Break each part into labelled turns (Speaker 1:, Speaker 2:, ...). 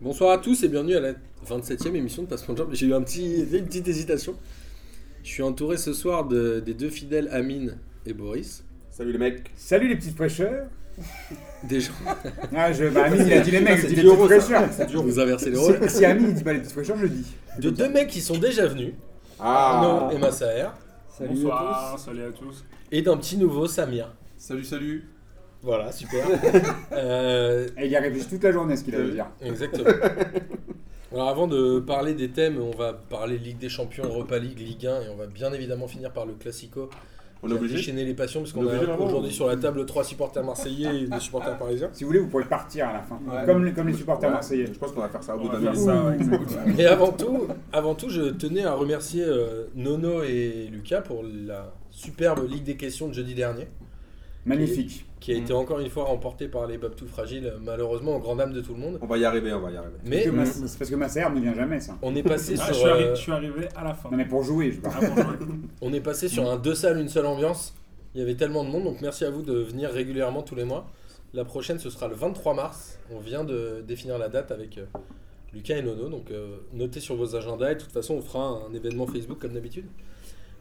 Speaker 1: Bonsoir à tous et bienvenue à la 27e émission de Passeport Jump. J'ai eu un petit, une petite hésitation. Je suis entouré ce soir de- des deux fidèles Amine et Boris.
Speaker 2: Salut les mecs.
Speaker 3: Salut les petites fraîcheurs.
Speaker 1: Des gens,
Speaker 3: Ah, je, bah, Amine, il a dit les mecs, je
Speaker 2: C'est
Speaker 3: dis
Speaker 2: du
Speaker 3: les petites
Speaker 2: euro, ça.
Speaker 3: fraîcheurs.
Speaker 2: C'est dur.
Speaker 1: vous inversez les rôles.
Speaker 3: Si, si Amine il dit pas les petites fraîcheurs, je le dis.
Speaker 1: De deux mecs qui sont déjà venus,
Speaker 2: Ah.
Speaker 1: Arnaud et Massaer,
Speaker 3: Salut
Speaker 4: Bonsoir, salut à tous.
Speaker 1: et d'un petit nouveau Samir.
Speaker 5: Salut, salut.
Speaker 1: Voilà, super. Euh,
Speaker 3: Et il y a réfléchi toute la journée à ce qu'il
Speaker 4: Euh.
Speaker 3: hein. allait dire.
Speaker 1: Exactement. Alors avant de parler des thèmes, on va parler Ligue des Champions, Europa League, Ligue 1 et on va bien évidemment finir par le Classico.
Speaker 5: On est obligé.
Speaker 1: déchaîner les passions parce qu'on
Speaker 5: On est obligé,
Speaker 1: a
Speaker 5: vraiment
Speaker 1: aujourd'hui sur la table trois supporters marseillais et deux supporters parisiens.
Speaker 3: Si vous voulez, vous pourrez partir à la fin.
Speaker 5: Ouais.
Speaker 3: Comme, les- comme les supporters
Speaker 2: Ouais,
Speaker 3: marseillais.
Speaker 2: Je pense qu'on va faire ça au
Speaker 4: On
Speaker 2: bout
Speaker 4: va
Speaker 2: d'un
Speaker 4: faire
Speaker 2: minute.
Speaker 4: ça, ouais,
Speaker 3: Ouh.
Speaker 4: exactement.
Speaker 1: Mais avant tout, avant tout, je tenais à remercier euh, Nono et Lucas pour la superbe Ligue des questions de jeudi dernier,
Speaker 3: Magnifique.
Speaker 1: qui a
Speaker 4: Mm.
Speaker 1: été encore une fois remportée par les Babtou fragiles, malheureusement en grande âme de tout le monde.
Speaker 2: On va y arriver, on va y arriver.
Speaker 1: Mais
Speaker 3: C'est parce que Ma- c'est parce que Massaer ne vient jamais, ça.
Speaker 1: on est passé
Speaker 4: Ah, je,
Speaker 1: sur,
Speaker 4: suis arri-
Speaker 1: euh,
Speaker 4: je suis arrivé à la fin.
Speaker 3: Non, mais pour jouer, je parle.
Speaker 4: Ah, bonjour.
Speaker 1: on est passé sur un deux salles, une seule ambiance. Il y avait tellement de monde, donc merci à vous de venir régulièrement tous les mois. La prochaine, ce sera le 23 mars. On vient de définir la date avec euh, Lucas et Nono, donc euh, notez sur vos agendas et de toute façon, on fera un événement Facebook comme d'habitude.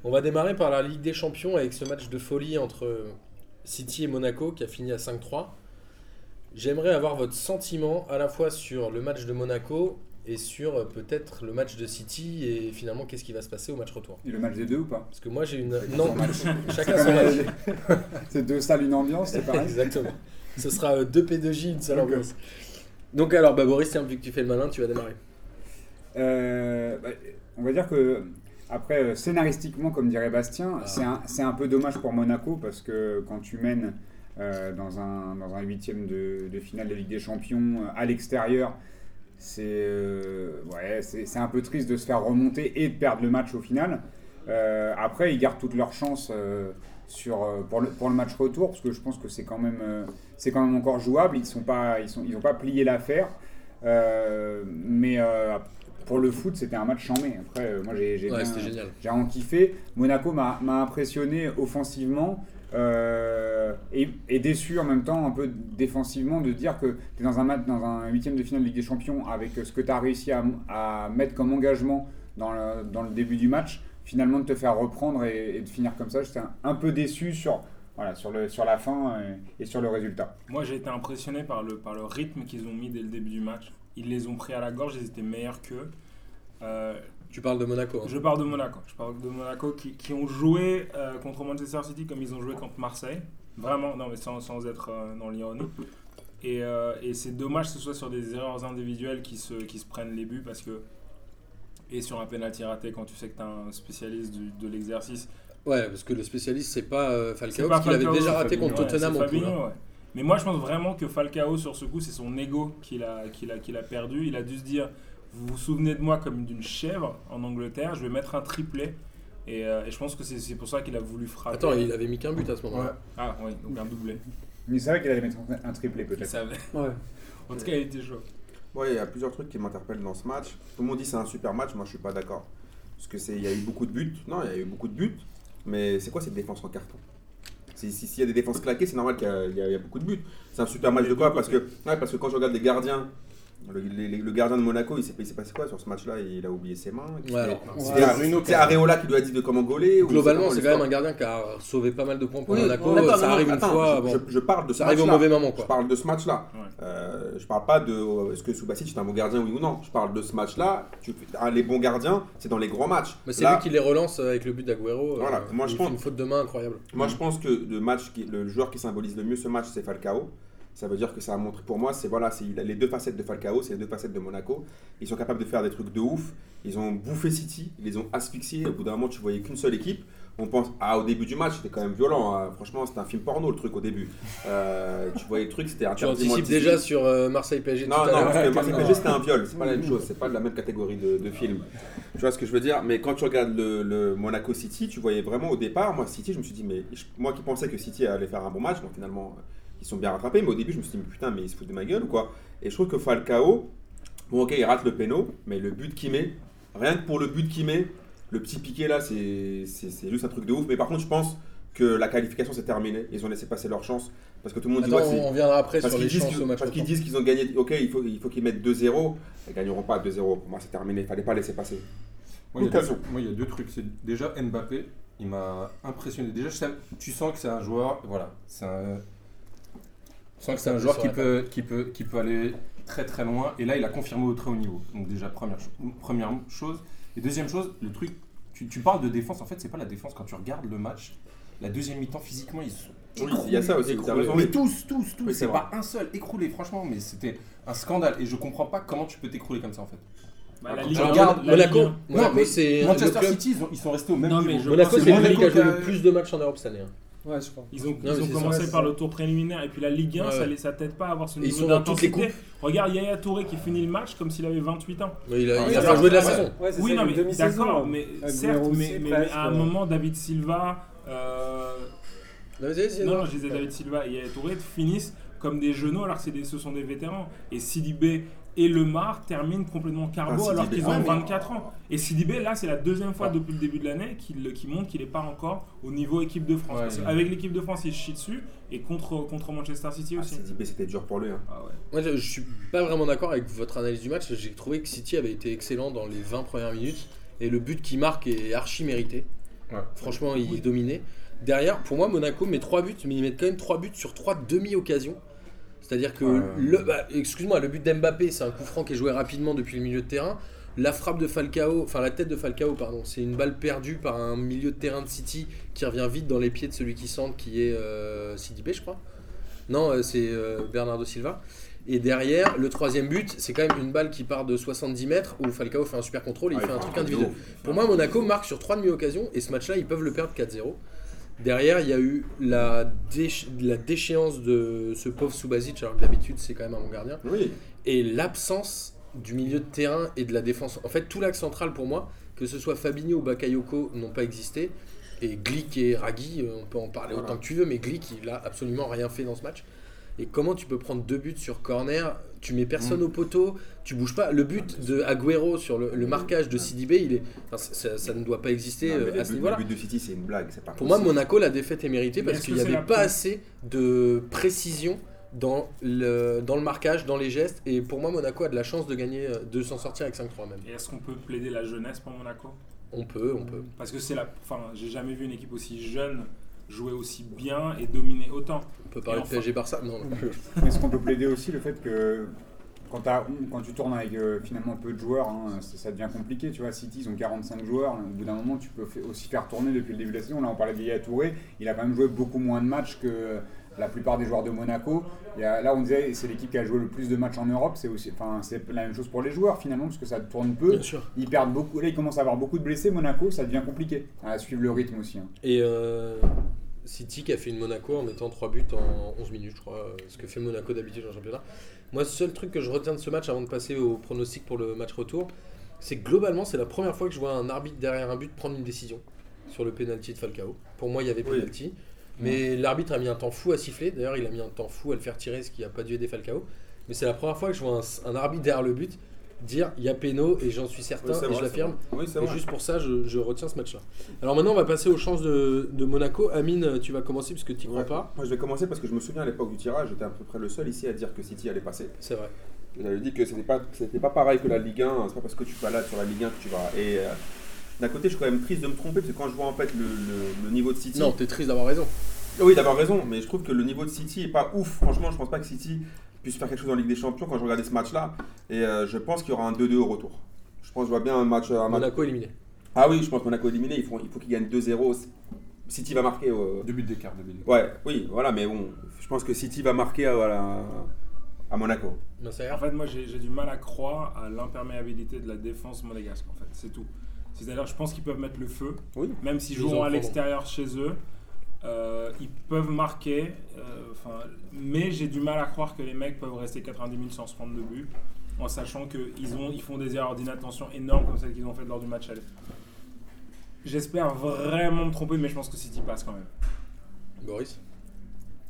Speaker 1: On va démarrer par la Ligue des Champions avec ce match de folie entre euh, City et Monaco qui a fini à 5-3. J'aimerais avoir votre sentiment à la fois sur le match de Monaco et sur euh, peut-être le match de City et finalement qu'est-ce qui va se passer au match retour.
Speaker 3: Et le match des deux ou pas
Speaker 1: Parce que moi j'ai une. Euh, Non,
Speaker 3: C'est
Speaker 1: chacun
Speaker 3: comme
Speaker 1: son match.
Speaker 3: les- C'est deux salles, une ambiance, c'est pareil.
Speaker 1: Exactement. Ce sera euh, 2 P2J, une seule
Speaker 3: Ok.
Speaker 1: ambiance. Donc alors, bah Boris, tiens, vu que tu fais le malin, tu vas démarrer.
Speaker 3: Euh, bah, on va dire que, après, euh, scénaristiquement, comme dirait Bastien,
Speaker 1: Ah.
Speaker 3: c'est un, c'est un peu dommage pour Monaco parce que quand tu mènes euh, dans un dans un huitième de, de finale de Ligue des Champions euh, à l'extérieur, c'est euh, ouais, c'est c'est un peu triste de se faire remonter et de perdre le match au final. Euh, après, ils gardent toute leur chance euh, sur, euh, pour, le, pour le match retour parce que je pense que c'est quand, même, euh, c'est quand même encore jouable. Ils n'ont pas, ils sont, ils ont pas plié l'affaire. Euh, mais euh, pour le foot, c'était un match chambé. Après, euh, moi, j'ai j'ai
Speaker 1: Ouais,
Speaker 3: bien-
Speaker 1: c'était génial.
Speaker 3: j'ai en kiffé. Monaco m'a m'a impressionné offensivement euh, et, et déçu en même temps un peu défensivement de dire que tu es dans un match, dans un huitième de finale de Ligue des Champions avec euh, ce que tu as réussi à, à mettre comme engagement dans le, dans le début du match, finalement de te faire reprendre et, et de finir comme ça. J'étais un, un peu déçu sur, voilà, sur, le, sur la fin euh, et, sur le résultat.
Speaker 4: Moi j'ai été impressionné par le, par le rythme qu'ils ont mis dès le début du match. Ils les ont pris à la gorge, ils étaient meilleurs qu'eux. Euh,
Speaker 1: Tu parles de Monaco. hein.
Speaker 4: je parle de Monaco. Je parle de Monaco qui, qui ont joué euh, contre Manchester City comme ils ont joué contre Marseille. Vraiment, non mais sans, sans être euh, dans l'ironie. Et, euh, et c'est dommage que ce soit sur des erreurs individuelles qui se, qui se prennent les buts parce que. Et sur un penalty raté quand tu sais que tu es un spécialiste du- de l'exercice.
Speaker 1: Ouais, parce que le spécialiste, c'est pas euh, Falcao,
Speaker 4: C'est
Speaker 1: parce qu'il
Speaker 4: Falcao,
Speaker 1: avait déjà
Speaker 4: c'est
Speaker 1: raté
Speaker 4: Fabinho,
Speaker 1: contre
Speaker 4: ouais,
Speaker 1: Tottenham
Speaker 4: c'est
Speaker 1: en poule.
Speaker 4: Fabinho,
Speaker 1: hein.
Speaker 4: ouais. Mais moi, je pense vraiment que Falcao, sur ce coup, c'est son ego qu'il a, qu'il a, qu'il a perdu. Il a dû se dire Vous vous souvenez de moi comme d'une chèvre en Angleterre, je vais mettre un triplé. Et, euh, et je pense que c'est c'est pour ça qu'il a voulu frapper.
Speaker 1: Attends, il avait mis qu'un but à ce moment-là.
Speaker 4: Ah oui, donc un doublé.
Speaker 3: Mais c'est vrai qu'il allait mettre un, un triplé
Speaker 4: Il
Speaker 3: peut-être.
Speaker 4: savait.
Speaker 1: Ouais.
Speaker 4: En tout cas, il était chaud.
Speaker 2: Ouais, il y a plusieurs trucs qui m'interpellent dans ce match. Tout le monde dit que c'est un super match, moi je suis pas d'accord. Parce que c'est, il y a eu beaucoup de buts. Non, il y a eu beaucoup de buts. Mais c'est quoi cette défense en carton Si- si- S'il y a des défenses claquées, c'est normal qu'il y a, il y a- il y a beaucoup de buts. C'est un super match de quoi parce que, ouais, parce que quand je regarde les gardiens, le, les- les- le gardien de Monaco, il s'est, il s'est passé quoi sur ce match-là Il a oublié ses mains.
Speaker 1: Ouais, alors,
Speaker 2: C'est
Speaker 6: Ouais.
Speaker 2: Areola- c'est Areola qui lui a dit de comment gauler. ou
Speaker 1: Globalement, c'est
Speaker 2: je sais pas,
Speaker 1: quand même un gardien qui a sauvé pas mal de points pour
Speaker 6: Oui,
Speaker 1: Monaco.
Speaker 6: on est pas
Speaker 1: Ah, ça
Speaker 6: vraiment-
Speaker 1: arrive une
Speaker 2: Attends,
Speaker 1: fois.
Speaker 2: je,
Speaker 1: bon,
Speaker 2: je- je parle de ce
Speaker 1: ça arrive au
Speaker 2: match-là.
Speaker 1: mauvais moment,
Speaker 2: Je
Speaker 1: quoi.
Speaker 2: parle de ce match-là.
Speaker 4: Ouais.
Speaker 2: Euh, je parle pas de euh, est-ce que Subasic est un bon gardien oui ou non. Je parle de ce match-là. Tu, ah, les bons gardiens, c'est dans les grands matchs.
Speaker 1: Mais c'est
Speaker 2: Là,
Speaker 1: lui qui les relance euh, avec le but d'Aguero.
Speaker 2: Voilà,
Speaker 1: euh,
Speaker 2: moi, je
Speaker 1: il fait
Speaker 2: pense-
Speaker 1: une faute de main incroyable.
Speaker 2: Moi, je pense que le match, qui- le joueur qui symbolise le mieux ce match, c'est Falcao. Ça veut dire que ça a montré pour moi, c'est voilà, c'est il a les deux facettes de Falcao, c'est les deux facettes de Monaco. Ils sont capables de faire des trucs de ouf. Ils ont bouffé City, ils les ont asphyxiés. Au bout d'un moment, tu voyais qu'une seule équipe. On pense, ah, au début du match, c'était quand même violent. hein. Franchement, c'était un film porno le truc au début. Euh, tu voyais le truc, c'était
Speaker 1: Tu
Speaker 2: interdit.
Speaker 1: anticipes déjà sur euh, Marseille PSG tout
Speaker 2: Non,
Speaker 1: à
Speaker 2: non,
Speaker 1: l'heure. Mmh.
Speaker 2: parce que Marseille PSG c'était un viol, c'est pas la même chose, c'est pas de la même catégorie de, de film. Tu vois ce que je veux dire Mais quand tu regardes le, le Monaco City, tu voyais vraiment au départ, moi City, je me suis dit, mais je- moi qui pensais que City allait faire un bon match, bon, finalement ils sont bien rattrapés, mais au début je me suis dit, mais putain, mais ils se foutent de ma gueule ou quoi Et je trouve que Falcao, bon ok, il rate le péno, mais le but qu'il met, rien que pour le but qu'il met, le petit piqué là, c'est c'est- c'est juste un truc de ouf. Mais par contre, je pense que la qualification s'est terminée. Ils ont laissé passer leur chance parce que tout le monde dit
Speaker 1: Attends,
Speaker 2: ouais, c'est-
Speaker 1: on viendra après
Speaker 2: parce
Speaker 1: sur
Speaker 2: qu'ils
Speaker 1: les
Speaker 2: disent
Speaker 1: chances
Speaker 2: qu'ils
Speaker 1: au match.
Speaker 2: parce qu'ils
Speaker 1: retour.
Speaker 2: disent qu'ils ont gagné. Ok, il faut, il faut qu'ils mettent 2-0. Ils gagneront pas 2-0. Pour moi, c'est terminé. Il fallait pas laisser passer.
Speaker 5: Moi, il y a deux-
Speaker 2: Occasion.
Speaker 5: moi, il y a deux trucs. C'est déjà Mbappé, il m'a impressionné. Déjà, je savais- tu sens que c'est un joueur. Voilà, c'est un. Tu sens que c'est un joueur qui peut, qui, peut, qui peut aller très très loin. Et là, il a confirmé au très haut niveau. Donc déjà, première, cho- première chose. Et deuxième chose, le truc, tu, tu parles de défense. En fait, c'est pas la défense. Quand tu regardes le match, la deuxième mi-temps, physiquement, ils se sont
Speaker 2: Oui, il y a ça aussi,
Speaker 5: écroulés.
Speaker 2: t'as raison.
Speaker 5: Mais tous, tous, tous.
Speaker 2: Oui, c'est
Speaker 5: c'est
Speaker 2: vrai.
Speaker 5: pas un seul écroulé, franchement. Mais c'était un scandale. Et je comprends pas comment tu peux t'écrouler comme ça, en fait.
Speaker 4: Bah, la
Speaker 5: Quand
Speaker 4: Ligue
Speaker 5: tu
Speaker 4: un-
Speaker 5: regardes
Speaker 4: la Ligue
Speaker 1: Monaco,
Speaker 4: un.
Speaker 5: Non, mais
Speaker 1: Monaco c'est un des
Speaker 5: Manchester
Speaker 1: clubs-
Speaker 5: City, ils, ont- ils sont restés au même
Speaker 4: euh, Non, mais
Speaker 5: niveau.
Speaker 4: je
Speaker 1: Monaco,
Speaker 4: pense
Speaker 1: c'est
Speaker 5: que
Speaker 1: le pays qui a
Speaker 5: Monaco
Speaker 1: joué
Speaker 5: qui
Speaker 1: le
Speaker 5: a-
Speaker 1: plus de matchs en Europe cette année. hein.
Speaker 6: Ouais, je pense.
Speaker 4: Ils ont,
Speaker 1: mais
Speaker 4: ils ont
Speaker 1: c'est
Speaker 6: ça,
Speaker 4: commencé
Speaker 6: c'est
Speaker 4: par
Speaker 6: ça.
Speaker 4: le tour préliminaire et puis la Ligue 1,
Speaker 1: Ouais,
Speaker 4: ça,
Speaker 1: ouais.
Speaker 4: les- ça t'aide pas à avoir ce
Speaker 1: Ils
Speaker 4: niveau
Speaker 1: sont dans toutes les
Speaker 4: d'intensité. Regarde Yaya Touré qui finit le match comme s'il avait 28 ans.
Speaker 1: Mais il a,
Speaker 5: Ah,
Speaker 1: il
Speaker 5: oui,
Speaker 1: a
Speaker 5: alors,
Speaker 1: pas joué de la
Speaker 5: ouais.
Speaker 1: saison.
Speaker 6: Ouais, c'est
Speaker 4: Oui,
Speaker 6: ça,
Speaker 4: non,
Speaker 6: une
Speaker 4: mais
Speaker 6: demi-saison,
Speaker 4: d'accord,
Speaker 6: hein.
Speaker 4: mais
Speaker 6: Avec
Speaker 4: certes,
Speaker 6: Guerrero
Speaker 4: mais,
Speaker 6: aussi,
Speaker 4: mais- mais
Speaker 6: presque,
Speaker 4: à un
Speaker 6: ouais.
Speaker 4: moment, David Silva, euh,
Speaker 1: Vas-y, vas-y,
Speaker 4: non,
Speaker 1: non.
Speaker 4: non, je disais David Silva et Yaya Touré finissent comme des genoux alors que c'est des- ce sont des vétérans. Et Sidibé et Lemar terminent complètement carbo
Speaker 2: Ah, Sidibé,
Speaker 4: alors qu'ils
Speaker 2: ouais,
Speaker 4: ont
Speaker 2: mais-
Speaker 4: 24 ans. Et Sidibé, là, c'est la deuxième fois
Speaker 5: Ouais.
Speaker 4: depuis le début de l'année qu'il qu'il montre qu'il n'est pas encore au niveau équipe de France.
Speaker 5: Ouais,
Speaker 4: Parce
Speaker 5: ouais.
Speaker 4: Avec l'équipe de France, il chie dessus et contre, contre Manchester City
Speaker 2: Ah,
Speaker 4: aussi.
Speaker 2: c'est- mais c'était dur pour lui. hein.
Speaker 4: Ah ouais.
Speaker 1: Moi, je, je suis pas vraiment d'accord avec votre analyse du match. J'ai trouvé que City avait été excellent dans les 20 premières minutes. Et le but qui marque est archi mérité.
Speaker 5: Ouais.
Speaker 1: Franchement, il
Speaker 4: Oui.
Speaker 1: dominait. Derrière, pour moi, Monaco met 3 buts, mais ils mettent quand même 3 buts sur 3 demi-occasions. C'est-à-dire que,
Speaker 5: Ouais.
Speaker 1: le, bah, excuse-moi, le but d'Mbappé, c'est un coup franc qui est joué rapidement depuis le milieu de terrain. La frappe de Falcao, enfin la tête de Falcao, pardon, c'est une balle perdue par un milieu de terrain de City qui revient vite dans les pieds de celui qui centre, qui est euh, Sidibé, je crois. Non, euh, c'est euh, Bernardo Silva. Et derrière, le troisième but, c'est quand même une balle qui part de 70 mètres où Falcao fait un super contrôle et il
Speaker 2: Ah,
Speaker 1: fait un truc
Speaker 2: de
Speaker 1: individuel.
Speaker 2: ouf.
Speaker 1: Pour moi, Monaco marque sur 3 demi-occasions et ce match-là, ils peuvent le perdre 4-0. Derrière, il y a eu la, déch- la déchéance de ce pauvre Subasic, alors que d'habitude, c'est quand même un bon gardien.
Speaker 2: Oui,
Speaker 1: Et l'absence du milieu de terrain et de la défense. En fait, tout l'axe central pour moi, que ce soit Fabinho ou Bakayoko, n'ont pas existé. Et Glick et Ragui, euh, on peut en parler
Speaker 2: Voilà.
Speaker 1: autant que tu veux, mais Glick, il a absolument rien fait dans ce match. Et comment tu peux prendre deux buts sur corner Tu mets personne
Speaker 2: Mm.
Speaker 1: au poteau, tu bouges pas. Le
Speaker 2: Ah,
Speaker 1: but de Agüero sur le, le marquage de Sidibé, il est, enfin, c- ça, ça ne doit pas exister
Speaker 2: Mm. Non, mais
Speaker 1: euh,
Speaker 2: les
Speaker 1: à ce
Speaker 2: buts-
Speaker 1: niveau-là.
Speaker 2: Le but de City, c'est une blague. c'est pas
Speaker 1: Pour moi,
Speaker 2: possible.
Speaker 1: Monaco, la défaite est méritée
Speaker 4: Mais
Speaker 1: parce
Speaker 4: est-ce
Speaker 1: qu'il
Speaker 4: que
Speaker 1: n'y
Speaker 4: c'est
Speaker 1: avait
Speaker 4: la
Speaker 1: pas
Speaker 4: preuve
Speaker 1: assez de précision dans le, dans le marquage, dans les gestes. Et pour moi, Monaco a de la chance de gagner, euh, de s'en sortir avec 5-3 même.
Speaker 4: Et est-ce qu'on peut plaider la jeunesse pour Monaco
Speaker 1: On peut, on peut.
Speaker 4: Parce que c'est la. Enfin, j'ai jamais vu une équipe aussi jeune jouer aussi bien et dominer autant.
Speaker 1: On peut parler
Speaker 4: Et enfin-
Speaker 1: de PSG Barça. Non, non.
Speaker 3: Est-ce qu'on peut plaider aussi le fait que quand, t'as- quand tu tournes avec euh, finalement peu de joueurs, hein, ça, ça devient compliqué. Tu vois, City, ils ont 45 joueurs. Au bout d'un moment, tu peux fa- aussi faire tourner depuis le début de la saison. Là, on parlait d'Yaya Touré. Il a quand même joué beaucoup moins de matchs que la plupart des joueurs de Monaco. Il y a- là, on disait c'est l'équipe qui a joué le plus de matchs en Europe. C'est aussi, enfin, c'est la même chose pour les joueurs finalement, parce que ça tourne peu.
Speaker 1: Bien sûr.
Speaker 3: Ils perdent beaucoup. Là, ils commencent à avoir beaucoup de blessés. Monaco, ça devient compliqué à suivre le rythme aussi. hein.
Speaker 1: Et euh, City qui a fait une Monaco en mettant 3 buts en 11 minutes, je crois, euh, ce que fait Monaco d'habitude en championnat. Moi, le seul truc que je retiens de ce match avant de passer au pronostic pour le match retour, c'est que globalement, c'est la première fois que je vois un arbitre derrière un but prendre une décision sur le penalty de Falcao. Pour moi, il y avait
Speaker 2: Oui.
Speaker 1: penalty. Mais l'arbitre a mis un temps fou à siffler. D'ailleurs, il a mis un temps fou à le faire tirer, ce qui n'a pas dû aider Falcao. Mais c'est la première fois que je vois un, un arbitre derrière le but dire il y a péno et j'en suis certain
Speaker 2: Oui, c'est
Speaker 1: et
Speaker 2: vrai,
Speaker 1: je
Speaker 2: c'est
Speaker 1: l'affirme.
Speaker 2: vrai. Oui, c'est
Speaker 1: Et
Speaker 2: vrai.
Speaker 1: juste pour ça, je, je retiens ce match-là. Alors maintenant, on va passer aux chances de, de Monaco. Amine, tu vas commencer parce que tu crois
Speaker 2: Ouais.
Speaker 1: pas.
Speaker 2: Moi, je vais commencer parce que je me souviens à l'époque du tirage, j'étais à peu près le seul ici à dire que City allait passer.
Speaker 1: C'est vrai.
Speaker 2: J'avais dit que c'était pas, que c'était pas pareil que la Ligue 1, c'est pas parce que tu balades sur la Ligue 1 que tu vas. Et euh, d'un côté, je suis quand même triste de me tromper parce que quand je vois en fait le, le- le niveau de City.
Speaker 1: Non, t'es triste d'avoir raison.
Speaker 2: Oui, d'avoir raison, mais je trouve que le niveau de City est pas ouf. Franchement, je pense pas que City puisse faire quelque chose en Ligue des Champions quand je regardais ce match-là. Et euh, je pense qu'il y aura un 2-2 au retour. Je pense que je vois bien un match. euh, Un match...
Speaker 1: Monaco éliminé.
Speaker 2: Ah oui, je pense que Monaco éliminé, il faut, il faut qu'il gagne 2-0. City va marquer. euh,
Speaker 5: Deux buts d'écart, de Bellingham.
Speaker 2: Ouais, oui, voilà, mais bon, je pense que City va marquer à, voilà, à Monaco.
Speaker 1: Ben, ça
Speaker 4: En
Speaker 1: ira.
Speaker 4: fait, moi, j'ai j'ai du mal à croire à l'imperméabilité de la défense monégasque, en fait. C'est tout. C'est-à-dire, je pense qu'ils peuvent mettre le feu,
Speaker 2: Oui.
Speaker 4: même s'ils
Speaker 1: Ils
Speaker 4: joueront
Speaker 1: ont
Speaker 4: à
Speaker 1: le
Speaker 4: l'extérieur chez eux. euh, ils peuvent marquer, euh, enfin, mais j'ai du mal à croire que les mecs peuvent rester 90 minutes sans se prendre de but, en sachant qu'ils ils font des erreurs d'inattention énormes comme celles qu'ils ont faites lors du match aller. J'espère vraiment me tromper, mais je pense que City passe quand même.
Speaker 1: Boris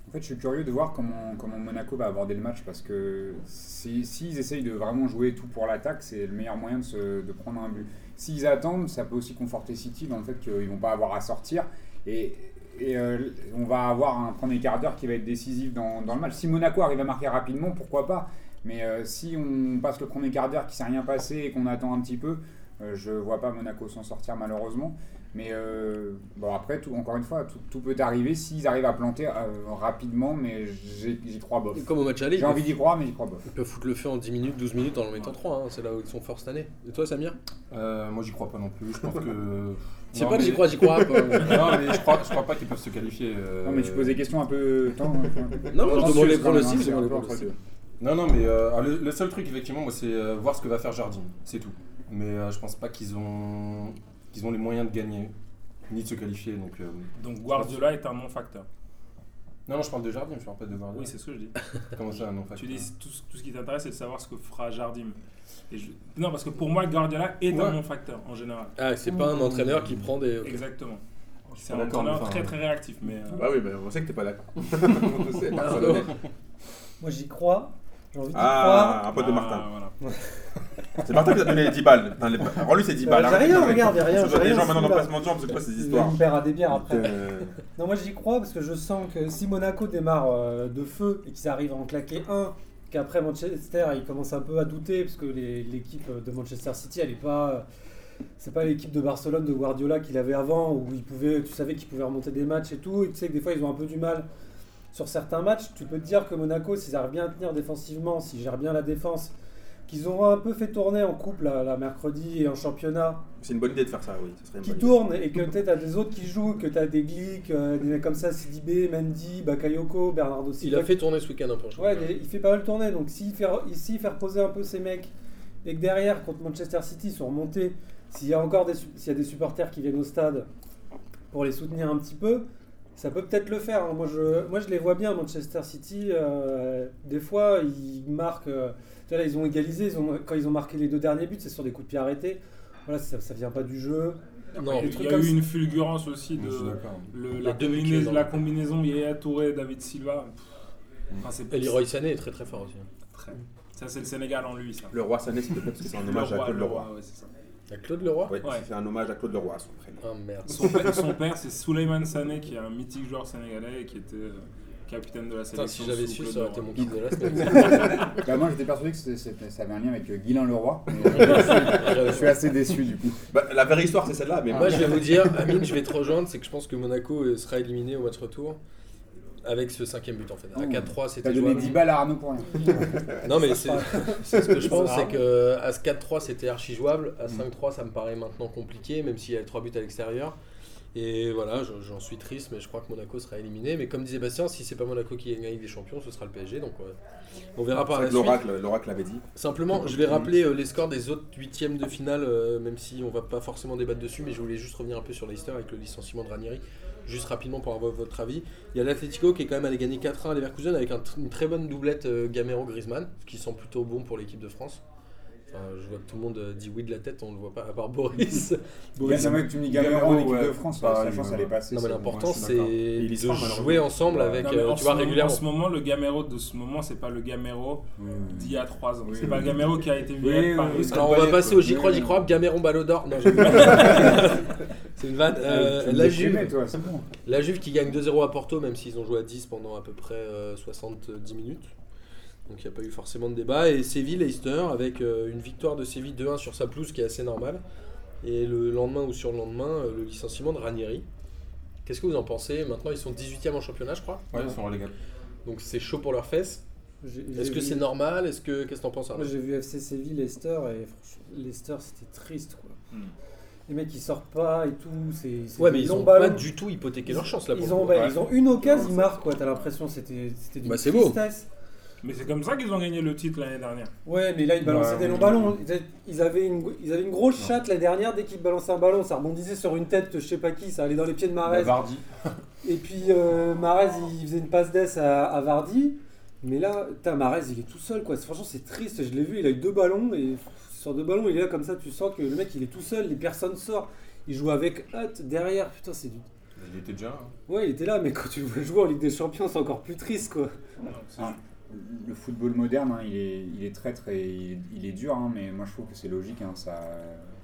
Speaker 3: En fait, je suis curieux de voir comment, comment Monaco va aborder le match parce que si- s'ils essayent de vraiment jouer tout pour l'attaque, c'est le meilleur moyen de, se- de prendre un but. S'ils attendent, ça peut aussi conforter City dans le fait qu'ils vont pas avoir à sortir. Et et euh, on va avoir un premier quart d'heure qui va être décisif dans, dans le match. Si Monaco arrive à marquer rapidement, pourquoi pas Mais euh, si on passe le premier quart d'heure qui s'est rien passé et qu'on attend un petit peu, euh, je vois pas Monaco s'en sortir malheureusement. Mais euh, bon, après, tout, encore une fois, tout, tout peut arriver s'ils arrivent à planter euh, rapidement, mais j'ai- j'y crois bof.
Speaker 1: Comme au match aller,
Speaker 3: J'ai
Speaker 1: ils
Speaker 3: envie
Speaker 1: peuvent,
Speaker 3: d'y croire, mais j'y crois bof.
Speaker 1: ils peuvent foutre le feu en 10 minutes, 12 minutes en en mettant 3. C'est là où ils sont forts cette année. Et toi, Samir
Speaker 5: Euh, moi, j'y crois pas non plus. Je pense que.
Speaker 1: Je sais
Speaker 5: Non,
Speaker 1: pas que
Speaker 5: mais-
Speaker 1: j'y crois, j'y crois pas.
Speaker 5: Non, mais je crois, je crois pas qu'ils peuvent se qualifier. euh,
Speaker 3: Non, mais tu poses des questions un peu. Tant,
Speaker 1: Non, non, je demande les
Speaker 3: Tendancieuses, quand même, hein,
Speaker 1: pronostics, je
Speaker 3: c'est un
Speaker 1: demande les
Speaker 3: peu
Speaker 1: pronostics.
Speaker 3: entre
Speaker 5: Non, non, mais euh, alors, le, le seul truc, effectivement, moi, c'est euh, voir ce que va faire Jardim. C'est tout. Mais euh, je pense pas qu'ils ont, qu'ils ont les moyens de gagner, ni de se qualifier. Donc, euh,
Speaker 4: Donc Guardiola est un non-facteur.
Speaker 5: Non, non, je parle de Jardim, je parle pas de
Speaker 1: Ah
Speaker 5: Vardy.
Speaker 4: Oui, c'est ce que je dis.
Speaker 5: Comment ça, non euh,
Speaker 4: Tu dis tout, ce- tout ce qui t'intéresse, c'est de savoir ce que fera Jardim. Et je- Non, parce que pour moi, Guardiola est
Speaker 5: Ouais.
Speaker 4: un non-facteur en général.
Speaker 1: Ah, c'est pas un entraîneur qui prend des. ok.
Speaker 4: Exactement. C'est
Speaker 5: pas
Speaker 4: un
Speaker 5: d'accord,
Speaker 4: entraîneur
Speaker 5: mais enfin,
Speaker 4: très très réactif. Mais, euh,
Speaker 2: Bah oui, bah on sait que t'es pas d'accord. On sait, personne n'est.
Speaker 6: Moi j'y crois, j'ai envie d'y
Speaker 2: ah, un
Speaker 4: ah,
Speaker 2: pote de Martin.
Speaker 4: voilà.
Speaker 2: C'est Martin qui t'a donné les 10 balles. Putain, les- Alors lui, c'est 10
Speaker 6: Euh,
Speaker 2: balles.
Speaker 6: j'ai
Speaker 2: Arrête,
Speaker 6: rien,
Speaker 2: arrête.
Speaker 6: regarde, j'ai rien,
Speaker 2: Je vois
Speaker 6: j'ai
Speaker 2: des
Speaker 6: rien,
Speaker 2: gens maintenant
Speaker 6: c'est
Speaker 2: dans
Speaker 6: là.
Speaker 2: placement de jambes, c'est quoi ces
Speaker 6: croire.
Speaker 2: histoires
Speaker 6: On paiera des bières après.
Speaker 2: Euh,
Speaker 6: Non, moi j'y crois parce que je sens que si Monaco démarre euh, de feu et qu'ils arrivent à en claquer un, qu'après Manchester ils commencent un peu à douter parce que les- l'équipe de Manchester City elle est pas. euh, C'est pas l'équipe de Barcelone de Guardiola qu'il avait avant où ils pouvaient, tu savais qu'ils pouvaient remonter des matchs et tout. Et tu sais que des fois ils ont un peu du mal sur certains matchs. Tu peux te dire que Monaco, s'ils arrivent bien à tenir défensivement, s'ils gèrent bien la défense, qu'ils ont un peu fait tourner en couple là, là, mercredi et en championnat,
Speaker 2: C'est une bonne idée de faire ça, oui. Ça serait une
Speaker 6: qui
Speaker 2: bonne
Speaker 6: tourne et que peut-être t'as des autres qui jouent, que t'as des Glick, euh, des mecs comme ça, Sidibé, Mendy, Bakayoko, Bernardo
Speaker 1: Il
Speaker 6: Silva.
Speaker 1: a fait tourner ce week-end un peu. je crois.
Speaker 6: Ouais, mais il fait pas mal tourner. Donc s'il fait, s'il fait reposer un peu ces mecs et que derrière, contre Manchester City, ils sont remontés, s'il y a encore des, su- s'il y a des supporters qui viennent au stade pour les soutenir un petit peu, ça peut peut-être le faire. hein. Moi, je, moi, je les vois bien, Manchester City. euh, des fois, ils marquent. euh, tu vois, là, ils ont égalisé. Ils ont, quand ils ont marqué les deux derniers buts, c'est sur des coups de pied arrêtés. Voilà, ça, ça vient pas du jeu.
Speaker 1: Non,
Speaker 6: Des
Speaker 4: Il
Speaker 6: trucs
Speaker 4: y a
Speaker 6: comme
Speaker 4: eu
Speaker 6: ça.
Speaker 4: une fulgurance aussi
Speaker 5: Je suis
Speaker 4: de
Speaker 5: d'accord.
Speaker 4: le-
Speaker 1: Les
Speaker 4: la,
Speaker 1: deux mecs
Speaker 4: combinaison,
Speaker 1: qui-
Speaker 4: la combinaison Yaya Touré, David Silva. Pff. Enfin, c'est
Speaker 1: et Leroy Sané est très très fort aussi. hein.
Speaker 4: Très. Ça, c'est le Sénégal en lui, ça.
Speaker 2: idée. Le roi Sané, c'était parce que c'est un hommage à Claude Leroy. Ah
Speaker 4: ouais, c'est ça.
Speaker 1: Il y a Claude Leroy
Speaker 2: Ouais,
Speaker 4: Ouais.
Speaker 2: c'est un hommage à Claude Leroy, son prénom.
Speaker 1: Ah merde.
Speaker 4: Son père, son père, c'est Souleymane Sané, qui est un mythique joueur sénégalais et qui était euh, capitaine de la
Speaker 1: Putain,
Speaker 4: sélection.
Speaker 1: si j'avais
Speaker 4: sous
Speaker 1: su,
Speaker 4: Claude
Speaker 1: ça aurait été
Speaker 4: Leroy.
Speaker 1: mon kit de la semaine.
Speaker 3: eux. Bah, moi, j'étais persuadé que c'était- c'était- ça avait un lien avec euh, Guilain Leroy. mais, euh, je suis assez déçu du coup.
Speaker 2: Bah, la vraie histoire, c'est celle-là, mais
Speaker 1: Moi, je vais vous dire, Amine, je vais te rejoindre, c'est que je pense que Monaco euh, sera éliminé au match retour avec ce cinquième but en fait. À
Speaker 3: Oh.
Speaker 1: 4-3,
Speaker 3: T'as
Speaker 1: c'était
Speaker 3: donné
Speaker 1: jouable.
Speaker 3: 10 balles à Arnaud pour rien.
Speaker 1: Non, mais c'est c'est ce que je pense,
Speaker 6: Ça
Speaker 1: c'est
Speaker 6: sera
Speaker 1: que euh, à ce 4-3, c'était archi jouable. À 5-3, ça me paraît maintenant compliqué, même s'il y a 3 buts à l'extérieur. Et voilà, je- j'en suis triste, mais je crois que Monaco sera éliminé. Mais comme disait Bastien, si c'est pas Monaco qui gagne la Ligue des Champions, ce sera le PSG. Donc ouais, on verra par
Speaker 2: C'est
Speaker 1: la
Speaker 2: vrai que
Speaker 1: suite.
Speaker 2: l'oracle, l'oracle l'avait dit.
Speaker 1: Simplement, je vais rappeler euh, les scores des autres huitièmes de finale, euh, même si on va pas forcément débattre dessus, mais je voulais juste revenir un peu sur Leicester avec le licenciement de Ranieri, juste rapidement pour avoir votre avis. Il y a l'Atlético qui est quand même allé gagner 4-1 à Leverkusen avec un tr- une très bonne doublette euh, Gamero-Griezmann, ce qui sent plutôt bon pour l'équipe de France. Enfin, je vois que tout le monde euh, dit oui de la tête, on le voit pas, à part Boris.
Speaker 3: Boris, c'est tu me dis Gamero en
Speaker 5: Gamero,
Speaker 3: équipe
Speaker 5: ouais.
Speaker 3: de France,
Speaker 5: Bah,
Speaker 3: sa
Speaker 5: il
Speaker 3: chance
Speaker 5: va-
Speaker 3: elle est passée.
Speaker 1: non mais
Speaker 3: ça.
Speaker 1: l'important
Speaker 5: moi, je suis
Speaker 1: c'est
Speaker 5: d'accord.
Speaker 1: de
Speaker 5: Il y sera, malheureusement.
Speaker 1: jouer ensemble
Speaker 5: Ouais.
Speaker 1: avec,
Speaker 4: Non, mais
Speaker 1: euh,
Speaker 4: en
Speaker 1: tu
Speaker 4: ce
Speaker 1: vois,
Speaker 4: moment-
Speaker 1: régulièrement.
Speaker 4: En ce moment, le Gamero de ce moment, c'est pas le Gamero
Speaker 3: Oui,
Speaker 4: d'il
Speaker 3: oui.
Speaker 4: y a 3 ans.
Speaker 3: Oui,
Speaker 4: c'est pas le
Speaker 3: oui.
Speaker 4: Gamero qui a été viré
Speaker 3: Oui,
Speaker 4: de
Speaker 3: oui,
Speaker 4: Paris.
Speaker 3: oui.
Speaker 1: Alors on va
Speaker 3: Bayern,
Speaker 1: passer
Speaker 3: quoi.
Speaker 1: au j'y crois, j'y crois, Gameron Ballon d'Or. Non, j'ai- c'est une vanne. Euh,
Speaker 3: Tu me
Speaker 1: la
Speaker 3: déprimes,
Speaker 1: Juve,
Speaker 3: toi, c'est bon.
Speaker 1: La Juve qui gagne 2-0 à Porto, même s'ils ont joué à 10 pendant à peu près euh, 70 minutes. Donc il n'y a pas eu forcément de débat. Et Séville-Leicester avec euh, une victoire de Séville 2-1 sur sa pelouse qui est assez normale. Et le lendemain ou sur le lendemain, euh, le licenciement de Ranieri. Qu'est-ce que vous en pensez Maintenant ils sont 18e en championnat, je crois.
Speaker 5: Ouais, ils sont relégables.
Speaker 1: Donc c'est chaud pour leurs fesses.
Speaker 6: J'ai- j'ai
Speaker 1: Est-ce que
Speaker 6: vu-
Speaker 1: c'est normal Est-ce que qu'est-ce que t'en penses
Speaker 6: Moi
Speaker 1: Arnaud
Speaker 6: j'ai vu FC Séville, Leicester et franchement Leicester c'était triste quoi.
Speaker 4: Mm.
Speaker 6: Les mecs ils sortent pas et tout, c'est c'est
Speaker 1: Ouais,
Speaker 6: des
Speaker 1: mais ils
Speaker 6: longs
Speaker 1: ont pas
Speaker 6: ballons.
Speaker 1: du tout hypothéqué leur chance là pour
Speaker 6: Ils
Speaker 1: le
Speaker 6: ont,
Speaker 1: coup.
Speaker 6: ouais, ils ont une occasion, ils marquent quoi, t'as l'impression c'était c'était d'une
Speaker 1: Bah, c'est beau.
Speaker 6: tristesse.
Speaker 4: Mais c'est comme ça qu'ils ont gagné le titre l'année dernière.
Speaker 6: Ouais, mais là ils balançaient
Speaker 5: Ouais,
Speaker 6: des
Speaker 5: mais-
Speaker 6: longs ballons. Ils avaient- Ils avaient une, ils avaient une grosse chatte la dernière dès qu'ils balançaient un ballon, ça rebondissait sur une tête, de je sais pas qui, ça allait dans les pieds de
Speaker 5: Bah,
Speaker 6: Marez.
Speaker 5: Vardy.
Speaker 6: Et puis euh, Marez, il faisait une passe d'ess à, à Vardy. Mais là, putain, Marez, il est tout seul, quoi. C'est- Franchement, c'est triste. Je l'ai vu, il a eu deux ballons. Et sur deux ballons, il est là comme ça. Tu sens que le mec, il est tout seul. Les personnes sortent. Il joue avec Hutt derrière. Putain, c'est du.
Speaker 5: Il était déjà. là, hein.
Speaker 6: Ouais, il était là, mais quand tu le vois jouer en Ligue des Champions, c'est encore plus triste, quoi.
Speaker 4: Non, c'est-
Speaker 3: Ah. Le football moderne, hein, il, est, il est traître et il, il est dur, hein, mais moi je trouve que c'est logique. hein, ça,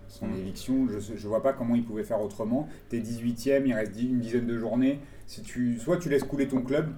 Speaker 3: son
Speaker 5: Mm.
Speaker 3: éviction. Je ne vois pas comment il pouvait faire autrement. T'es 18ème, il reste dix- une dizaine de journées. Si tu, soit tu laisses couler ton club,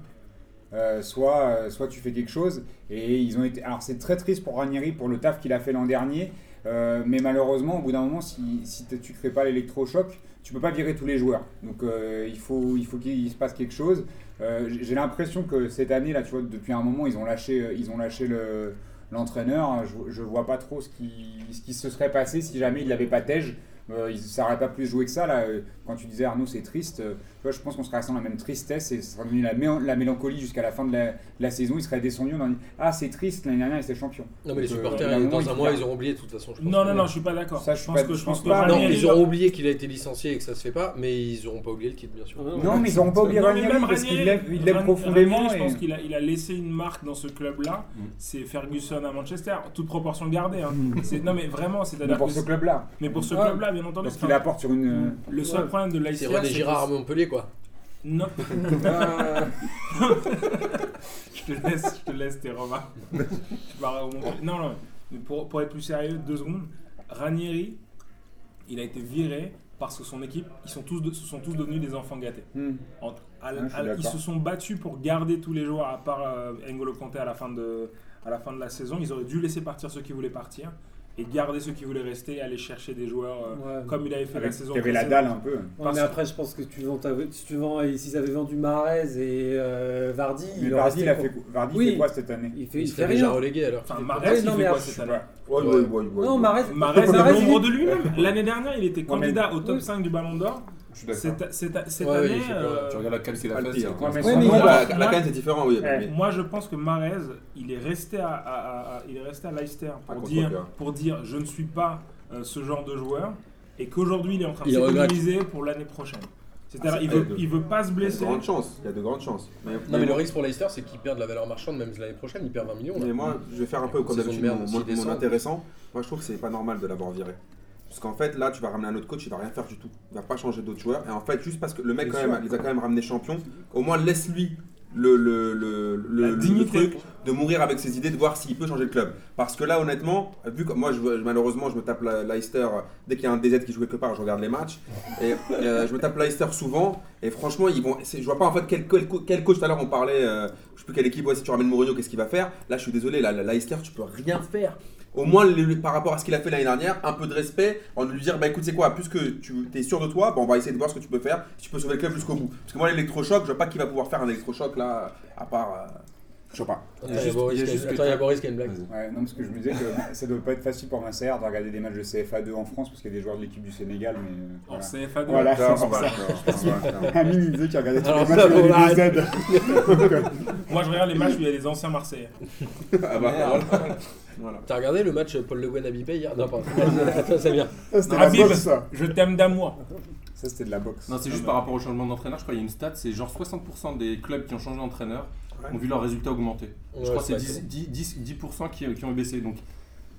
Speaker 3: euh, soit, euh, soit tu fais quelque chose. Et ils ont été. Alors c'est très triste pour Ranieri pour le taf qu'il a fait l'an dernier. euh, mais malheureusement, au bout d'un moment, si, si t- tu ne fais pas l'électrochoc, tu peux pas virer tous les joueurs. Donc euh, il faut il faut qu'il se passe quelque chose. Euh, j'ai- J'ai l'impression que cette année là, tu vois, depuis un moment, ils ont lâché euh, ils ont lâché le l'entraîneur. Je, je vois pas trop ce qui ce qui se serait passé si jamais il l'avait pas tège. Euh, ils- ça aurait pas plus joué que ça là. Euh, Quand tu disais Arnaud, c'est triste. euh, tu vois, je pense qu'on serait resté dans la même tristesse et ça serait devenu la, mé- la mélancolie jusqu'à la fin de la, de la saison. Ils seraient descendus. On aurait dit, ah c'est triste l'année dernière, ils étaient champions.
Speaker 1: Non, mais les
Speaker 3: Donc, euh,
Speaker 1: supporters,
Speaker 3: au bout d'un
Speaker 1: ils-
Speaker 3: moment,
Speaker 1: dans un
Speaker 3: il
Speaker 1: mois,
Speaker 3: faut-
Speaker 1: ils ont oublié, de toute façon, je pense.
Speaker 4: Non,
Speaker 1: que-
Speaker 4: non, non, je suis pas d'accord. Bah,
Speaker 3: Ça, je
Speaker 4: je
Speaker 3: suis
Speaker 4: pense
Speaker 3: pas-
Speaker 4: que
Speaker 3: je
Speaker 4: je pense
Speaker 3: pense
Speaker 4: que
Speaker 3: pas.
Speaker 1: Non,
Speaker 4: Ranieri
Speaker 1: ils
Speaker 4: va-
Speaker 1: auront oublié qu'il a été licencié et que ça se fait pas, mais ils auront pas oublié le titre, bien
Speaker 4: Ah
Speaker 1: sûr.
Speaker 3: Non, mais ils n'auront pas oublié
Speaker 4: Non, mais
Speaker 3: Ranieri
Speaker 4: même
Speaker 3: parce
Speaker 4: Ranieri-
Speaker 3: qu'ils l'aiment ils l'aiment
Speaker 4: Ranieri,
Speaker 3: profondément.
Speaker 4: Je
Speaker 3: et-
Speaker 4: pense qu'il a, il a laissé une marque dans ce club-là.
Speaker 5: Mm.
Speaker 4: C'est Ferguson à Manchester, toute proportion gardée. hein. C'est- non, mais vraiment, c'est
Speaker 3: Mm. Mais pour
Speaker 4: que
Speaker 3: ce
Speaker 4: c'est-
Speaker 3: club-là,
Speaker 4: mais pour ce
Speaker 6: Ah.
Speaker 4: club-là, bien entendu.
Speaker 3: parce
Speaker 4: c'est
Speaker 3: qu'il
Speaker 4: un-
Speaker 3: apporte sur une.
Speaker 4: Le seul
Speaker 6: Ouais.
Speaker 4: problème de
Speaker 1: C'est
Speaker 4: Leicester,
Speaker 1: René
Speaker 4: que-
Speaker 1: Girard à Montpellier, quoi.
Speaker 4: Non,
Speaker 5: Ah,
Speaker 4: je te laisse, je te laisse tes remarques. Je pars au Mont- non, non, mais pour, pour être plus sérieux, deux secondes. Ranieri, il a été viré parce que son équipe, ils sont tous, de- se sont tous devenus des enfants gâtés.
Speaker 3: Hmm.
Speaker 4: En- à-
Speaker 3: Ouais, je suis
Speaker 4: à- ils
Speaker 3: d'accord.
Speaker 4: se sont battus pour garder tous les joueurs à part euh, N'Golo Kanté à la fin de à la fin de la saison. Ils auraient dû laisser partir ceux qui voulaient partir et garder ceux qui voulaient rester et aller chercher des joueurs euh,
Speaker 6: Ouais.
Speaker 4: comme il avait fait la
Speaker 3: Avec-
Speaker 4: saison.
Speaker 3: T'avais la
Speaker 4: précédente.
Speaker 3: dalle un peu.
Speaker 6: Ouais,
Speaker 4: Parce
Speaker 6: mais
Speaker 4: que-
Speaker 6: après, je pense que tu vends ta- si tu vends, et s'ils avaient vendu Marez et euh, Vardy,
Speaker 3: Mais
Speaker 6: il aurait
Speaker 3: Vardy, il a
Speaker 6: resté
Speaker 3: fait, Vardy
Speaker 6: Oui.
Speaker 3: fait quoi cette année
Speaker 6: Il fait,
Speaker 1: Ils
Speaker 6: il fait
Speaker 1: seraient
Speaker 6: rien.
Speaker 1: déjà relégués alors.
Speaker 4: Enfin,
Speaker 1: qu'ils étaient
Speaker 4: Marez,
Speaker 6: Ouais,
Speaker 4: il
Speaker 6: non,
Speaker 4: fait
Speaker 6: mais
Speaker 4: quoi
Speaker 6: après-
Speaker 4: cette année
Speaker 2: Ouais,
Speaker 1: Ouais.
Speaker 2: ouais, ouais, ouais.
Speaker 6: Non, Marez,
Speaker 4: Marez est
Speaker 6: Marez,
Speaker 4: membre
Speaker 6: il-
Speaker 4: de lui-même. L'année dernière, il était
Speaker 3: Ouais, mais-
Speaker 4: candidat au top
Speaker 6: Oui.
Speaker 4: 5 du Ballon d'Or.
Speaker 5: Je suis d'accord.
Speaker 4: Cette, cette- cette
Speaker 1: Ouais, ouais,
Speaker 4: année,
Speaker 1: il fait pas-
Speaker 4: euh,
Speaker 5: Tu regardes la cale, c'est
Speaker 2: Pas
Speaker 5: la
Speaker 2: le
Speaker 5: face.
Speaker 2: pire.
Speaker 5: c'est quoi,
Speaker 3: Ouais,
Speaker 5: c'est
Speaker 3: mais-
Speaker 5: ça
Speaker 2: Non,
Speaker 4: moi-
Speaker 2: bah, la
Speaker 4: moi-
Speaker 2: canne, c'est différent, oui.
Speaker 3: Ouais.
Speaker 2: mais-
Speaker 4: moi je pense que Marez, il est resté à, à- à- il est resté à Leicester
Speaker 2: À
Speaker 4: pour
Speaker 2: contre-cœur.
Speaker 4: dire, pour dire je ne suis pas euh, ce genre de joueur et qu'aujourd'hui il est en train de
Speaker 1: Il regrette.
Speaker 4: s'économiser pour l'année prochaine. C'est-à-dire
Speaker 2: Ah, c'est
Speaker 4: il
Speaker 2: vrai,
Speaker 4: veut,
Speaker 2: de-
Speaker 4: il veut pas se
Speaker 2: Il y a de
Speaker 4: blesser.
Speaker 2: grandes chances. Il y a de grandes chances. Mais,
Speaker 1: Non, mais le risque pour Leicester, c'est qu'ils perdent la valeur marchande, même l'année prochaine, ils perdent 20 millions. là.
Speaker 2: Mais moi, je vais faire un peu
Speaker 1: Une
Speaker 2: comme
Speaker 1: saison de
Speaker 2: d'habitude
Speaker 1: merde,
Speaker 2: mon,
Speaker 1: s'il
Speaker 2: mon- mon
Speaker 1: descend.
Speaker 2: intéressant. Moi, je trouve que c'est pas normal de l'avoir viré. Parce qu'en fait, là, tu vas ramener un autre coach, il va rien faire du tout. Il va pas changer d'autres joueurs. Et en fait, juste parce que le mec,
Speaker 3: Bien
Speaker 2: quand même,
Speaker 3: sûr.
Speaker 2: les a quand même ramenés champions, au moins laisse-lui le, le, le, le-
Speaker 4: La
Speaker 2: le
Speaker 4: dignité.
Speaker 2: truc de mourir avec ses idées, de voir s'il peut changer le club. Parce que là, honnêtement, vu que moi, je, malheureusement, je me tape la- Leicester, dès qu'il y a un DZ qui joue quelque part, je regarde les matchs. Et euh, je me tape Leicester souvent. Et franchement, ils vont. c'est- Je vois pas en fait quel, quel, co- quel coach tout à l'heure on parlait. euh, je sais plus quelle équipe. Ouais, si tu ramènes Mourinho, qu'est-ce qu'il va faire Là, je suis désolé. Là, la- Leicester, tu peux rien faire. Au moins, le- le- par rapport à ce qu'il a fait l'année dernière, un peu de respect, en lui dire, bah écoute, c'est quoi, puisque tu es sûr de toi, bah, on va essayer de voir ce que tu peux faire, si tu peux sauver le club jusqu'au bout. Parce que moi, l'électrochoc, je vois pas qui va pouvoir faire un électrochoc là, à part. euh,
Speaker 3: Je sais pas.
Speaker 1: Attends,
Speaker 5: Il y a
Speaker 1: il y a
Speaker 5: juste-
Speaker 1: Boris
Speaker 5: il y a
Speaker 1: qui a-
Speaker 5: juste que
Speaker 1: attends, il y a
Speaker 5: t'as-
Speaker 1: Boris qui a une blague.
Speaker 5: Vas-y.
Speaker 3: Ouais, non, parce que je me disais que ça doit pas être facile pour Masser de regarder des matchs de CFA2 en France parce qu'il y a des joueurs de l'équipe du Sénégal. Mais euh,
Speaker 1: Oh,
Speaker 4: En
Speaker 3: voilà.
Speaker 4: CFA de-
Speaker 3: Voilà,
Speaker 2: Putain,
Speaker 3: c'est pour
Speaker 2: on va
Speaker 3: ça. Amine il disait qu'il regardait tous
Speaker 1: Alors,
Speaker 3: les
Speaker 1: ça,
Speaker 3: matchs de
Speaker 1: bon,
Speaker 3: la
Speaker 1: arrête.
Speaker 3: Z.
Speaker 4: Moi je regarde les matchs où il y a des anciens Marseillais.
Speaker 2: Ah bah,
Speaker 5: Merde.
Speaker 2: voilà. Voilà.
Speaker 1: T'as regardé le match Paul Le Guen Abipé hier Non, pas. Ça, c'est bien.
Speaker 3: Ça, c'était la
Speaker 4: Habib.
Speaker 3: boxe, ça.
Speaker 4: Je t'aime d'amour.
Speaker 3: Ça, c'était de la boxe.
Speaker 5: Non,
Speaker 1: Ah,
Speaker 5: c'est
Speaker 1: bah,
Speaker 5: juste par rapport au changement d'entraîneur. Je crois qu'il y a une stat c'est genre 60% des clubs qui ont changé d'entraîneur
Speaker 2: Ouais.
Speaker 5: ont vu leurs résultats augmenter.
Speaker 1: Ouais,
Speaker 5: je crois que c'est
Speaker 1: pas
Speaker 5: 10, 10, 10, 10% qui, qui ont baissé. Donc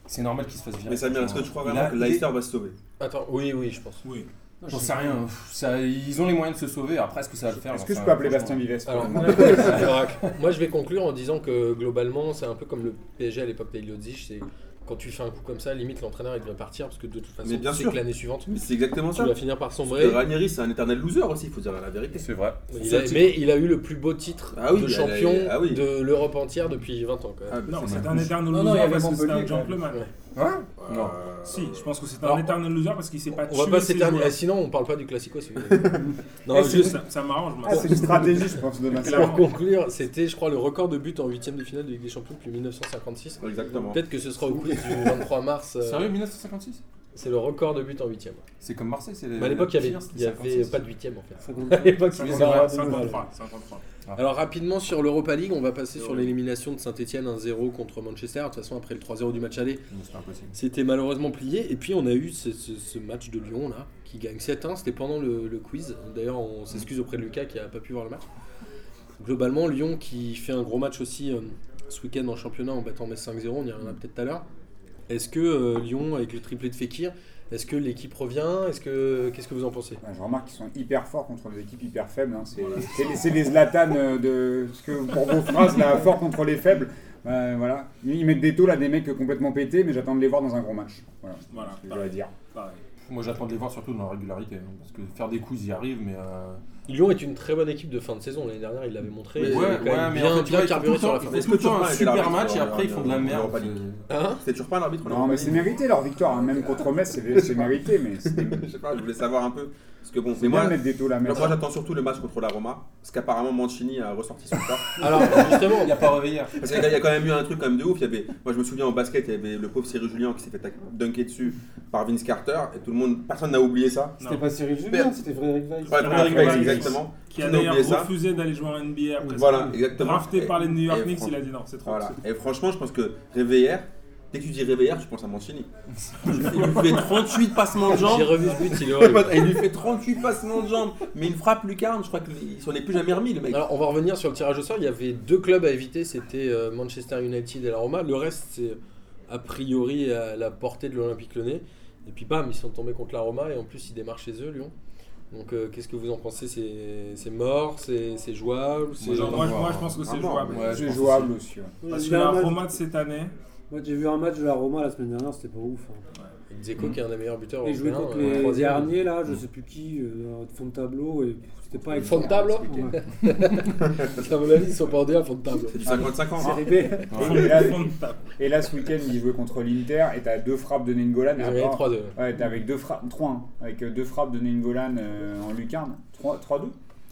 Speaker 5: c'est normal qu'ils se fassent virer.
Speaker 2: Mais Samir, est-ce que tu crois vraiment
Speaker 5: Là,
Speaker 2: que Leicester va se sauver
Speaker 1: Attends, oui, oui, je pense.
Speaker 4: Oui.
Speaker 5: J'en sais rien. Pff, ça- ils ont les moyens de se sauver. Après, est-ce que ça va le faire
Speaker 3: Est-ce
Speaker 5: j'en
Speaker 3: que
Speaker 5: sais
Speaker 3: je peux
Speaker 5: rien,
Speaker 3: appeler Bastien
Speaker 5: franchement.
Speaker 3: Vives
Speaker 1: Alors,
Speaker 3: finalement
Speaker 1: Oracle. moi je vais conclure en disant que globalement c'est un peu comme le PSG à l'époque d'Eliodzic, c'est quand tu fais un coup comme ça, limite l'entraîneur il doit partir parce que de toute façon
Speaker 2: Mais bien
Speaker 1: tu sais
Speaker 2: sûr.
Speaker 1: que l'année suivante
Speaker 2: Mais c'est exactement
Speaker 1: tu
Speaker 2: ça.
Speaker 1: vas finir par
Speaker 2: Et
Speaker 1: sombrer.
Speaker 2: Ranieri, c'est un éternel loser aussi, il faut dire la vérité.
Speaker 5: C'est vrai.
Speaker 1: Il a- mais il a eu le plus beau titre
Speaker 2: Ah oui,
Speaker 1: de
Speaker 2: il a-
Speaker 1: champion
Speaker 2: ah oui.
Speaker 1: de l'Europe entière depuis 20 ans. Quoi.
Speaker 2: Ah, bah,
Speaker 4: Non,
Speaker 2: c'est
Speaker 4: c'est un éternel
Speaker 6: Non, non, il y
Speaker 4: loser
Speaker 6: avait
Speaker 4: parce que c'est un
Speaker 6: Montpellier, quand même.
Speaker 4: gentleman.
Speaker 1: Ouais.
Speaker 5: Hein
Speaker 2: Euh,
Speaker 5: Non.
Speaker 4: Si, je pense que c'est un
Speaker 1: Alors,
Speaker 4: éternel loser parce qu'il s'est pas
Speaker 1: on
Speaker 4: tué.
Speaker 1: va pas
Speaker 4: ses
Speaker 1: s'éterniser.
Speaker 4: joueurs.
Speaker 1: Ah, sinon on parle pas du classico. si vous voulez.
Speaker 4: Eh,
Speaker 1: non,
Speaker 4: c'est-
Speaker 1: juste
Speaker 4: ça, ça m'arrange. moi.
Speaker 3: Ah, c'est une stratégie, je pense, de Masser.
Speaker 1: pour conclure, c'était je crois le record de buts en huitième de finale de Ligue des Champions depuis 1956.
Speaker 2: Exactement.
Speaker 1: Peut-être que ce sera au quiz du 23 mars. euh,
Speaker 5: Sérieux, 1956
Speaker 1: c'est le record de buts en huitième.
Speaker 4: Euh,
Speaker 5: C'est comme Marseille. c'est
Speaker 1: Mais Bah, à l'époque, il n'y
Speaker 5: la
Speaker 1: avait,
Speaker 5: pire,
Speaker 1: il y
Speaker 5: c'était
Speaker 1: avait
Speaker 5: 56.
Speaker 1: pas de huitième en fait.
Speaker 6: Seconde.
Speaker 1: À l'époque, il y avait
Speaker 4: 53,
Speaker 1: un-
Speaker 4: 53, 53.
Speaker 1: Alors rapidement sur l'Europa League, on va passer sur l'élimination de Saint-Etienne 1-0 contre Manchester. De toute façon, après le 3-0 du match aller,
Speaker 5: Non, C'était impossible.
Speaker 1: c'était malheureusement plié. Et puis on a eu ce, ce- ce match de Lyon là, qui gagne 7-1. C'était pendant le, le quiz. D'ailleurs, on s'excuse auprès de Lucas qui a pas pu voir le match. Globalement, Lyon qui fait un gros match aussi euh, ce week-end en championnat en battant Metz 5-0. On y reviendra peut-être tout à l'heure. Est-ce que euh, Lyon avec le triplé de Fekir, est-ce que l'équipe revient Est-ce que qu'est-ce que vous en pensez
Speaker 3: Ouais, Ah, Je remarque qu'ils sont hyper forts contre des équipes hyper faibles. hein. C'est c'est les- c'est les Zlatan euh, de. Parce que pour vos phrases, là, fort contre les faibles. Ouais, voilà. Ils mettent des taux là, des mecs complètement pétés, mais j'attends de les voir dans un gros match. Voilà.
Speaker 4: Voilà,
Speaker 3: C'est ce que je
Speaker 4: pareil.
Speaker 3: vais dire.
Speaker 4: pareil.
Speaker 5: Moi j'attends de les voir surtout dans la régularité. hein, parce que faire des coups ils y arrivent, mais. euh,
Speaker 1: Lyon est une très bonne équipe de fin de saison. L'année dernière, il l'avait montré.
Speaker 2: Mais
Speaker 1: Ils
Speaker 5: ouais,
Speaker 1: avaient quand
Speaker 5: ouais,
Speaker 1: même
Speaker 5: mais
Speaker 1: bien,
Speaker 5: en fait, tu vois,
Speaker 1: bien
Speaker 5: ils font
Speaker 1: carburé
Speaker 5: tout
Speaker 1: sur
Speaker 5: le
Speaker 1: la
Speaker 5: temps-
Speaker 1: fin.
Speaker 5: ils font
Speaker 2: Est-ce
Speaker 5: tout
Speaker 2: que
Speaker 5: le temps un
Speaker 2: Turpin était
Speaker 5: super
Speaker 2: l'arbitre
Speaker 5: match et
Speaker 2: en-
Speaker 5: après ils font de
Speaker 2: en
Speaker 5: la merde. euh,
Speaker 2: Europa League
Speaker 5: c'est-
Speaker 1: Hein
Speaker 2: C'était Turpin l'arbitre en
Speaker 3: Non, mais
Speaker 2: Europa
Speaker 3: c'est
Speaker 2: League
Speaker 3: mérité leur victoire, hein. même contre Metz, c'est c'est mérité, mais c'était.
Speaker 2: Je sais pas, je voulais savoir un peu. Parce que bon,
Speaker 3: C'est
Speaker 2: mais
Speaker 3: bien
Speaker 2: moi,
Speaker 3: de mettre des taux là, Metz.
Speaker 2: moi j'attends surtout le match contre la Roma. Parce qu'apparemment Mancini a ressorti son corps.
Speaker 1: Alors, justement,
Speaker 5: Il n'y a pas réveillé.
Speaker 2: Parce qu'il y a quand même eu un truc quand même de ouf. Il y avait, moi je me souviens en basket, il y avait le pauvre Cyril Julien qui s'est fait tac- dunker dessus par Vince Carter et tout le monde, personne n'a oublié ça.
Speaker 4: Non.
Speaker 6: C'était pas Cyril Julien,
Speaker 2: Merde.
Speaker 6: c'était Frédéric Weiss.
Speaker 2: Ouais, Frédéric Weiss,
Speaker 4: Frédéric
Speaker 2: exactement.
Speaker 4: Qui a
Speaker 2: On a oublié
Speaker 4: d'ailleurs
Speaker 2: ça.
Speaker 4: refusé d'aller jouer en NBA après ça.
Speaker 2: Voilà, exactement.
Speaker 4: Drafté
Speaker 2: Et-
Speaker 4: par les New York
Speaker 2: et
Speaker 4: Knicks,
Speaker 2: fran-
Speaker 4: il a dit non, c'est trop.
Speaker 2: Voilà.
Speaker 4: c'est-
Speaker 2: Et franchement, je pense que Réveillère, dès que tu dis Réveillère, tu penses à Mancini. Il lui fait 38 passements de
Speaker 1: j'ai
Speaker 2: jambes.
Speaker 1: revu ce but, il est horrible.
Speaker 2: Il lui fait 38 passements de jambes, mais une frappe lucarne, je crois qu'il s'en est plus jamais remis le mec.
Speaker 1: Alors, on va revenir sur le tirage au sort. Il y avait deux clubs à éviter, c'était euh, Manchester United et la Roma. Le reste, c'est a priori à la portée de l'Olympique Lyonnais. Et puis bam, ils sont tombés contre la Roma et en plus ils démarrent chez eux, Lyon. Donc euh, qu'est-ce que vous en pensez C'est c'est mort C'est c'est jouable c'est-
Speaker 5: Moi,
Speaker 4: Genre,
Speaker 5: j'en
Speaker 4: moi, je-
Speaker 5: vois,
Speaker 4: moi, je pense que c'est
Speaker 2: vraiment,
Speaker 4: jouable.
Speaker 5: ouais.
Speaker 3: C'est jouable aussi. ouais.
Speaker 6: Moi,
Speaker 4: Parce
Speaker 6: j'ai
Speaker 4: que
Speaker 6: vu
Speaker 4: la
Speaker 6: un match-
Speaker 4: Roma de cette année,
Speaker 6: Moi, j'ai vu un match de la Roma la semaine dernière, c'était pas ouf. hein.
Speaker 1: Dzeko qui est un des meilleurs buteurs
Speaker 6: Ils jouaient
Speaker 1: européens,
Speaker 6: contre
Speaker 1: euh,
Speaker 6: les
Speaker 1: troisième.
Speaker 6: derniers, là, je sais plus qui, euh, fond de tableau, et c'était pas
Speaker 1: Fond de tableau
Speaker 6: Ouais.
Speaker 1: À mon avis, ils sont pas en dehors, fond de table.
Speaker 2: C'est du 55 ans. Ah.
Speaker 6: C'est les B.
Speaker 4: fond
Speaker 3: Et là-
Speaker 4: fond de table.
Speaker 3: Et là, ce week-end, ils jouaient contre l'Inter et t'as deux frappes de Nengolan.
Speaker 1: Ils
Speaker 3: à
Speaker 1: ont gagné
Speaker 3: part-
Speaker 1: 3-2.
Speaker 3: Ouais, t'as avec deux frappes, 3-1, avec euh, deux frappes de Nengolan euh, en lucarne. 3-2
Speaker 1: Ah,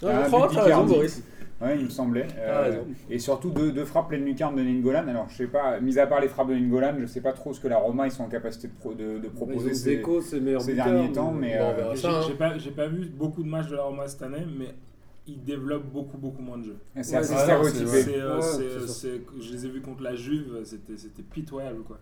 Speaker 3: Ah,
Speaker 1: je crois,
Speaker 3: but
Speaker 1: t'as raison,
Speaker 3: d'Icardi.
Speaker 1: Boris.
Speaker 3: Ouais, il me semblait.
Speaker 1: T'as
Speaker 3: Euh,
Speaker 1: raison.
Speaker 3: et surtout deux, deux frappes pleines lucarne de Nengolan. Alors, je sais pas, mis à part les frappes de Nengolan, je sais pas trop ce que la Roma ils sont en capacité de, pro- de, de
Speaker 6: Bah, Ils
Speaker 3: proposer ces,
Speaker 6: ont Zeko, c'est meilleur
Speaker 3: ces
Speaker 6: buteur,
Speaker 3: derniers temps, mais
Speaker 1: Bon, on
Speaker 3: euh,
Speaker 1: verra
Speaker 4: J'ai
Speaker 1: ça. hein.
Speaker 4: j'ai pas, j'ai pas vu beaucoup de matchs de la Roma cette année, mais ils développent beaucoup, beaucoup moins de jeux.
Speaker 3: c'est
Speaker 6: Ouais,
Speaker 3: assez
Speaker 5: c'est-
Speaker 3: stéréotypé.
Speaker 4: C'est, euh,
Speaker 6: Ouais,
Speaker 4: c'est-
Speaker 6: c'est ça.
Speaker 4: c'est- je les ai vus contre la Juve, c'était c'était pitoyable quoi.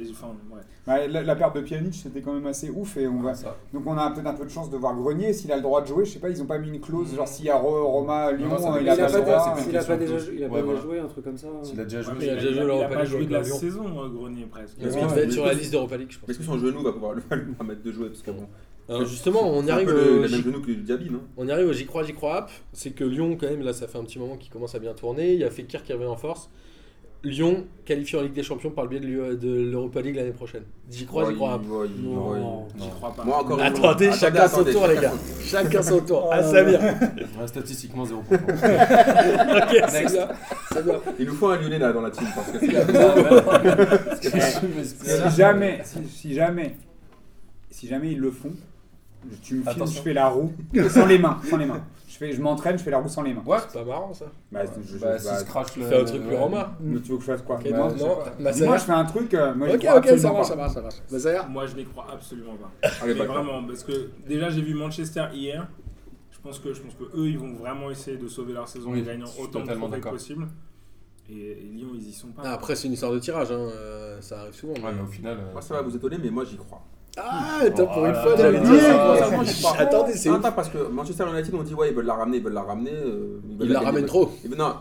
Speaker 4: Et j'ai- enfin, ouais.
Speaker 3: Ouais, Bah, la, la perte de Pjanic, c'était quand même assez ouf et on va.
Speaker 5: Ça.
Speaker 3: Donc on a peut-être un peu de chance de voir Grenier s'il a le droit de jouer. Je sais pas, ils ont pas mis une clause genre s'il y a Ro- Roma, Lyon, euh,
Speaker 5: Non, ça
Speaker 3: il
Speaker 6: Il
Speaker 3: a
Speaker 6: a
Speaker 3: pas le droit.
Speaker 6: pas,
Speaker 5: c'est
Speaker 6: il a
Speaker 5: question
Speaker 6: pas
Speaker 5: de
Speaker 6: déjà,
Speaker 5: tous.
Speaker 6: il a pas
Speaker 5: Ouais,
Speaker 6: déjà
Speaker 5: voilà.
Speaker 6: joué un truc comme ça. hein.
Speaker 5: S'il a déjà joué,
Speaker 1: mais Ah, il a
Speaker 5: c'est-
Speaker 1: déjà joué
Speaker 4: il a
Speaker 1: l'Europa
Speaker 4: pas
Speaker 1: League
Speaker 4: joué
Speaker 1: avec
Speaker 4: de la
Speaker 1: le Lyon.
Speaker 4: saison, euh, Grenier presque.
Speaker 1: Parce
Speaker 3: Ouais,
Speaker 1: qu'il devait
Speaker 3: mais
Speaker 1: être sur la
Speaker 2: plus-
Speaker 1: liste d'Europa League, je pense.
Speaker 2: Est-ce que son genou va pouvoir lui lui permettre de jouer Parce que bon,
Speaker 1: Alors, justement, on y
Speaker 2: c'est un
Speaker 1: arrive
Speaker 2: peu le,
Speaker 1: au-
Speaker 2: le même genou que Diaby, non
Speaker 1: On y arrive au J'y crois, J'y crois app. C'est que Lyon, quand même, là, ça fait un petit moment qu'il commence à bien tourner. Il y a Fekir qui revient en force. Lyon, qualifié en Ligue des Champions par le biais de l'U- de l'Europa League l'année prochaine. J'y crois,
Speaker 2: Ouais,
Speaker 1: J'y crois app.
Speaker 2: Oh, il- ouais, il-
Speaker 6: Non.
Speaker 2: ouais.
Speaker 4: J'y crois pas.
Speaker 2: Moi encore une fois-
Speaker 1: Attendez, chacun son
Speaker 2: attendez,
Speaker 1: tour, les
Speaker 2: chacun
Speaker 1: gars.
Speaker 2: son-
Speaker 1: Chacun son tour. Ah,
Speaker 6: Oh
Speaker 1: ça
Speaker 6: là
Speaker 1: vient.
Speaker 5: Ouais, statistiquement 0 point.
Speaker 1: Ok, c'est bien. C'est bien.
Speaker 2: Il nous faut un Lyonnais là dans la team parce que
Speaker 3: Si jamais, si, si jamais, si jamais ils le font, je- tu me filmes,
Speaker 5: Attention.
Speaker 3: je fais la roue sans les mains, sans les mains. Je fais, je m'entraîne, je fais la roue sans les mains.
Speaker 5: What
Speaker 1: C'est pas marrant, ça.
Speaker 3: Bah, je- je-
Speaker 5: Bah,
Speaker 3: bah,
Speaker 5: si se crache le.
Speaker 1: Fais un truc plus
Speaker 5: ouais.
Speaker 1: Roma.
Speaker 3: mais tu veux que je fasse quoi
Speaker 1: Ok,
Speaker 3: Bah,
Speaker 1: donc
Speaker 3: je sais
Speaker 1: non.
Speaker 3: pas.
Speaker 1: Bah, ça
Speaker 3: Dis-moi,
Speaker 1: va.
Speaker 3: je fais un truc. euh, moi, j'y
Speaker 1: Ok,
Speaker 3: crois
Speaker 1: ok, ça
Speaker 3: absolument
Speaker 1: marche,
Speaker 3: pas.
Speaker 1: ça marche, ça marche. Bah, ça y est.
Speaker 4: Moi je n'y crois absolument pas.
Speaker 5: Ah
Speaker 2: Allez,
Speaker 4: Mais
Speaker 2: pas grave.
Speaker 4: vraiment, parce que déjà j'ai vu Manchester hier. Je pense que je pense que eux ils vont vraiment essayer de sauver leur saison
Speaker 5: Oui,
Speaker 4: en gagnant
Speaker 5: je suis
Speaker 4: autant de
Speaker 5: totalement
Speaker 4: trophées que
Speaker 5: d'accord.
Speaker 4: possible. Et, et Lyon ils y sont pas.
Speaker 1: Ah, Après, c'est une histoire de tirage. hein, euh, Ça arrive souvent.
Speaker 5: Ouais,
Speaker 1: mais-
Speaker 5: mais au final. euh,
Speaker 2: Moi ça va vous étonner, mais moi j'y crois.
Speaker 1: Ah, attends, pour une
Speaker 5: Oh
Speaker 1: fois,
Speaker 5: là
Speaker 1: j'avais
Speaker 5: là.
Speaker 1: dit.
Speaker 5: Ouais,
Speaker 1: c'est
Speaker 5: ouais,
Speaker 1: bon,
Speaker 5: ouais,
Speaker 1: c'est
Speaker 2: je
Speaker 1: bon.
Speaker 2: crois.
Speaker 1: Attendez, c'est
Speaker 2: Non,
Speaker 1: ouf.
Speaker 2: Ah, attends, parce que Manchester United, on dit ouais, ils veulent la ramener, ils veulent la ramener. euh, ils veulent
Speaker 1: Il la
Speaker 2: gagner,
Speaker 1: ramène
Speaker 2: ils
Speaker 1: trop.
Speaker 2: veulent- Non,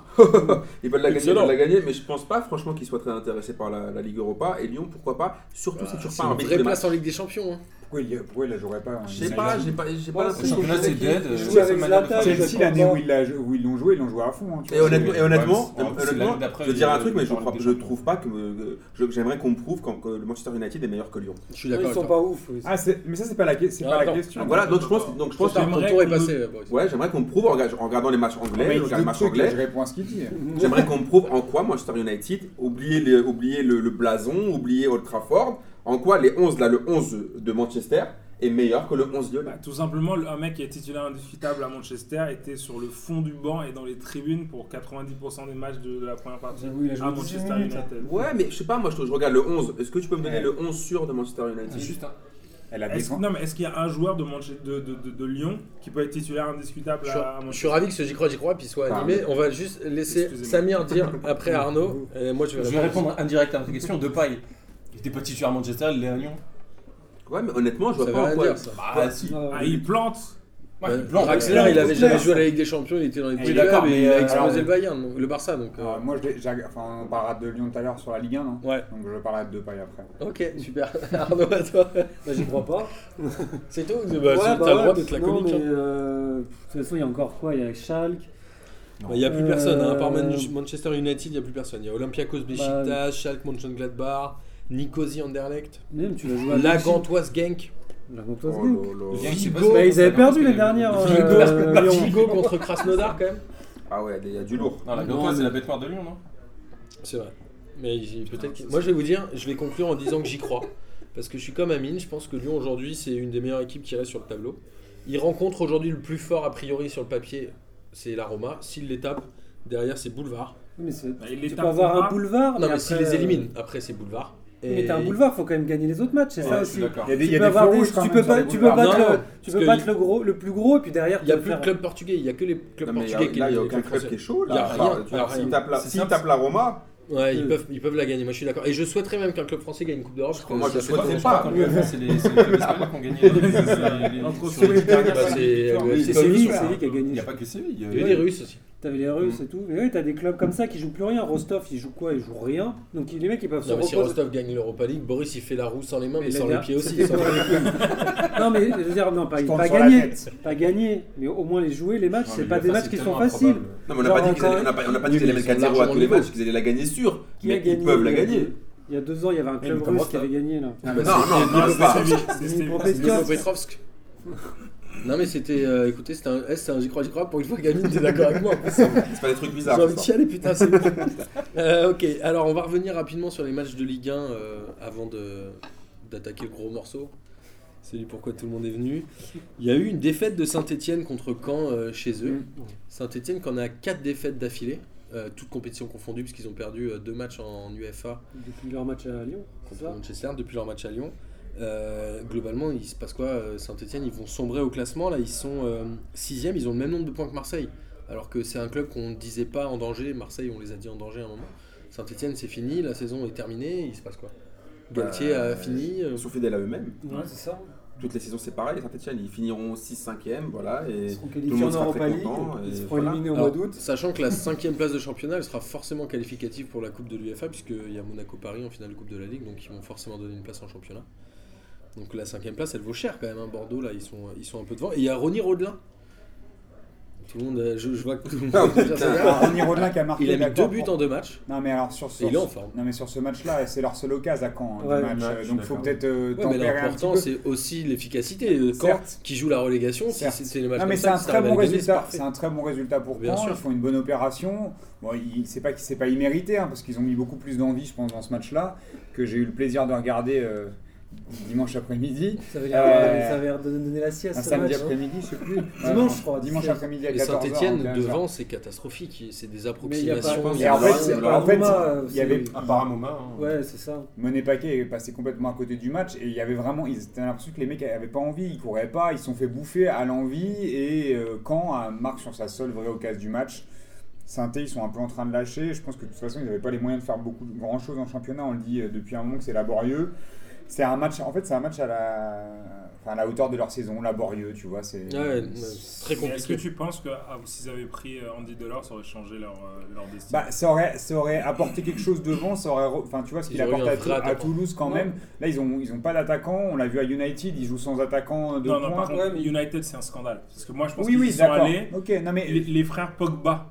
Speaker 2: ils veulent la gagner, ils
Speaker 1: Excellent.
Speaker 2: veulent la gagner, mais je pense pas, franchement, qu'ils soient très intéressés par la, la Ligue Europa et Lyon, pourquoi pas. Surtout si tu
Speaker 1: Ah, C'est
Speaker 2: repars
Speaker 1: une
Speaker 2: un
Speaker 1: vraie place en Ligue des Champions. hein.
Speaker 3: Pourquoi il, y a- pourquoi il la jouerait pas hein
Speaker 2: Je sais pas, j'ai pas, j'ai pas
Speaker 6: Ouais,
Speaker 5: Le
Speaker 2: l'impression.
Speaker 5: championnat
Speaker 2: que-
Speaker 5: c'est dead.
Speaker 6: Ils
Speaker 5: euh,
Speaker 6: jouent
Speaker 5: c'est
Speaker 6: avec
Speaker 5: la manière de
Speaker 6: Zlatan,
Speaker 5: faire.
Speaker 6: ils
Speaker 3: Chelsea, l'année où ils la jou- où ils l'ont joué, ils l'ont joué à fond. hein, tu
Speaker 2: Et
Speaker 3: vois,
Speaker 2: honnêtement,
Speaker 5: Ouais,
Speaker 2: et honnêtement,
Speaker 5: c'est- c'est
Speaker 2: honnêtement,
Speaker 5: l'année d'après,
Speaker 2: je veux dire un
Speaker 5: ils-
Speaker 2: truc, mais je,
Speaker 5: ils
Speaker 2: crois-
Speaker 5: parlent
Speaker 2: je
Speaker 5: des
Speaker 2: trouve pas que, euh, je- j'aimerais qu'on me prouve quand, que le Manchester United est meilleur que Lyon.
Speaker 1: Je suis d'accord
Speaker 6: Ils
Speaker 1: avec
Speaker 6: sont
Speaker 1: toi.
Speaker 6: pas ouf. oui.
Speaker 3: Ah, c'est- mais ça, c'est pas la, que- c'est
Speaker 1: Ah,
Speaker 3: pas la
Speaker 1: attends.
Speaker 3: question.
Speaker 2: Donc voilà, donc je pense, donc je pense,
Speaker 1: Ton
Speaker 4: J'aimerais
Speaker 1: tour est
Speaker 4: qu'on
Speaker 1: passé, Boris.
Speaker 2: ouais, j'aimerais qu'on me prouve en rega- en regardant les matchs
Speaker 3: Mais
Speaker 2: anglais,
Speaker 3: il
Speaker 2: je
Speaker 3: dit
Speaker 2: regarde
Speaker 3: le
Speaker 2: les matchs
Speaker 3: truc, là,
Speaker 2: anglais.
Speaker 3: je réponds à ce qu'il dit.
Speaker 2: J'aimerais qu'on me prouve en quoi Manchester United, oublier, les- oublier le, le blason, oublier Old Trafford, en quoi les 11, là, le 11 de Manchester est meilleur que le 11 lyonnais.
Speaker 4: Bah, tout simplement, le- un mec qui est titulaire indiscutable à Manchester était sur le fond du banc et dans les tribunes pour 90% des matchs de, de la première partie
Speaker 6: J'avoue, il a
Speaker 4: à
Speaker 6: joué 18
Speaker 4: Ah, Manchester
Speaker 6: minutes. hein.
Speaker 4: United.
Speaker 2: Ouais, mais je sais pas, moi je, je regarde le 11. Est-ce que tu peux me donner
Speaker 3: Ouais.
Speaker 2: le 11 sûr de Manchester
Speaker 1: Ah,
Speaker 2: United
Speaker 5: Juste un-
Speaker 3: Elle a
Speaker 4: Est-ce-
Speaker 3: défendu.
Speaker 4: non, mais est-ce qu'il y a un joueur de, Manche- de, de- de- de Lyon qui peut être titulaire indiscutable
Speaker 1: Je suis,
Speaker 4: à, à
Speaker 1: je
Speaker 4: Manchester
Speaker 1: suis ravi que ce J'y crois, J'y crois, puis soit
Speaker 2: Pardon.
Speaker 1: animé. On va juste laisser
Speaker 4: Excusez-moi.
Speaker 1: Samir dire après Arnaud. Et moi, je vais
Speaker 5: Je vais répondre indirect à votre question. De paille. Il était pas titulaire à Manchester, il est à Lyon.
Speaker 2: Ouais, mais honnêtement, je vois
Speaker 1: Ça veut
Speaker 2: pas en
Speaker 1: rien
Speaker 2: quoi.
Speaker 1: dire, ça.
Speaker 5: Bah, si.
Speaker 6: Ah,
Speaker 4: Ah, il plante
Speaker 5: Ouais,
Speaker 1: Euh,
Speaker 5: il plante.
Speaker 1: Draxler, il avait jamais
Speaker 3: Draxler.
Speaker 1: joué à la Ligue des Champions, il était dans les
Speaker 5: Oui,
Speaker 1: petits
Speaker 5: d'accord,
Speaker 1: clubs et
Speaker 5: mais,
Speaker 1: il a
Speaker 5: euh,
Speaker 1: explosé
Speaker 5: alors-
Speaker 1: le Bayern, donc, le Barça. Donc, euh,
Speaker 3: Alors, Moi, je l'ai- j'ai- enfin, on parlera de Lyon tout à l'heure sur la Ligue 1, non
Speaker 1: ouais,
Speaker 3: donc je parlerai de Depay après.
Speaker 1: ok, super. Arnaud, à toi.
Speaker 6: Bah, j'y crois pas.
Speaker 1: C'est tout bah,
Speaker 6: Ouais,
Speaker 1: T'as
Speaker 6: bah
Speaker 1: le droit
Speaker 6: ouais,
Speaker 1: d'être
Speaker 6: non,
Speaker 1: laconique.
Speaker 6: mais,
Speaker 1: hein.
Speaker 6: euh, De toute façon, il y a encore quoi Il y a Schalke.
Speaker 1: Bah, Il n'y a plus
Speaker 6: Euh,
Speaker 1: personne, hein, à part Man- Manchester United, il n'y a plus personne. Il y a Olympiakos Besiktas,
Speaker 6: Bah,
Speaker 1: Schalke Mönchengladbach, Nicosie Anderlecht,
Speaker 6: Même tu l'as joué à
Speaker 1: la
Speaker 6: Leipzig.
Speaker 1: Gantoise Genk,
Speaker 6: La Gantoise
Speaker 2: Oh,
Speaker 6: Genk.
Speaker 2: là, là.
Speaker 5: Le gars, il sait pas
Speaker 1: Vigo.
Speaker 5: ce
Speaker 6: Bah,
Speaker 5: que
Speaker 6: ils
Speaker 5: c'est,
Speaker 6: avaient perdu
Speaker 5: parce
Speaker 6: les
Speaker 5: que-
Speaker 6: dernières.
Speaker 1: Vigo,
Speaker 6: euh, Lyon.
Speaker 1: Vigo contre Krasnodar quand même.
Speaker 2: Ah ouais, il y a du lourd.
Speaker 5: Non, la
Speaker 1: Non,
Speaker 5: Gantoise, c'est
Speaker 1: mais-
Speaker 5: la bête noire de Lyon, hein. non
Speaker 1: C'est vrai. Mais j'ai- peut-être. que- Moi, je vais vous dire, je vais conclure en disant que j'y crois. Parce que je suis comme Amine, je pense que Lyon aujourd'hui, c'est une des meilleures équipes qui reste sur le tableau. Il rencontre aujourd'hui le plus fort, a priori, sur le papier, c'est la Roma. S'il les tape, derrière, c'est Boulevard.
Speaker 6: Mais c'est-
Speaker 4: Bah, il les
Speaker 6: Tu peux
Speaker 4: tape
Speaker 6: avoir
Speaker 4: pas.
Speaker 6: un boulevard.
Speaker 1: Non, mais s'il
Speaker 6: Ah, après, euh,
Speaker 1: les élimine, après, c'est Boulevard.
Speaker 6: Mais
Speaker 1: Et-
Speaker 6: t'as un boulevard, faut quand même gagner les autres matchs, c'est
Speaker 5: Ouais,
Speaker 6: ça
Speaker 5: je suis
Speaker 6: aussi.
Speaker 5: d'accord.
Speaker 3: Il y a des,
Speaker 6: Tu
Speaker 3: il y a
Speaker 6: peux
Speaker 3: des
Speaker 6: avoir
Speaker 3: feux
Speaker 6: des-
Speaker 3: rouges quand
Speaker 6: tu
Speaker 3: même
Speaker 6: peux
Speaker 3: sur
Speaker 6: pas,
Speaker 3: les
Speaker 6: tu peux
Speaker 3: boulevards.
Speaker 1: Non,
Speaker 6: battre,
Speaker 1: non,
Speaker 6: le, tu
Speaker 1: parce
Speaker 6: peux
Speaker 1: que
Speaker 6: battre
Speaker 1: il-
Speaker 6: le gros, le plus gros, et puis derrière.
Speaker 1: Il n'y a
Speaker 6: tu peux
Speaker 1: plus de
Speaker 6: faire-
Speaker 1: club portugais, il n'y a que les clubs
Speaker 2: Non, Ah, mais il y a-
Speaker 1: portugais qui
Speaker 2: là, il n'y a
Speaker 1: les
Speaker 2: aucun club
Speaker 1: Français.
Speaker 2: qui est chaud.
Speaker 1: Il y a
Speaker 2: Là,
Speaker 1: rien,
Speaker 2: Enfin, tu
Speaker 1: il y a
Speaker 2: vois,
Speaker 1: rien.
Speaker 2: S'il tape la-
Speaker 5: C'est
Speaker 2: s'il
Speaker 5: simple.
Speaker 2: tape la Roma,
Speaker 1: Ouais, ils
Speaker 6: Euh.
Speaker 1: peuvent, ils peuvent la gagner, moi je suis d'accord. Et je souhaiterais même qu'un club français gagne une Coupe d'Europe. parce que
Speaker 2: Moi,
Speaker 1: ça,
Speaker 2: je
Speaker 5: Je crois
Speaker 2: souhaiterais
Speaker 5: je crois
Speaker 2: pas.
Speaker 5: qu'en UEFA, c'est les c'est les clubs espagnols qui ont gagné. hein. les- les-
Speaker 4: Entre
Speaker 5: sur les
Speaker 4: Séville,
Speaker 5: dernières
Speaker 1: bah,
Speaker 5: cinq
Speaker 1: c'est-
Speaker 5: victoires.
Speaker 1: ouais,
Speaker 5: Oui,
Speaker 6: C'est
Speaker 1: c'est
Speaker 6: Séville,
Speaker 1: pas-
Speaker 6: c'est Séville qui a
Speaker 5: Il n'y
Speaker 6: gagné.
Speaker 5: a pas que Séville. il y a-
Speaker 1: c'est- Il y a des Russes aussi.
Speaker 6: T'avais les Russes et tout. Mais oui, t'as des clubs comme ça qui jouent plus rien. Rostov, ils jouent quoi Ils jouent rien. Donc les mecs, ils peuvent se
Speaker 1: Non, mais si
Speaker 6: reposer.
Speaker 1: Rostov gagne l'Europa League, Boris il fait la roue sans les mains mais,
Speaker 6: Mais
Speaker 1: sans
Speaker 6: la-
Speaker 1: les pieds aussi.
Speaker 6: c'était
Speaker 1: sans-
Speaker 6: pour Non, mais je veux dire, non, pas,
Speaker 3: Je tombe
Speaker 6: pas
Speaker 3: sur la
Speaker 6: gagner.
Speaker 3: tête.
Speaker 6: Pas gagner. Mais au moins les jouer, les matchs,
Speaker 5: Non,
Speaker 6: c'est
Speaker 5: mais
Speaker 6: pas
Speaker 5: l'UEFA,
Speaker 6: des matchs
Speaker 5: c'est
Speaker 6: qui sont
Speaker 5: tellement
Speaker 6: faciles.
Speaker 5: improbable.
Speaker 2: Non, mais on n'a
Speaker 6: Genre,
Speaker 2: pas dit qu'ils
Speaker 6: encore
Speaker 2: allaient- on n'a pas- on n'a pas
Speaker 1: une-
Speaker 2: dit qu'ils allaient
Speaker 1: Oui,
Speaker 2: mettre
Speaker 1: mais ils sont
Speaker 2: 4-0 à tous les
Speaker 1: largement
Speaker 2: matchs, qu'ils allaient la gagner sûr.
Speaker 6: Qui a
Speaker 2: Mais ils
Speaker 6: gagné,
Speaker 2: peuvent la
Speaker 6: il y a-
Speaker 2: gagner.
Speaker 6: Il y a deux ans, il y avait un club
Speaker 1: mais comment
Speaker 6: russe qui
Speaker 1: ça
Speaker 6: avait gagné là.
Speaker 1: Ah, bah,
Speaker 2: Non, non,
Speaker 1: c'était-
Speaker 2: non, ils peuvent pas.
Speaker 4: C'est Séville.
Speaker 6: Dnipro
Speaker 4: C'est Séville.
Speaker 6: Petrovsk.
Speaker 1: Dnipropetrovsk. Non mais c'était, euh, écoutez, c'était un, eh, c'était un j'y crois, j'y crois, pour une fois Gamine, t'es d'accord avec moi.
Speaker 2: C'est pas des trucs
Speaker 1: J'ai
Speaker 2: bizarres.
Speaker 1: envie de
Speaker 2: ça.
Speaker 1: chialer, putain, c'est bon. Euh, ok, alors on va revenir rapidement sur les matchs de Ligue 1 euh, avant de- d'attaquer le gros morceau. Celui pourquoi tout le monde est venu. Il y a eu une défaite de Saint-Etienne contre Caen euh, chez
Speaker 6: Mm.
Speaker 1: eux. Saint-Etienne qui en a 4 défaites d'affilée, euh, toutes compétitions confondues, puisqu'ils ont perdu 2 matchs en UEFA
Speaker 6: Depuis leur match à Lyon, c'est
Speaker 1: contre
Speaker 6: ça
Speaker 1: Manchester depuis leur match à Lyon. Euh, globalement, il se passe quoi euh, Saint-Etienne, ils vont sombrer au classement. Là, ils sont 6 ils ont le même nombre de points que Marseille. Alors que c'est un club qu'on ne disait pas en danger. Marseille, on les a dit en danger à un moment. Saint-Etienne, c'est fini, la saison est terminée. Il se passe quoi Galtier
Speaker 2: Euh,
Speaker 1: a fini. euh,
Speaker 2: Ils sont fidèles à eux-mêmes.
Speaker 6: Ouais, c'est ça.
Speaker 2: E Toutes les saisons, c'est pareil. Les Saint-Etienne, ils finiront 6-5e. Voilà.
Speaker 6: Ils
Speaker 2: Et tout
Speaker 6: seront
Speaker 2: le
Speaker 6: qualifiés en
Speaker 2: monde sera
Speaker 6: Europa
Speaker 2: très
Speaker 6: League.
Speaker 2: content.
Speaker 6: Ils
Speaker 2: et
Speaker 6: seront
Speaker 2: voilà.
Speaker 6: éliminés au mois
Speaker 1: alors,
Speaker 6: d'août.
Speaker 1: sachant que la cinquième place de championnat, elle sera forcément qualificative pour la Coupe de l'UEFA, puisqu'il y a Monaco-Paris en finale de Coupe de la Ligue, donc ils vont forcément donner une place en championnat. Donc la cinquième place, elle vaut cher quand même. hein. Bordeaux, là, ils sont, ils sont un peu devant. Et il y a Ronny Rodelin. Tout le monde, euh, je, je vois que tout le monde.
Speaker 2: Ah, putain.
Speaker 3: Ah, Ronny Rodelin qui a marqué
Speaker 1: Il a mis deux
Speaker 3: d'accord,
Speaker 1: buts
Speaker 3: pour-
Speaker 1: en deux matchs.
Speaker 3: Non mais alors sur ce,
Speaker 1: Et il est en forme.
Speaker 3: non mais sur ce match-là, c'est leur seule occasion à Caen, hein,
Speaker 6: Ouais.
Speaker 3: du match,
Speaker 5: Ouais,
Speaker 3: euh,
Speaker 5: je suis
Speaker 3: donc faut
Speaker 5: d'accord.
Speaker 3: peut-être euh,
Speaker 1: Ouais, mais
Speaker 3: tempérer un petit
Speaker 1: l'important,
Speaker 3: peu.
Speaker 1: c'est aussi l'efficacité. Euh, Caen,
Speaker 3: Certes.
Speaker 1: qui joue la relégation, si
Speaker 3: Certes.
Speaker 1: c'est c'est les matchs
Speaker 3: Non mais
Speaker 1: comme
Speaker 3: c'est
Speaker 1: ça,
Speaker 3: un
Speaker 1: si
Speaker 3: très
Speaker 1: t'arrives à
Speaker 3: bon
Speaker 1: les gagner,
Speaker 3: résultat.
Speaker 1: c'est
Speaker 3: C'est
Speaker 1: parfait.
Speaker 3: un très bon résultat pour
Speaker 1: Bien
Speaker 3: Caen.
Speaker 1: sûr.
Speaker 3: Ils font une bonne opération. Bon, il- c'est pas qu'il s'est pas immérité hein, parce qu'ils ont mis beaucoup plus d'envie, je pense, dans ce match-là que j'ai eu le plaisir de regarder euh, dimanche après-midi,
Speaker 6: Ça avait l'air
Speaker 3: Euh,
Speaker 6: ça avait l'air de donner la sieste.
Speaker 3: un
Speaker 6: ce
Speaker 3: samedi
Speaker 6: match, hein.
Speaker 3: après-midi, je sais plus.
Speaker 6: Dimanche, je crois,
Speaker 3: Dimanche
Speaker 6: 17.
Speaker 3: après-midi à
Speaker 1: Et
Speaker 3: 14h.
Speaker 1: Saint-Etienne, devant, c'est catastrophique. C'est des
Speaker 6: Mais il y a pas-
Speaker 1: approximations.
Speaker 3: Et en fait, c'est-
Speaker 2: Leur
Speaker 3: en fait,
Speaker 6: Roma,
Speaker 3: il y avait
Speaker 6: c'est-
Speaker 5: Apparemment, hein.
Speaker 6: Ouais, c'est ça.
Speaker 3: Monet Paquet est passé complètement à côté du match et il y avait vraiment, ils étaient l'impression que les mecs avaient pas envie, ils couraient pas, ils se sont fait bouffer à l'envie et euh, quand euh, marque sur sa seule vraie occasion du match, Sainté, ils sont un peu en train de lâcher. Je pense que de toute façon, ils n'avaient pas les moyens de faire beaucoup de grand chose en championnat. On le dit euh, depuis un moment que c'est laborieux. C'est un match, en fait, c'est un match à la, enfin, à la hauteur de leur saison, laborieux, tu vois. C'est
Speaker 1: Ouais, ouais, très
Speaker 4: Mais Est-ce que
Speaker 1: compliqué.
Speaker 4: tu penses que ah, s'ils avaient pris euh, Andy Delors, ça aurait changé leur, euh, leur destin
Speaker 3: Bah, ça aurait, ça aurait apporté quelque chose devant, ça aurait, re- enfin, tu vois ce qu'il
Speaker 1: Ils auraient
Speaker 3: apporte
Speaker 1: eu un
Speaker 3: à,
Speaker 1: vrai
Speaker 3: Tou- à
Speaker 1: attaquant.
Speaker 3: Toulouse quand
Speaker 6: Non.
Speaker 3: même. Là, ils ont, ils ont pas d'attaquant. On l'a vu à United, ils jouent sans attaquant de
Speaker 4: Non,
Speaker 3: pointe.
Speaker 4: non, par contre,
Speaker 6: ouais, mais-
Speaker 4: United, c'est un scandale. Parce que moi, je pense
Speaker 3: oui,
Speaker 4: qu'ils
Speaker 3: oui,
Speaker 4: y sont
Speaker 3: d'accord.
Speaker 4: allés.
Speaker 3: Ok, non mais,
Speaker 4: Les, les frères Pogba,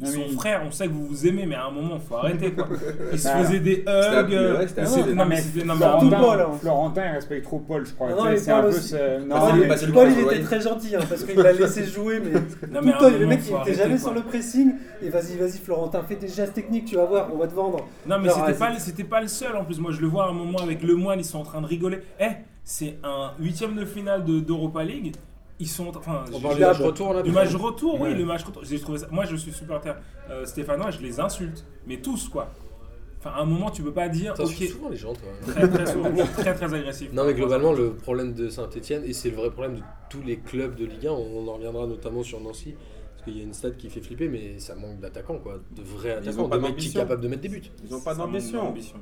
Speaker 4: ils
Speaker 3: non,
Speaker 4: sont
Speaker 3: mais-
Speaker 4: frères, on sait que vous vous aimez, mais à un moment, faut arrêter quoi. Ils se
Speaker 3: Bah,
Speaker 4: faisaient des hugs.
Speaker 2: à plus,
Speaker 4: euh,
Speaker 2: ouais, c'était à
Speaker 4: ils
Speaker 2: plus.
Speaker 4: se- Non, mais c'était. Non, mais
Speaker 3: Florentin,
Speaker 6: Tout Paul, hein.
Speaker 3: Florentin, il respecte trop Paul, je crois.
Speaker 6: Non,
Speaker 3: Tu sais,
Speaker 6: mais
Speaker 3: c'est un
Speaker 6: Paul
Speaker 3: peu
Speaker 6: aussi.
Speaker 3: ce- non,
Speaker 2: Bah, c'est-
Speaker 3: mais-
Speaker 2: bah, c'est le
Speaker 6: Paul,
Speaker 2: coup,
Speaker 6: il
Speaker 2: ouais.
Speaker 6: était très gentil hein, parce qu'il l'a laissé jouer, mais tout
Speaker 4: Non, mais à
Speaker 6: le
Speaker 4: un
Speaker 6: temps, le
Speaker 4: moment,
Speaker 6: mec
Speaker 4: faut
Speaker 6: il était
Speaker 4: arrêter,
Speaker 6: jamais
Speaker 4: quoi.
Speaker 6: sur le pressing. Et vas-y, vas-y, Florentin, fais des gestes techniques, tu vas voir, on va te vendre.
Speaker 4: Non, mais
Speaker 6: Non,
Speaker 4: c'était
Speaker 6: ouais,
Speaker 4: pas, le- c'était pas le seul en plus. Moi, je le vois à un moment avec Le Moine, ils sont en train de rigoler. Eh, c'est un huitième de finale de- d'Europa League. Ils sont. en train- Enfin,
Speaker 1: On
Speaker 4: je-
Speaker 1: parle
Speaker 4: je-
Speaker 1: du match retour là
Speaker 4: du
Speaker 1: parce
Speaker 4: match
Speaker 1: que-
Speaker 4: retour, oui,
Speaker 3: Ouais.
Speaker 4: le match retour. J'ai trouvé ça. Moi, je suis supporter euh, stéphanois, je les insulte, mais tous quoi. Enfin, à un moment, tu peux pas dire.
Speaker 1: T'insultes
Speaker 4: ok,
Speaker 1: souvent les gens, toi.
Speaker 4: très très souvent, je suis très très agressif.
Speaker 1: Non mais globalement le problème de Saint-Etienne et c'est le vrai problème de tous les clubs de Ligue 1, on en reviendra notamment sur Nancy parce qu'il y a une stat qui fait flipper mais ça manque d'attaquants quoi, de vrais attaquants,
Speaker 2: ont pas
Speaker 1: de mecs qui sont
Speaker 2: d'ambition.
Speaker 1: capables de mettre des buts.
Speaker 2: Ils n'ont pas
Speaker 4: Ça manque
Speaker 2: d'ambition.
Speaker 4: d'ambition.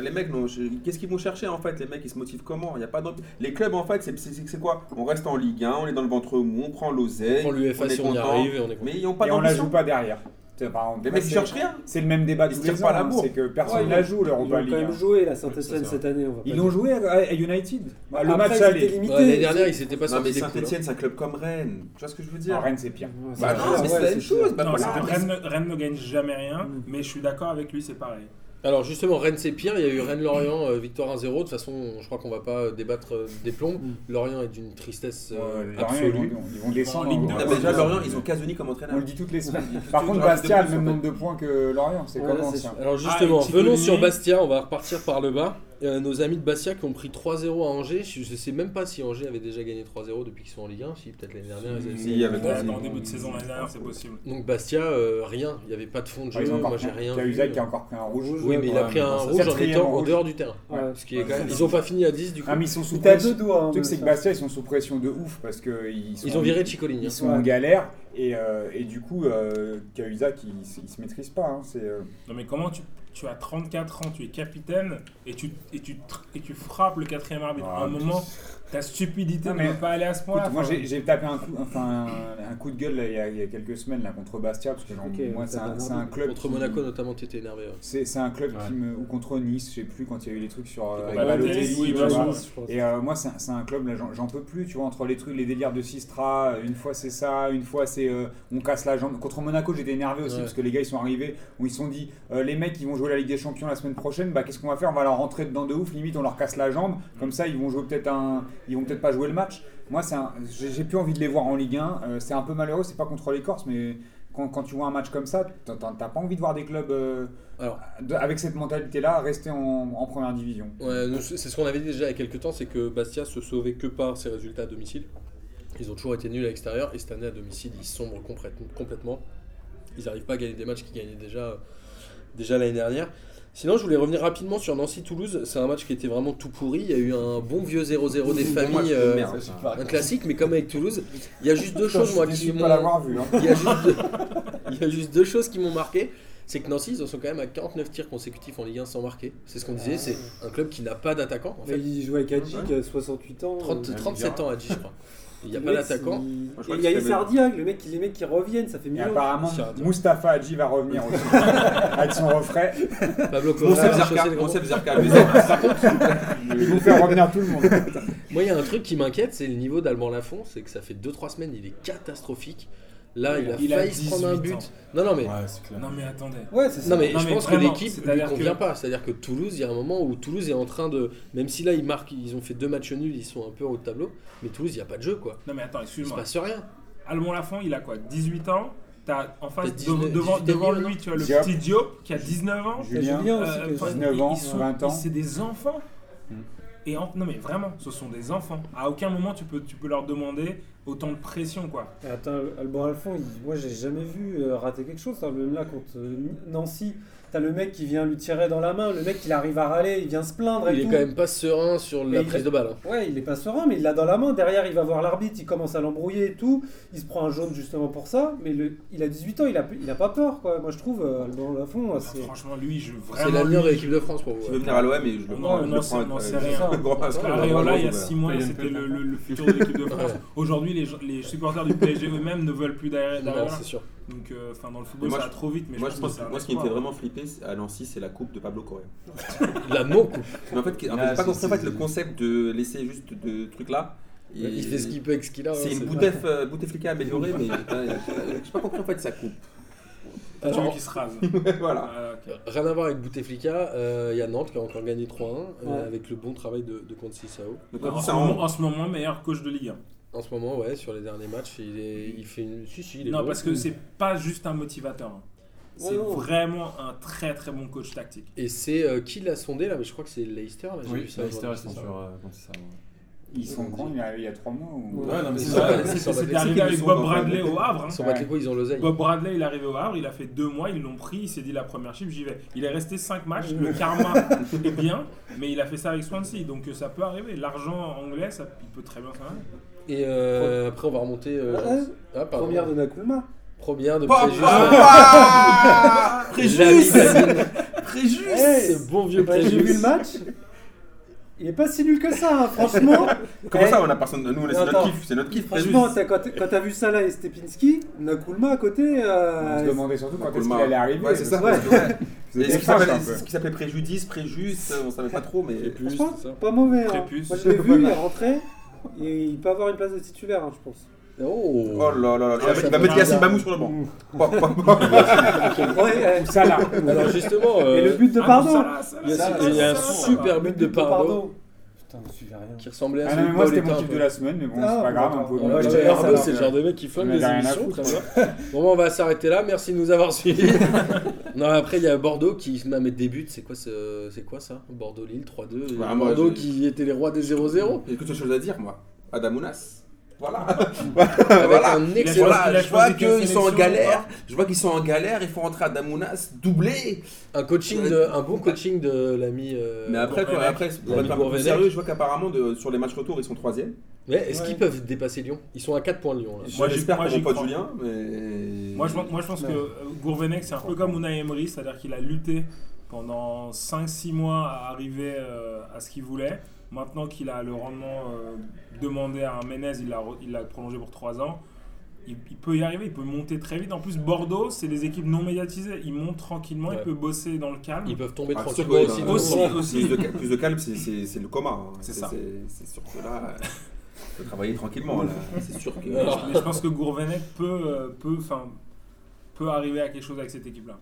Speaker 2: Les mecs, non, je- qu'est-ce qu'ils vont chercher en fait Les mecs, ils se motivent comment Il y a pas d'ambi- Les clubs, en fait, c'est- c'est c'est quoi On reste en Ligue 1, on est dans le ventre mou, on prend l'oseille,
Speaker 1: On prend l'UEFA
Speaker 2: est
Speaker 1: si on y
Speaker 2: content,
Speaker 1: arrive et on est content.
Speaker 2: Mais ils n'ont pas
Speaker 3: Et on la joue
Speaker 2: d'ambition.
Speaker 3: pas derrière. Putain, par exemple,
Speaker 2: Les mecs,
Speaker 3: c'est-
Speaker 2: ils cherchent rien.
Speaker 3: C'est le même débat
Speaker 2: Ils
Speaker 3: tous
Speaker 2: se tirent
Speaker 3: les
Speaker 2: pas
Speaker 3: ans,
Speaker 2: la
Speaker 3: hein,
Speaker 2: bourre.
Speaker 3: c'est que personne
Speaker 6: Ouais,
Speaker 3: ne
Speaker 6: ils
Speaker 3: la
Speaker 6: l'ont-
Speaker 3: joue leur
Speaker 6: Ils ont
Speaker 3: Europa
Speaker 6: quand
Speaker 3: League.
Speaker 6: même
Speaker 3: hein.
Speaker 6: joué la saint
Speaker 5: Ouais,
Speaker 6: etienne
Speaker 5: c'est
Speaker 6: cette année. On va
Speaker 3: Ils
Speaker 6: pas
Speaker 3: l'ont
Speaker 6: dire.
Speaker 3: joué à, à United. Bah, le
Speaker 6: Après,
Speaker 3: match
Speaker 6: ils étaient
Speaker 3: aller.
Speaker 6: limités.
Speaker 1: Ouais, L'année dernière, ils s'étaient pas hein.
Speaker 2: Non, mais
Speaker 1: sortis des coups.
Speaker 2: Saint-Etienne, c'est un club comme Rennes. Tu vois ce que je veux dire
Speaker 3: Non, Rennes, c'est pire.
Speaker 6: Ouais,
Speaker 2: Bah
Speaker 6: c'est
Speaker 2: non,
Speaker 6: clair,
Speaker 2: mais
Speaker 6: ouais,
Speaker 2: c'est la même
Speaker 6: clair.
Speaker 2: chose. Bah
Speaker 4: Non,
Speaker 2: voilà.
Speaker 4: c'est- Rennes, ne- Rennes ne gagne jamais rien,
Speaker 6: Mm.
Speaker 4: mais je suis d'accord avec lui, c'est pareil.
Speaker 1: Alors justement, Rennes c'est pire, il y a eu Rennes-Lorient, euh, victoire 1-0, de toute façon je crois qu'on va pas débattre euh, des plombs.
Speaker 6: Mm.
Speaker 1: Lorient est d'une tristesse euh,
Speaker 3: Lorient, Ils
Speaker 1: absolue.
Speaker 3: vont, ils vont descendre.
Speaker 4: en Ligue
Speaker 3: en-
Speaker 4: deux.
Speaker 2: Non,
Speaker 3: en-
Speaker 2: mais déjà, Lorient, ils ont Casoni comme entraîneur.
Speaker 3: On le dit toutes les semaines.
Speaker 2: Qu'est-ce que
Speaker 3: Par
Speaker 2: tu
Speaker 3: contre,
Speaker 2: veux que je rajoute de
Speaker 3: Bastia a le
Speaker 2: plus,
Speaker 3: même
Speaker 2: en fait
Speaker 3: nombre de points que Lorient. C'est
Speaker 6: Ouais,
Speaker 3: comment
Speaker 6: c'est
Speaker 3: ça
Speaker 1: Alors justement,
Speaker 4: Ah, et
Speaker 1: venons
Speaker 4: Ticolini.
Speaker 1: sur Bastia, on va repartir par le bas. Euh, nos amis de Bastia qui ont pris 3-0 à Angers, je, je sais même pas si Angers avait déjà gagné 3-0 depuis qu'ils sont en Ligue 1, si peut-être l'année dernière ils avaient-
Speaker 2: Si, il y avait
Speaker 4: Ouais,
Speaker 2: trois-
Speaker 4: dans le début de saison l'année dernière, c'est possible.
Speaker 1: Donc Bastia, euh, rien, il n'y avait pas de fond de
Speaker 3: Ah,
Speaker 1: jeu,
Speaker 3: Ils ont encore
Speaker 1: moi j'ai
Speaker 3: pris-
Speaker 1: rien.
Speaker 3: Cahuzac
Speaker 1: vu. hein.
Speaker 3: qui a encore pris un rouge.
Speaker 1: Oui, mais il a pris un
Speaker 3: Ouais,
Speaker 1: rouge en
Speaker 3: quatrième
Speaker 1: étant en
Speaker 3: rouge.
Speaker 1: dehors du terrain.
Speaker 6: Ouais.
Speaker 1: Ce qui est quand même- Ils ont pas fini à 10 du coup.
Speaker 3: Ah, mais ils sont sous
Speaker 6: T'es à deux
Speaker 3: pression.
Speaker 6: doigts. hein,
Speaker 3: Le truc, c'est que
Speaker 6: ça.
Speaker 3: Bastia, ils sont sous pression de ouf parce qu'ils sont.
Speaker 1: Ils ont viré Chicolini.
Speaker 3: Ils
Speaker 1: hein.
Speaker 3: sont
Speaker 6: Ouais.
Speaker 3: en galère et, euh, et du coup, euh, Cahuzac, il, s- il se maîtrise pas. hein, c'est, euh,
Speaker 4: Non, mais comment tu, tu as 34 ans, tu es capitaine et tu, et tu, tr- et tu frappes le quatrième arbitre
Speaker 3: Ah,
Speaker 4: À un
Speaker 3: mais-
Speaker 4: moment, ta stupidité
Speaker 3: Non,
Speaker 4: ne
Speaker 3: mais-
Speaker 4: peut pas aller à ce
Speaker 3: Écoute,
Speaker 4: point-là.
Speaker 3: moi
Speaker 4: enfin.
Speaker 3: j'ai j'ai tapé un coup, enfin, un, un coup de gueule là, il, y a, il y a quelques semaines là, contre Bastia parce que genre,
Speaker 6: Ok,
Speaker 3: moi
Speaker 6: ça
Speaker 3: c'est
Speaker 6: va
Speaker 3: un,
Speaker 6: bien.
Speaker 3: c'est un club.
Speaker 1: Contre
Speaker 3: qui-
Speaker 1: Monaco notamment, tu étais énervé. ouais.
Speaker 3: C'est c'est un club
Speaker 5: Ouais.
Speaker 3: qui me. ou contre Nice, je sais plus quand il y a eu les trucs sur. euh,
Speaker 1: Contre
Speaker 3: avec
Speaker 4: Balotelli,
Speaker 3: Balotelli,
Speaker 4: Bah, oui,
Speaker 3: tu
Speaker 4: bien
Speaker 3: vois.
Speaker 4: sûr.
Speaker 6: je pense.
Speaker 3: Et euh, moi, c'est un- c'est un club, là, j'en- j'en peux plus, tu vois, entre les trucs, les délires de Sistra, euh, une fois c'est ça, une fois c'est euh, on casse la jambe. Contre Monaco, j'étais énervé aussi
Speaker 1: Ouais.
Speaker 3: parce que les gars, ils sont arrivés où ils se sont dit, euh, les mecs, ils vont jouer la Ligue des Champions la semaine prochaine, bah qu'est-ce qu'on va faire On va leur rentrer dedans de ouf, limite on leur casse la jambe,
Speaker 1: Mm.
Speaker 3: comme ça ils vont jouer peut-être un, ils vont peut-être pas jouer le match. Moi, c'est un- j'ai j'ai plus envie de les voir en Ligue 1. euh, c'est un peu malheureux, c'est pas contre les Corses, mais quand, quand tu vois un match comme ça, t'as t'as- t'as pas envie de voir des clubs euh,
Speaker 1: Alors.
Speaker 3: de- avec cette mentalité-là rester en, en première division.
Speaker 1: Ouais, nous, c'est c'est ce qu'on avait dit déjà il y a quelques temps, c'est que Bastia se sauvait que par ses résultats à domicile. Ils ont toujours été nuls à l'extérieur et cette année à domicile, ils sombrent complète- complètement. Ils n'arrivent pas à gagner des matchs qu'ils gagnaient déjà, déjà l'année dernière. Sinon, je voulais revenir rapidement sur Nancy-Toulouse. C'est un match qui était vraiment tout pourri. Il y a eu un bon vieux 0-0 des
Speaker 2: Bon match
Speaker 1: familles,
Speaker 2: de
Speaker 1: euh,
Speaker 2: merde, ça.
Speaker 1: un classique, mais comme avec Toulouse, il y a juste deux
Speaker 3: Putain,
Speaker 1: choses moi
Speaker 3: je suis
Speaker 1: qui
Speaker 3: déçu de
Speaker 1: m'ont
Speaker 3: pas l'avoir vu. hein.
Speaker 1: il y a juste deux, il y a juste deux choses qui m'ont marqué. C'est que Nancy, ils en sont quand même à 49 tirs consécutifs en Ligue 1 sans marquer. C'est ce qu'on disait, c'est un club qui n'a pas d'attaquant. En
Speaker 6: Mais
Speaker 1: fait,
Speaker 6: il joue avec Hadji qui a 68 ans.
Speaker 1: 30
Speaker 6: euh,
Speaker 1: 37 ans à 10, je crois. Il n'y a
Speaker 6: le
Speaker 1: pas
Speaker 6: mec,
Speaker 1: d'attaquant.
Speaker 2: Moi, je
Speaker 6: c'est-
Speaker 2: crois
Speaker 6: Et
Speaker 2: que
Speaker 6: Il y a
Speaker 2: c'était
Speaker 6: les Sardiagues, le mec, les mecs qui reviennent, ça fait
Speaker 3: Et
Speaker 6: mille ans.
Speaker 3: apparemment,
Speaker 1: c'est intéressant.
Speaker 3: Mustapha Hadji va revenir aussi avec son refrain.
Speaker 1: Pablo
Speaker 2: On sait
Speaker 1: Correa,
Speaker 2: Zarka,
Speaker 1: José de
Speaker 2: on
Speaker 1: Gros.
Speaker 2: sait Zarka, mais ça,
Speaker 3: Il vous fait revenir tout le monde.
Speaker 1: Moi, il y a un truc qui m'inquiète, c'est le niveau d'Alban Lafont. C'est que ça fait 2-3 semaines, il est catastrophique. Là, il a
Speaker 4: Il a
Speaker 1: failli se prendre un
Speaker 4: 18
Speaker 1: but.
Speaker 4: ans.
Speaker 1: Non, non, mais.
Speaker 5: Ouais, c'est clair.
Speaker 4: Non, mais attendez.
Speaker 6: Ouais, c'est ça.
Speaker 1: Non mais
Speaker 4: Non,
Speaker 1: je
Speaker 4: mais
Speaker 1: pense
Speaker 4: vraiment,
Speaker 1: que l'équipe ne lui
Speaker 4: c'est-à-dire
Speaker 1: convient
Speaker 4: que-
Speaker 1: pas. C'est-à-dire que Toulouse, il y a un moment où Toulouse est en train de... Même si là ils marquent, ils ont fait deux matchs nuls, ils sont un peu haut de tableau. Mais Toulouse, il n'y a pas de jeu quoi.
Speaker 4: Non, mais attends,
Speaker 1: Il se
Speaker 4: excuse-moi.
Speaker 1: passe rien.
Speaker 4: Albon Lafont, il a quoi 18 ans T'as en face,
Speaker 1: Peut-être 19,
Speaker 4: de- devant,
Speaker 1: 18,
Speaker 4: devant
Speaker 1: non
Speaker 4: lui, tu as le
Speaker 3: Diop.
Speaker 4: petit Diop qui a 19 ans.
Speaker 6: Il y a
Speaker 3: Julien,
Speaker 6: Julien
Speaker 4: Euh,
Speaker 6: aussi. qui
Speaker 4: enfin,
Speaker 6: est-
Speaker 3: 19
Speaker 4: ils-
Speaker 3: ans,
Speaker 4: ils sont-
Speaker 3: 20 ans.
Speaker 4: C'est des enfants.
Speaker 5: Mm.
Speaker 4: Et en- non mais vraiment, ce sont des enfants. À aucun moment tu peux, tu peux leur demander autant de pression quoi.
Speaker 6: Attends, Alban Alphon, il- moi j'ai jamais vu euh, rater quelque chose. hein. Même là, contre euh, Nancy, t'as le mec qui vient lui tirer dans la main, le mec il arrive à râler, il vient se plaindre et
Speaker 1: Il est
Speaker 6: tout.
Speaker 1: quand même pas serein sur la
Speaker 6: Mais il-
Speaker 1: prise de balle. hein.
Speaker 6: Ouais, il est pas serein, mais il l'a dans la main. Derrière, il va voir l'arbitre, il commence à l'embrouiller et tout. Il se prend un jaune justement pour ça. Mais le, il a 18 ans, il a, il a pas peur, quoi. Moi, je trouve, euh, Alban Lafont, euh, c'est.
Speaker 4: Bah, Franchement lui, je
Speaker 1: C'est
Speaker 4: vraiment.
Speaker 1: l'avenir de
Speaker 4: lui,
Speaker 1: l'équipe de France pour vous.
Speaker 2: Tu
Speaker 1: ouais.
Speaker 2: veux venir à l'OM et je le
Speaker 4: Non,
Speaker 2: prends. je
Speaker 4: non,
Speaker 2: le
Speaker 4: c'est-
Speaker 2: prends,
Speaker 4: non,
Speaker 2: euh,
Speaker 4: c'est
Speaker 2: je-
Speaker 4: rien.
Speaker 2: je le prends,
Speaker 1: Ouais,
Speaker 2: euh,
Speaker 4: Areola, Ah, il y a
Speaker 2: je-
Speaker 4: 6 mois,
Speaker 5: Ouais, il y a
Speaker 4: c'était
Speaker 5: une
Speaker 4: le, le- le futur de l'équipe de France.
Speaker 1: Ouais.
Speaker 4: Aujourd'hui, les, gens- les supporters du PSG eux-mêmes ne veulent plus derrière.
Speaker 1: Non,
Speaker 4: derrière.
Speaker 1: Ah, bah, c'est sûr.
Speaker 4: Donc, euh, enfin, dans le
Speaker 2: Mais
Speaker 4: football,
Speaker 2: moi,
Speaker 4: ça va
Speaker 2: je-
Speaker 4: trop vite. Mais
Speaker 2: Moi, je pense
Speaker 4: que c'est
Speaker 2: que
Speaker 4: un
Speaker 2: moi, ce qui me fait
Speaker 4: espoir.
Speaker 2: vraiment flipper c'est- à Nancy, c'est la coupe de Pablo Correa.
Speaker 1: La non coupe.
Speaker 2: Mais en fait, qui- en fait,
Speaker 5: Ah,
Speaker 2: j'ai pas
Speaker 5: c'est-
Speaker 2: compris en fait,
Speaker 5: c'est-
Speaker 2: le concept de laisser juste de trucs là. Et-
Speaker 1: Il fait ce qu'il peut avec ce qu'il a.
Speaker 2: C'est
Speaker 1: hein,
Speaker 2: une Boutef, euh, Bouteflika améliorée, mais putain, euh, j'ai pas compris en fait ça coupe.
Speaker 4: Tu vois
Speaker 1: Alors,
Speaker 4: qui se Euh, rase.
Speaker 2: voilà.
Speaker 4: Voilà, ok.
Speaker 1: Rien à voir avec Bouteflika, euh, il y a Nantes qui a encore gagné 3-1 euh,
Speaker 6: Ouais.
Speaker 1: avec le bon travail de, de Conte Sao.
Speaker 2: Donc
Speaker 4: En,
Speaker 2: en
Speaker 4: ce
Speaker 2: ça
Speaker 4: moment, en ce moment, meilleur coach de Ligue 1.
Speaker 1: En ce moment, ouais, sur les derniers matchs, il, est, il fait une. Si, si, il est
Speaker 4: Non,
Speaker 1: bon.
Speaker 4: parce que c'est pas juste un motivateur. hein. C'est
Speaker 6: Ouais, non.
Speaker 4: vraiment un très très bon coach tactique.
Speaker 1: Et c'est euh, qui l'a sondé là Mais je crois que c'est Leicester. Là, j'ai vu
Speaker 5: Oui,
Speaker 1: ça
Speaker 5: Leicester, ils
Speaker 1: aujourd'hui,
Speaker 5: sont
Speaker 1: c'est ça.
Speaker 5: sur. euh, comment c'est ça
Speaker 3: Ils sont grands, il y a- il y a 3 mois. ou-
Speaker 5: Ouais, non, mais
Speaker 1: Ils
Speaker 5: c'est
Speaker 1: sont
Speaker 5: ça.
Speaker 1: pas- ils sont pas-
Speaker 4: C'était
Speaker 1: ils
Speaker 4: arrivé avec
Speaker 2: sont
Speaker 4: Bob
Speaker 2: dans un-
Speaker 4: Bradley au Havre. hein.
Speaker 1: s'en battent les couilles, ils ont l'oseille.
Speaker 4: Bob Bradley, il est arrivé au Havre, il a fait deux mois, ils l'ont pris, il s'est dit la première chip, j'y vais. Il est resté cinq matchs, le karma est bien, mais il a fait ça avec Swansea, donc euh, ça peut arriver. L'argent anglais, ça, il peut très bien s'arrêter.
Speaker 1: Et euh, après, on va remonter. euh,
Speaker 6: Ah, ouais.
Speaker 1: ah, pardon.
Speaker 6: Première de Nakulma.
Speaker 1: Première de Préjus.
Speaker 2: Papa Ah, Préjudice
Speaker 1: Lamine, Lamine.
Speaker 2: Préjudice
Speaker 6: Hey
Speaker 1: Ce bon vieux
Speaker 6: Bah, J'ai vu
Speaker 1: Préjus.
Speaker 6: le match. Il est pas si nul que ça, hein, franchement.
Speaker 2: Comment
Speaker 6: Eh,
Speaker 2: ça, on a personne de nous on est- C'est
Speaker 6: Attends.
Speaker 2: notre kiff, c'est notre kiff.
Speaker 6: Franchement, t'as- quand, quand t'as vu Salah et Stepinski, Nakulma à côté. euh,
Speaker 3: On se demandait surtout quand est-ce qu'il
Speaker 2: Nakulma.
Speaker 3: allait arriver.
Speaker 2: Ouais, c'est ça.
Speaker 6: Ouais.
Speaker 2: parce que, ouais.
Speaker 3: Vous étiez
Speaker 2: Est-ce qu'il
Speaker 3: proche,
Speaker 2: s'appelle-
Speaker 3: un peu.
Speaker 2: est-ce qu'il s'appelait préjudice, préjuste On savait pas trop, mais.
Speaker 1: Prépuce,
Speaker 6: Franchement,
Speaker 1: c'est ça.
Speaker 6: pas mauvais. hein.
Speaker 4: Prépuce.
Speaker 6: Moi, je l'ai vu, il est rentré. et il peut avoir une place de titulaire, hein, je pense.
Speaker 1: Oh,
Speaker 2: Oh là là là,
Speaker 4: Ah,
Speaker 2: il va-
Speaker 4: ça
Speaker 2: il va
Speaker 4: me
Speaker 2: mettre
Speaker 4: fait
Speaker 2: Yassine
Speaker 4: bizarre.
Speaker 2: Bamou sur le banc. Pop, pop, pop.
Speaker 6: Ouais, euh,
Speaker 3: Ou Salah.
Speaker 1: Alors justement,
Speaker 6: et
Speaker 1: euh,
Speaker 6: le
Speaker 4: Ah
Speaker 6: but de Pardon
Speaker 1: il y a- il y a un super but de Pardo
Speaker 6: Putain, je suis rien.
Speaker 1: qui ressemblait à
Speaker 3: Ah
Speaker 1: celui
Speaker 3: non,
Speaker 1: de
Speaker 3: mais moi c'était
Speaker 1: Paoletta,
Speaker 3: mon
Speaker 1: un
Speaker 3: kiff
Speaker 1: peu.
Speaker 3: de la semaine, mais bon,
Speaker 6: Ah,
Speaker 3: c'est pas grave.
Speaker 6: bon,
Speaker 3: on peut-
Speaker 6: bon,
Speaker 3: on
Speaker 1: Voilà,
Speaker 3: peut-
Speaker 6: Ouais,
Speaker 1: le
Speaker 6: j'avais
Speaker 1: Pardo,
Speaker 6: ça,
Speaker 1: c'est le
Speaker 6: ouais.
Speaker 1: genre de mec qui flingue
Speaker 3: On en
Speaker 1: les
Speaker 3: a rien à
Speaker 1: émissions. très
Speaker 3: foutre.
Speaker 1: bien. Bon, bah, on va s'arrêter là. Merci de nous avoir suivis. non, après, il y a Bordeaux qui se met à mettre des buts. C'est quoi, ce... c'est quoi ça Bordeaux-Lille 3-2. et
Speaker 2: Bah, moi,
Speaker 1: Bordeaux
Speaker 2: j'ai-
Speaker 1: qui était les rois des 0-0.
Speaker 2: Il y a quelque chose à dire, moi. Adamounas. Voilà.
Speaker 1: Avec
Speaker 2: Ah, Voilà.
Speaker 1: un excellent.
Speaker 4: a choisi- il
Speaker 2: Voilà,
Speaker 4: a
Speaker 2: je vois
Speaker 4: choisi quelle
Speaker 2: qu'ils sont en
Speaker 4: sélection,
Speaker 2: galère. Je vois qu'ils sont en galère. Il faut rentrer Adamounas, doublé.
Speaker 1: Un, coaching de- un bon coaching de l'ami. euh,
Speaker 2: Mais après,
Speaker 4: Bourg-Venec.
Speaker 2: quoi, après pour
Speaker 1: L'ami
Speaker 2: être un peu plus
Speaker 1: Bourg-Venec.
Speaker 2: sérieux, je vois qu'apparemment, de- sur les matchs retour, ils sont troisième.
Speaker 1: Mais est-ce qu'ils
Speaker 6: Ouais.
Speaker 1: peuvent dépasser Lyon Ils sont à 4 points de Lyon. Là.
Speaker 4: Moi, j'y-
Speaker 2: J'espère
Speaker 4: moi,
Speaker 2: que mon
Speaker 4: j'y
Speaker 2: pote
Speaker 4: crois.
Speaker 2: Julien, mais.
Speaker 4: Moi je, moi, je pense que euh, Gourvenec, c'est un peu comme Unai Emery, c'est-à-dire qu'il a lutté pendant 5-6 mois à arriver euh, à ce qu'il voulait. Maintenant qu'il a le rendement euh, demandé à un Menez, il l'a re- il l'a prolongé pour 3 ans. Il, il peut y arriver, il peut monter très vite. En plus, Bordeaux, c'est des équipes non médiatisées. Ils montent tranquillement,
Speaker 1: Ouais.
Speaker 4: il peut bosser dans le calme.
Speaker 1: Ils peuvent tomber
Speaker 2: Ah,
Speaker 1: tranquillement
Speaker 2: sûr,
Speaker 1: aussi.
Speaker 2: oui,
Speaker 1: dans le
Speaker 4: aussi.
Speaker 1: tournoi.
Speaker 2: Plus de, cal- plus de calme, c'est- c'est c'est le coma. hein.
Speaker 4: C'est ça.
Speaker 2: C'est sûr que là, euh, faut travailler tranquillement. là. C'est sûr que.
Speaker 4: Mais je, mais je pense que Gourvenec peut, euh, peut, enfin, peut arriver à quelque chose avec cette équipe-là.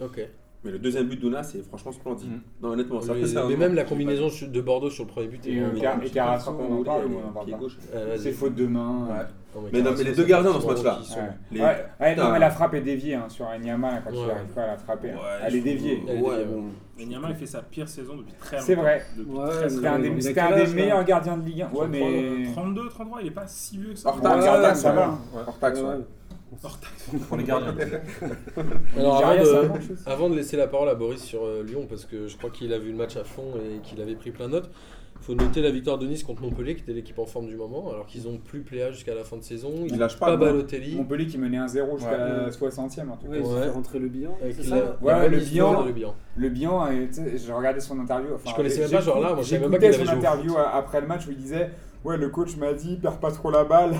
Speaker 1: Ok.
Speaker 2: Mais le deuxième but d'Ouna, c'est franchement splendide.
Speaker 5: Mhm.
Speaker 2: Non, honnêtement, hein, c'est
Speaker 1: Mais- mais même la combinaison sur- de Bordeaux sur le premier but est
Speaker 3: Et, euh,
Speaker 1: vraiment-
Speaker 3: Car- et Carasso, on en parle ou on en parle pas
Speaker 1: Euh, vas-y.
Speaker 3: C'est faute de main.
Speaker 5: Ouais.
Speaker 3: euh,
Speaker 1: Non,
Speaker 2: Mais non, mais les deux gardiens dans ce match-là.
Speaker 1: Ils sont-
Speaker 3: Ouais,
Speaker 2: Les-
Speaker 3: ouais, ouais, non,
Speaker 2: Putain.
Speaker 3: mais la frappe est déviée hein, sur Anyama là, quand
Speaker 1: Ouais.
Speaker 3: il n'arrive pas à la frapper. hein. Elle est déviée.
Speaker 1: Elle est déviée,
Speaker 4: Mais Niama, il fait sa pire saison depuis très longtemps.
Speaker 3: C'est vrai.
Speaker 4: Depuis
Speaker 6: Ouais,
Speaker 4: très, très
Speaker 3: C'était un
Speaker 6: mais
Speaker 3: des,
Speaker 6: il a
Speaker 3: c'était
Speaker 6: quel
Speaker 3: un des
Speaker 6: âge, là
Speaker 3: meilleurs gardiens de Ligue 1. Ouais, mais.
Speaker 4: 32, 33, Euh, il est pas si vieux que ça.
Speaker 2: Hortax,
Speaker 3: Ouais,
Speaker 2: Hortax,
Speaker 3: ça
Speaker 2: ouais.
Speaker 3: va.
Speaker 2: Hortax, ouais.
Speaker 6: Ouais, ouais.
Speaker 5: pour les gardiens.
Speaker 1: Alors, avant,
Speaker 3: Nigeria, c'est un
Speaker 1: de,
Speaker 3: bon chose.
Speaker 1: euh, avant de laisser la parole à Boris sur euh, Lyon, parce que je crois qu'il a vu le match à fond et qu'il avait pris plein de notes, faut noter la victoire de Nice contre Montpellier, qui était l'équipe en forme du moment, alors qu'ils ont plus Pléa jusqu'à la fin de saison, ils
Speaker 2: Ils
Speaker 1: n'ont
Speaker 2: lâchent
Speaker 1: pas,
Speaker 2: pas, non.
Speaker 1: Balotelli, euh,
Speaker 3: Montpellier qui menait 1-0 jusqu'à
Speaker 6: Ouais.
Speaker 3: la 60e en tout cas.
Speaker 6: Ouais, ils ont
Speaker 1: Ouais.
Speaker 6: fait rentrer le bilan.
Speaker 1: avec
Speaker 6: c'est
Speaker 1: la,
Speaker 6: ça
Speaker 1: la
Speaker 3: Ouais,
Speaker 1: bonne
Speaker 3: le
Speaker 1: histoire
Speaker 3: Bihan.
Speaker 1: de Le Bihan.
Speaker 3: Le Bihan, et, tu sais, je regardais son interview. Enfin,
Speaker 1: Je connaissais même
Speaker 3: j'ai-
Speaker 1: pas ce genre-là, moi, je savais même pas
Speaker 3: j'écoutais
Speaker 1: qu'il avait
Speaker 3: son
Speaker 1: joué au
Speaker 3: interview a- après le match où il disait Ouais, le coach m'a dit, perds pas trop la balle,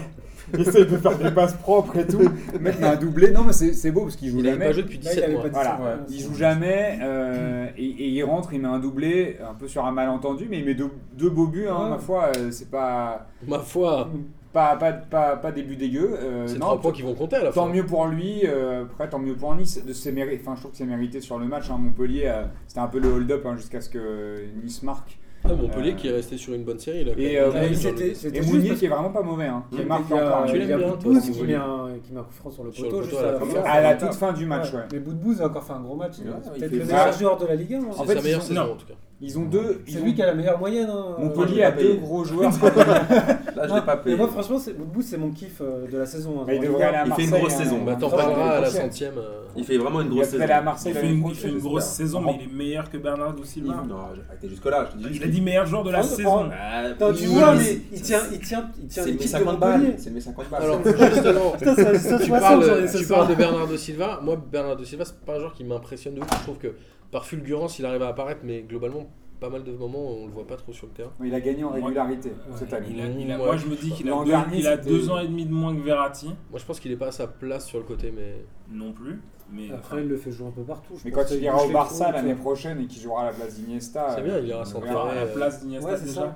Speaker 3: essaye de faire des passes propres et tout. Le mec m'a un doublé. Non, mais c'est c'est beau parce qu'il joue
Speaker 1: Il n'avait
Speaker 3: jamais.
Speaker 1: pas joué depuis
Speaker 6: Là, il
Speaker 1: 17
Speaker 6: avait
Speaker 1: mois.
Speaker 6: pas dit
Speaker 3: Voilà,
Speaker 6: ça.
Speaker 5: ouais.
Speaker 3: Il joue jamais euh, et, et il rentre, il met un doublé, un peu sur un malentendu, mais il met deux, deux beaux buts, hein,
Speaker 6: Ouais.
Speaker 3: ma foi, euh, c'est pas,
Speaker 1: Ma foi,
Speaker 3: pas, pas, pas, pas des buts dégueux. euh,
Speaker 1: c'est
Speaker 3: non,
Speaker 1: trois points qui vont compter à la
Speaker 3: Tant
Speaker 1: fin.
Speaker 3: mieux pour lui, euh, après tant mieux pour Nice. De ses méri- enfin, je trouve que c'est mérité sur le match. hein. Montpellier, euh, c'était un peu le hold-up hein, jusqu'à ce que Nice marque.
Speaker 1: Ah, Montpellier
Speaker 3: Euh,
Speaker 1: qui est resté sur une bonne série. Là, quand même.
Speaker 3: et, euh,
Speaker 1: Ah,
Speaker 3: mais
Speaker 1: ils ont
Speaker 6: c'était-
Speaker 1: le-
Speaker 6: c'était
Speaker 3: Et
Speaker 6: juste
Speaker 3: Mounier
Speaker 6: parce
Speaker 3: qui est vraiment pas mauvais, hein, qui
Speaker 6: Il
Speaker 3: marque
Speaker 6: y a-
Speaker 3: encore.
Speaker 1: Tu
Speaker 6: il y a
Speaker 1: l'aimes bien, toi,
Speaker 6: Boudbouz
Speaker 1: ce
Speaker 6: qui
Speaker 1: Mounier.
Speaker 6: met un- qui met un coup franc sur le
Speaker 1: Sur le
Speaker 6: poteau
Speaker 1: poteau,
Speaker 6: juste
Speaker 1: à
Speaker 6: à
Speaker 1: la
Speaker 6: la
Speaker 1: fin.
Speaker 6: fin.
Speaker 3: à la toute fin du match,
Speaker 6: Ouais.
Speaker 3: ouais.
Speaker 6: Mais Boudbouz a encore fait un gros match.
Speaker 2: Ouais,
Speaker 6: C'est
Speaker 2: il
Speaker 6: peut-être
Speaker 2: fait
Speaker 6: le
Speaker 2: mal.
Speaker 6: meilleur joueur de la Ligue 1. hein.
Speaker 1: C'est
Speaker 3: fait,
Speaker 1: sa meilleure
Speaker 3: ils
Speaker 4: ont-
Speaker 1: saison en tout cas.
Speaker 3: Ils ont deux.
Speaker 6: C'est
Speaker 3: ils
Speaker 6: lui
Speaker 3: ont-
Speaker 6: qui a la meilleure moyenne. hein.
Speaker 3: Montpellier a
Speaker 2: Ouais, il est
Speaker 3: deux
Speaker 2: pas payé.
Speaker 3: gros joueurs.
Speaker 2: Là, je
Speaker 6: Ouais.
Speaker 2: l'ai pas
Speaker 6: Mais
Speaker 2: payé.
Speaker 6: moi, franchement, c'est- Boudbouz, c'est mon kiff euh, de la saison. hein.
Speaker 3: Mais il
Speaker 6: Dans la
Speaker 3: devrait
Speaker 6: Ligue
Speaker 3: aller à
Speaker 2: Il fait
Speaker 3: Marseille.
Speaker 2: une grosse saison.
Speaker 1: Bah, t'en
Speaker 3: Ça va,
Speaker 1: parleras à la
Speaker 3: prochaine.
Speaker 1: centième. euh,
Speaker 2: Il fait vraiment une
Speaker 3: Il va
Speaker 2: grosse
Speaker 3: peut-être
Speaker 2: saison.
Speaker 3: aller à Marseille.
Speaker 4: Il fait
Speaker 3: l'année
Speaker 4: une, il
Speaker 3: prochaine,
Speaker 4: fait une
Speaker 3: j'espère.
Speaker 4: grosse saison, mais
Speaker 3: Rem-
Speaker 4: il est meilleur que Bernardo Silva.
Speaker 2: Non, j'ai arrêté jusque-là. Je te dis
Speaker 4: Il
Speaker 2: juste
Speaker 4: a dit meilleur joueur de la
Speaker 6: Ah,
Speaker 4: saison.
Speaker 2: Ah,
Speaker 6: Attends, tu
Speaker 2: oui,
Speaker 6: vois,
Speaker 2: mais
Speaker 6: mais il tient, il tient, il
Speaker 2: C'est
Speaker 6: tient
Speaker 2: mes
Speaker 6: l'équipe de
Speaker 2: 50
Speaker 6: Montpellier.
Speaker 2: balles. C'est mes 50 balles.
Speaker 1: Alors, justement,
Speaker 6: Putain, ça, ça
Speaker 1: tu
Speaker 6: se passe sur
Speaker 1: parles, euh,
Speaker 6: les
Speaker 1: tu parles de Bernardo Silva. Moi, Bernardo Silva, c'est pas un joueur qui m'impressionne de ouf. Je trouve que par fulgurance, il arrive à apparaître, mais globalement, pas mal de moments, on le voit pas trop sur le terrain.
Speaker 3: Il a gagné en régularité cette année.
Speaker 4: Il a- il a-
Speaker 1: Ouais,
Speaker 4: moi, je me dis qu'il a,
Speaker 3: L'an
Speaker 4: deux,
Speaker 3: dernier,
Speaker 4: il a
Speaker 3: c'était-
Speaker 4: deux ans et demi de moins que Verratti.
Speaker 1: Moi, je pense qu'il est pas à sa place sur le côté, mais
Speaker 4: Non plus. Mais
Speaker 6: Après, il le fait jouer un peu partout. je
Speaker 3: Mais
Speaker 6: pense
Speaker 3: quand il
Speaker 6: qu'il
Speaker 3: ira
Speaker 6: bouge
Speaker 3: au
Speaker 6: les
Speaker 3: Barça
Speaker 6: trous,
Speaker 3: l'année
Speaker 6: tu
Speaker 3: prochaine et qu'il jouera à la place d'Iniesta.
Speaker 1: c'est
Speaker 3: euh,
Speaker 1: bien, il ira à
Speaker 3: on
Speaker 1: s'enterrer.
Speaker 3: verra.
Speaker 4: enfin, à la
Speaker 1: euh,
Speaker 4: place d'Iniesta
Speaker 6: Ouais, c'est
Speaker 4: déjà.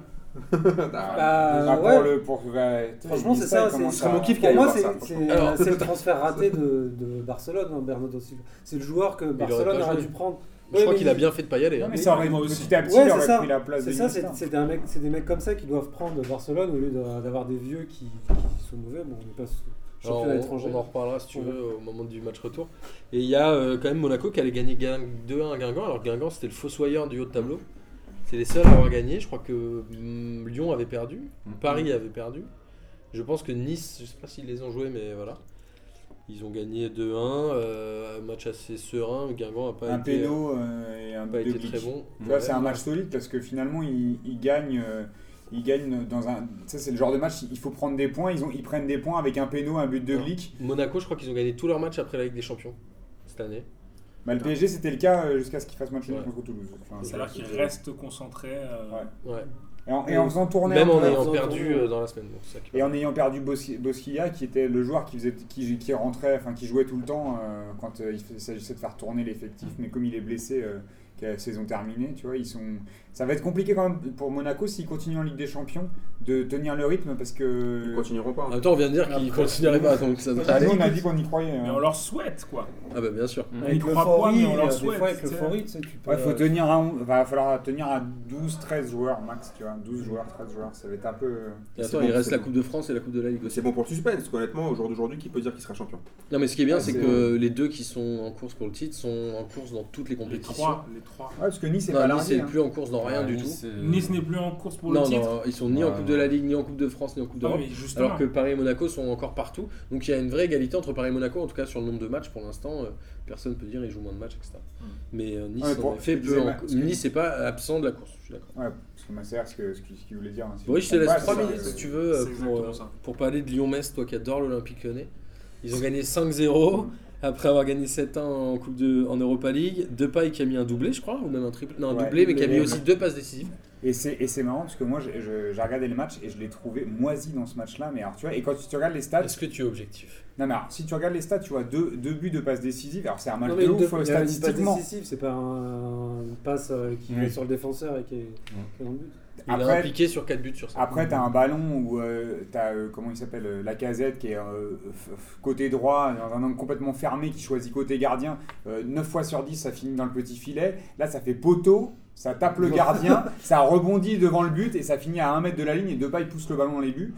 Speaker 2: Ah,
Speaker 6: vois.
Speaker 3: Déjà
Speaker 6: Bah,
Speaker 3: pour
Speaker 6: ouais.
Speaker 3: le- pour- ouais, tu sais,
Speaker 6: Franchement, c'est
Speaker 3: Iniesta,
Speaker 6: ça.
Speaker 3: il commence
Speaker 6: c'est-
Speaker 2: serait mon
Speaker 3: à-
Speaker 2: kiff qu'il
Speaker 6: Pour
Speaker 2: aille au
Speaker 6: moi,
Speaker 2: Barça,
Speaker 6: c'est-
Speaker 2: franchement.
Speaker 6: c'est
Speaker 1: Alors-
Speaker 6: c'est le transfert raté de, de Barcelone, hein, Bernardo Silva. C'est le joueur que Barcelone
Speaker 1: pas
Speaker 6: aurait
Speaker 1: joué.
Speaker 6: dû prendre.
Speaker 1: Je
Speaker 6: Ouais,
Speaker 1: crois
Speaker 6: mais
Speaker 1: qu'il a bien fait de pas y aller.
Speaker 3: Non,
Speaker 1: hein.
Speaker 3: mais ça aurait
Speaker 4: Moi aussi.
Speaker 3: petit à petit,
Speaker 6: Ouais,
Speaker 3: il
Speaker 6: c'est
Speaker 3: aurait
Speaker 6: ça.
Speaker 3: pris la
Speaker 4: Ah,
Speaker 3: place
Speaker 6: C'est
Speaker 3: de
Speaker 6: ça, c'est
Speaker 3: Iniesta.
Speaker 6: c'est un mec- c'est des mecs comme ça qui doivent prendre Barcelone au lieu d'a- d'avoir des vieux qui, qui sont mauvais. Bon, on n'est pas sous-
Speaker 1: Alors,
Speaker 6: championnat
Speaker 1: on,
Speaker 6: étranger.
Speaker 1: on en reparlera si tu
Speaker 6: Ouais.
Speaker 1: veux au moment du match retour. Et il y a euh, quand même Monaco qui allait gagner Guin- 2-1 à Guingamp. Alors Guingamp c'était le fossoyeur du haut de tableau. C'est les seuls à avoir gagné. Je crois que mm, Lyon avait perdu,
Speaker 3: Mm-hmm.
Speaker 1: Paris avait perdu. Je pense que Nice, je sais pas s'ils les ont joués, mais voilà. Ils ont gagné 2-1, euh, un match assez serein. Guingamp a pas
Speaker 3: Un
Speaker 1: été,
Speaker 3: péno euh, et un
Speaker 1: a pas
Speaker 3: but de
Speaker 1: été très
Speaker 3: Glick.
Speaker 1: bon.
Speaker 3: Tu vois, c'est un match solide parce que finalement, ils, ils gagnent. euh, ils gagnent dans un. Tu sais, c'est le genre de match, il faut prendre des points. Ils, ont, ils prennent des points avec un péno, un but de
Speaker 1: Ouais.
Speaker 3: Glick.
Speaker 1: Monaco, je crois qu'ils ont gagné tous leurs matchs après la Ligue des Champions cette année.
Speaker 3: Bah, le PSG, c'était le cas euh, jusqu'à ce qu'il fasse match nul
Speaker 1: Ouais.
Speaker 3: contre Toulouse. Enfin,
Speaker 4: Ça a l'air qu'il reste concentré. euh,
Speaker 3: Ouais.
Speaker 1: Ouais.
Speaker 3: Et en, et en faisant tourner
Speaker 1: Même
Speaker 3: un
Speaker 1: en
Speaker 3: peu-
Speaker 1: ayant
Speaker 6: en-
Speaker 1: perdu euh, dans la semaine. donc c'est ça qui
Speaker 3: Et
Speaker 1: va.
Speaker 3: en ayant perdu Bossi- Bosquilla, qui était le joueur qui, faisait, qui, qui rentrait, enfin qui jouait tout le temps euh, quand euh, il f- s'agissait de faire tourner l'effectif, mais comme il est blessé, euh, que la saison terminée, tu vois, ils sont. Ça va être compliqué quand même pour Monaco s'ils continuent en Ligue des Champions de tenir le rythme parce
Speaker 2: Ils
Speaker 3: que.
Speaker 2: continueront pas.
Speaker 1: En
Speaker 2: hein.
Speaker 1: même temps, on vient de dire qu'il
Speaker 6: Après-
Speaker 1: continuerait pas, donc ça doit
Speaker 3: Ah, nous,
Speaker 1: aller.
Speaker 3: on a dit qu'on y croyait. hein.
Speaker 4: Mais on leur souhaite, quoi.
Speaker 1: Ah bah bien sûr.
Speaker 4: y
Speaker 6: Avec
Speaker 4: croit pas, mais
Speaker 6: l'euphorie,
Speaker 4: on
Speaker 6: euh,
Speaker 4: leur
Speaker 6: des
Speaker 4: souhaite,
Speaker 6: fois avec
Speaker 4: tu sais.
Speaker 6: l'euphorie, tu sais, tu peux.
Speaker 3: Ouais, faut
Speaker 6: euh,
Speaker 3: tenir à, on- va falloir tenir à 12, 13 joueurs max, tu vois. 12 joueurs, 13 joueurs, ça va être un peu. euh,
Speaker 1: Et
Speaker 2: C'est
Speaker 1: attends,
Speaker 2: bon,
Speaker 1: il reste
Speaker 2: c'est
Speaker 1: la
Speaker 2: bon.
Speaker 1: Coupe de France et la Coupe de la Ligue
Speaker 2: Mais
Speaker 1: aussi.
Speaker 2: C'est bon pour le suspense, parce qu'honnêtement, au jour d'aujourd'hui, qui peut dire qu'il sera champion
Speaker 1: Non mais ce qui est bien,
Speaker 3: Ouais,
Speaker 1: c'est
Speaker 3: c'est-
Speaker 1: que les deux qui sont en course pour le titre sont en course dans toutes les
Speaker 4: Les
Speaker 1: compétitions.
Speaker 4: trois. Les trois.
Speaker 3: Ouais, parce que Nice, c'est
Speaker 1: Non,
Speaker 3: pas
Speaker 1: Nice
Speaker 3: lundi,
Speaker 1: c'est
Speaker 3: hein.
Speaker 1: plus en course dans rien du tout.
Speaker 5: euh,
Speaker 4: Nice n'est plus en course pour le
Speaker 1: Euh, Non,
Speaker 4: titre.
Speaker 1: non, ils sont ni en
Speaker 5: Ouais,
Speaker 1: Coupe de la Ligue, ni en Coupe de France, ni en Coupe
Speaker 4: Ah,
Speaker 1: d'Europe.
Speaker 4: mais justement.
Speaker 1: Alors que euh, Paris et Monaco sont encore partout. Donc il y a une vraie égalité entre Paris et Monaco, en tout cas sur le nombre de matchs pour l'instant. euh, personne ne peut dire ils jouent moins de matchs, etc.
Speaker 4: Mm.
Speaker 1: Mais euh, Nice,
Speaker 3: Ouais, pour-
Speaker 1: en effet,
Speaker 3: tu
Speaker 1: peut
Speaker 3: disais,
Speaker 1: en-
Speaker 3: Max, que-
Speaker 1: Nice n'est pas absent de la course. Je suis d'accord.
Speaker 3: Ouais, parce que ma sœur, ce que- ce qu'il ce qu'il voulait dire. hein, si
Speaker 1: Boris, je te
Speaker 3: me
Speaker 1: laisse
Speaker 3: trompe pas,
Speaker 1: 3
Speaker 3: c'est
Speaker 1: minutes
Speaker 3: ça,
Speaker 1: si
Speaker 3: euh,
Speaker 1: tu veux euh,
Speaker 4: c'est
Speaker 1: pour,
Speaker 4: exactement
Speaker 1: euh,
Speaker 4: ça.
Speaker 1: pour parler de Lyon-Metz, toi qui adore l'Olympique lyonnais. Ils ont gagné 5-0 après avoir gagné 7-1 en Coupe de en Europa League. Depay qui a mis un doublé, je crois, ou même un triplé, non, un
Speaker 3: Ouais,
Speaker 1: doublé, mais qui a mis
Speaker 3: doublé.
Speaker 1: aussi deux passes décisives.
Speaker 3: Et c'est, et c'est marrant parce que moi j'ai, je- j'ai regardé le match et je l'ai trouvé moisi dans ce match-là. Mais alors tu vois, et quand tu regardes les stats,
Speaker 1: Est-ce que tu es objectif
Speaker 3: non, mais alors, si tu regardes les stats, tu vois deux, deux buts de passes décisives. Alors c'est un match
Speaker 6: Non, mais
Speaker 3: de
Speaker 6: une,
Speaker 3: ouf
Speaker 6: deux-
Speaker 3: euh,
Speaker 6: il y a une passe
Speaker 3: statistiquement.
Speaker 6: décisive, c'est pas un, une passe euh, qui
Speaker 3: Mm.
Speaker 6: va sur le défenseur et qui est, qui est dans le but.
Speaker 1: Il a
Speaker 3: Après,
Speaker 1: impliqué sur 4 buts sur 5.
Speaker 3: après t'as un ballon où euh, t'as euh, comment il s'appelle euh, la casette qui est euh, f- f- côté droit dans un angle complètement fermé qui choisit côté gardien. 9 fois sur 10 ça finit dans le petit filet. Là ça fait poteau. Ça tape le gardien, ça rebondit devant le but et ça finit à 1 mètre de la ligne et Depay pousse le ballon dans les buts.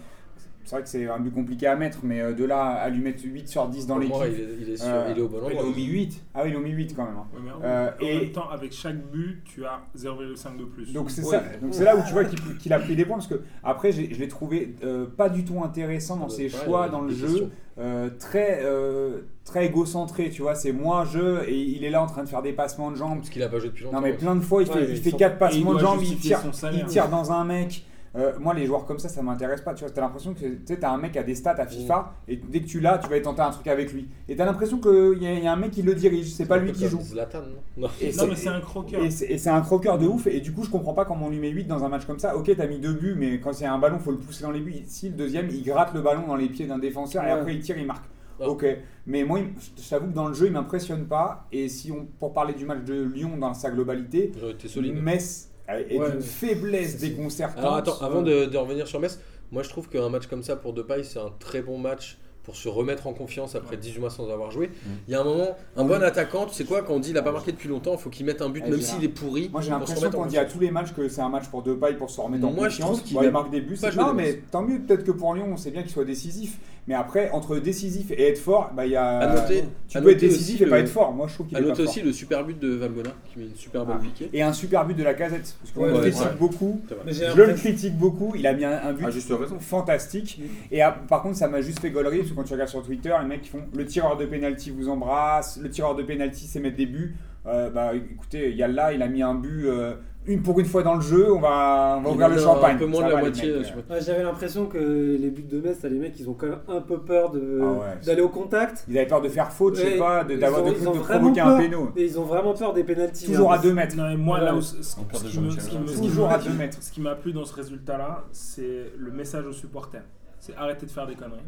Speaker 3: C'est vrai que c'est un but compliqué à mettre, mais euh, de là à lui mettre 8 sur 10 dans
Speaker 1: Pour moi,
Speaker 3: l'équipe.
Speaker 1: il est, il est sur-
Speaker 3: Euh,
Speaker 1: il est au bon
Speaker 2: Ils
Speaker 1: endroit.
Speaker 2: ont mis 8.
Speaker 3: Ah oui, ils ont mis 8 quand même. hein.
Speaker 4: Ouais, mais en-
Speaker 3: Euh,
Speaker 4: en
Speaker 3: et-
Speaker 4: même temps, avec chaque but, tu as 0,5 de plus.
Speaker 3: Donc c'est
Speaker 1: Ouais.
Speaker 3: ça. Donc c'est là où tu vois qu'il qu'il a pris des points parce que après j'ai- je l'ai trouvé euh, pas du tout intéressant dans ses
Speaker 1: Ouais,
Speaker 3: choix
Speaker 1: il y a
Speaker 3: dans le
Speaker 1: des
Speaker 3: jeu,
Speaker 1: questions.
Speaker 3: euh, très euh, très égocentré. Tu vois, c'est moi je et il est là en train de faire des passements de jambes.
Speaker 1: Parce qu'il a pas joué depuis longtemps.
Speaker 3: Non mais
Speaker 1: aussi.
Speaker 3: plein de fois il
Speaker 6: Ouais,
Speaker 3: fait,
Speaker 6: mais
Speaker 3: il
Speaker 6: ils
Speaker 3: fait
Speaker 6: sont-
Speaker 3: quatre
Speaker 4: Et il
Speaker 3: passements de
Speaker 4: doit
Speaker 3: jambes, il
Speaker 4: justifier
Speaker 3: tire,
Speaker 4: son salaire.
Speaker 3: il tire dans un mec. Euh, moi, les joueurs comme ça, ça m'intéresse pas. Tu vois, t'as l'impression que tu sais, t'as un mec à des stats à FIFA et dès que tu l'as, tu vas aller tenter un truc avec lui. Et t'as l'impression qu'il y, a- il y a un mec qui le dirige, c'est pas
Speaker 1: Un
Speaker 3: lui
Speaker 1: peu
Speaker 3: qui
Speaker 1: comme
Speaker 3: joue.
Speaker 1: Zlatan, non Non.
Speaker 3: Et
Speaker 4: Non, mais c'est un croqueur.
Speaker 3: et c'est et c'est un croqueur de ouf, et du coup, je comprends pas comment on lui met 8 dans un match comme ça. Ok, t'as mis deux buts, mais quand c'est un ballon, faut le pousser dans les buts. Si le deuxième, il gratte le ballon dans les pieds d'un défenseur, et
Speaker 6: Ouais.
Speaker 3: après il tire, il marque.
Speaker 1: Ouais.
Speaker 3: Ok, mais moi, il- je t'avoue que dans le jeu, il m'impressionne pas. Et si on, pour parler du match de Lyon dans sa globalité,
Speaker 1: Ils ont été solides.
Speaker 3: Metz euh, est
Speaker 6: Ouais,
Speaker 3: d'une
Speaker 6: mais-
Speaker 3: faiblesse
Speaker 6: c'est-
Speaker 3: déconcertante.
Speaker 1: Alors attends, avant
Speaker 6: euh.
Speaker 1: de, de revenir sur Metz, moi je trouve qu'un match comme ça pour Depay, c'est un très bon match pour se remettre en confiance après 18 mois sans avoir joué. Il y a un moment, un bon attaquant, tu sais quoi, quand on dit il a pas marqué depuis longtemps, faut qu'il mette un but,
Speaker 3: Eh
Speaker 1: même
Speaker 3: bien,
Speaker 1: s'il est pourri.
Speaker 3: Moi, j'ai
Speaker 1: pour se
Speaker 3: l'impression
Speaker 1: remettre en
Speaker 3: qu'on dit à tous les matchs que c'est un match pour deux pailles pour se remettre en
Speaker 1: Moi, je
Speaker 3: confiance.
Speaker 1: trouve qu'il
Speaker 3: Bon, il
Speaker 1: a
Speaker 3: marque des buts.
Speaker 1: pas
Speaker 3: c'est-
Speaker 1: joué
Speaker 3: Non,
Speaker 1: des
Speaker 3: mais tant mieux. Peut-être que pour Lyon, on sait bien qu'il soit décisif. Mais après, entre décisif et être fort, bah, il y a.
Speaker 1: À noter-
Speaker 3: tu
Speaker 1: à
Speaker 3: peux être
Speaker 1: noter
Speaker 3: décisif
Speaker 1: aussi
Speaker 3: et pas
Speaker 1: le-
Speaker 3: être fort. Moi, je trouve qu'il
Speaker 1: À
Speaker 3: est pas
Speaker 1: noter
Speaker 3: fort.
Speaker 1: aussi le super but de Valbuena qui met une super balle
Speaker 3: Ah.
Speaker 1: piquée.
Speaker 3: Et un super but de la casette. Parce qu'on
Speaker 6: Ouais,
Speaker 3: le
Speaker 1: ouais,
Speaker 3: critique
Speaker 1: ouais. Ah,
Speaker 3: beaucoup.
Speaker 1: C'est vrai.
Speaker 6: Mais j'ai
Speaker 3: Je le
Speaker 6: l'impression-
Speaker 3: critique beaucoup. Il a mis un, un but
Speaker 2: À Ah, juste raison.
Speaker 1: Mm.
Speaker 3: fantastique. Et à- par contre, ça m'a juste fait gaulerie parce que quand tu regardes sur Twitter, les mecs qui font le tireur de pénalty vous embrasse, le tireur de pénalty c'est mettre des buts. Euh, bah écoutez, Yalla, il a mis un but euh, une pour une fois dans le jeu. On va, on va
Speaker 1: Il
Speaker 3: ouvrir le
Speaker 1: en a
Speaker 3: champagne.
Speaker 1: Un peu moins
Speaker 3: Ça
Speaker 1: de la
Speaker 3: va, les
Speaker 1: moitié.
Speaker 3: mecs,
Speaker 1: je sais
Speaker 3: euh.
Speaker 1: pas.
Speaker 6: Ouais, J'avais l'impression que les buts de Metz, t'as les mecs, ils ont quand même un peu peur de-
Speaker 3: Ah ouais.
Speaker 6: d'aller au contact.
Speaker 3: Ils avaient peur de faire faute, je sais
Speaker 6: Ouais,
Speaker 3: pas, de-
Speaker 6: ils
Speaker 3: d'avoir
Speaker 6: ont-
Speaker 3: de,
Speaker 6: ils ont
Speaker 3: de
Speaker 6: vraiment
Speaker 3: provoquer un
Speaker 6: peur.
Speaker 3: péno.
Speaker 6: Et ils ont vraiment peur des pénalties.
Speaker 3: Toujours
Speaker 6: hein,
Speaker 3: à 2 mètres.
Speaker 4: Non, mais moi,
Speaker 6: Ouais.
Speaker 4: là où ce, ce-
Speaker 5: Encore
Speaker 4: ce
Speaker 5: des
Speaker 4: qui me-
Speaker 5: gens
Speaker 4: ce
Speaker 5: qui
Speaker 4: qui me-
Speaker 5: arrivent.
Speaker 4: ce qui me-
Speaker 3: Toujours à deux mètres.
Speaker 4: ce qui m'a plu dans ce résultat-là, c'est le message aux supporters. C'est arrêter de faire des conneries.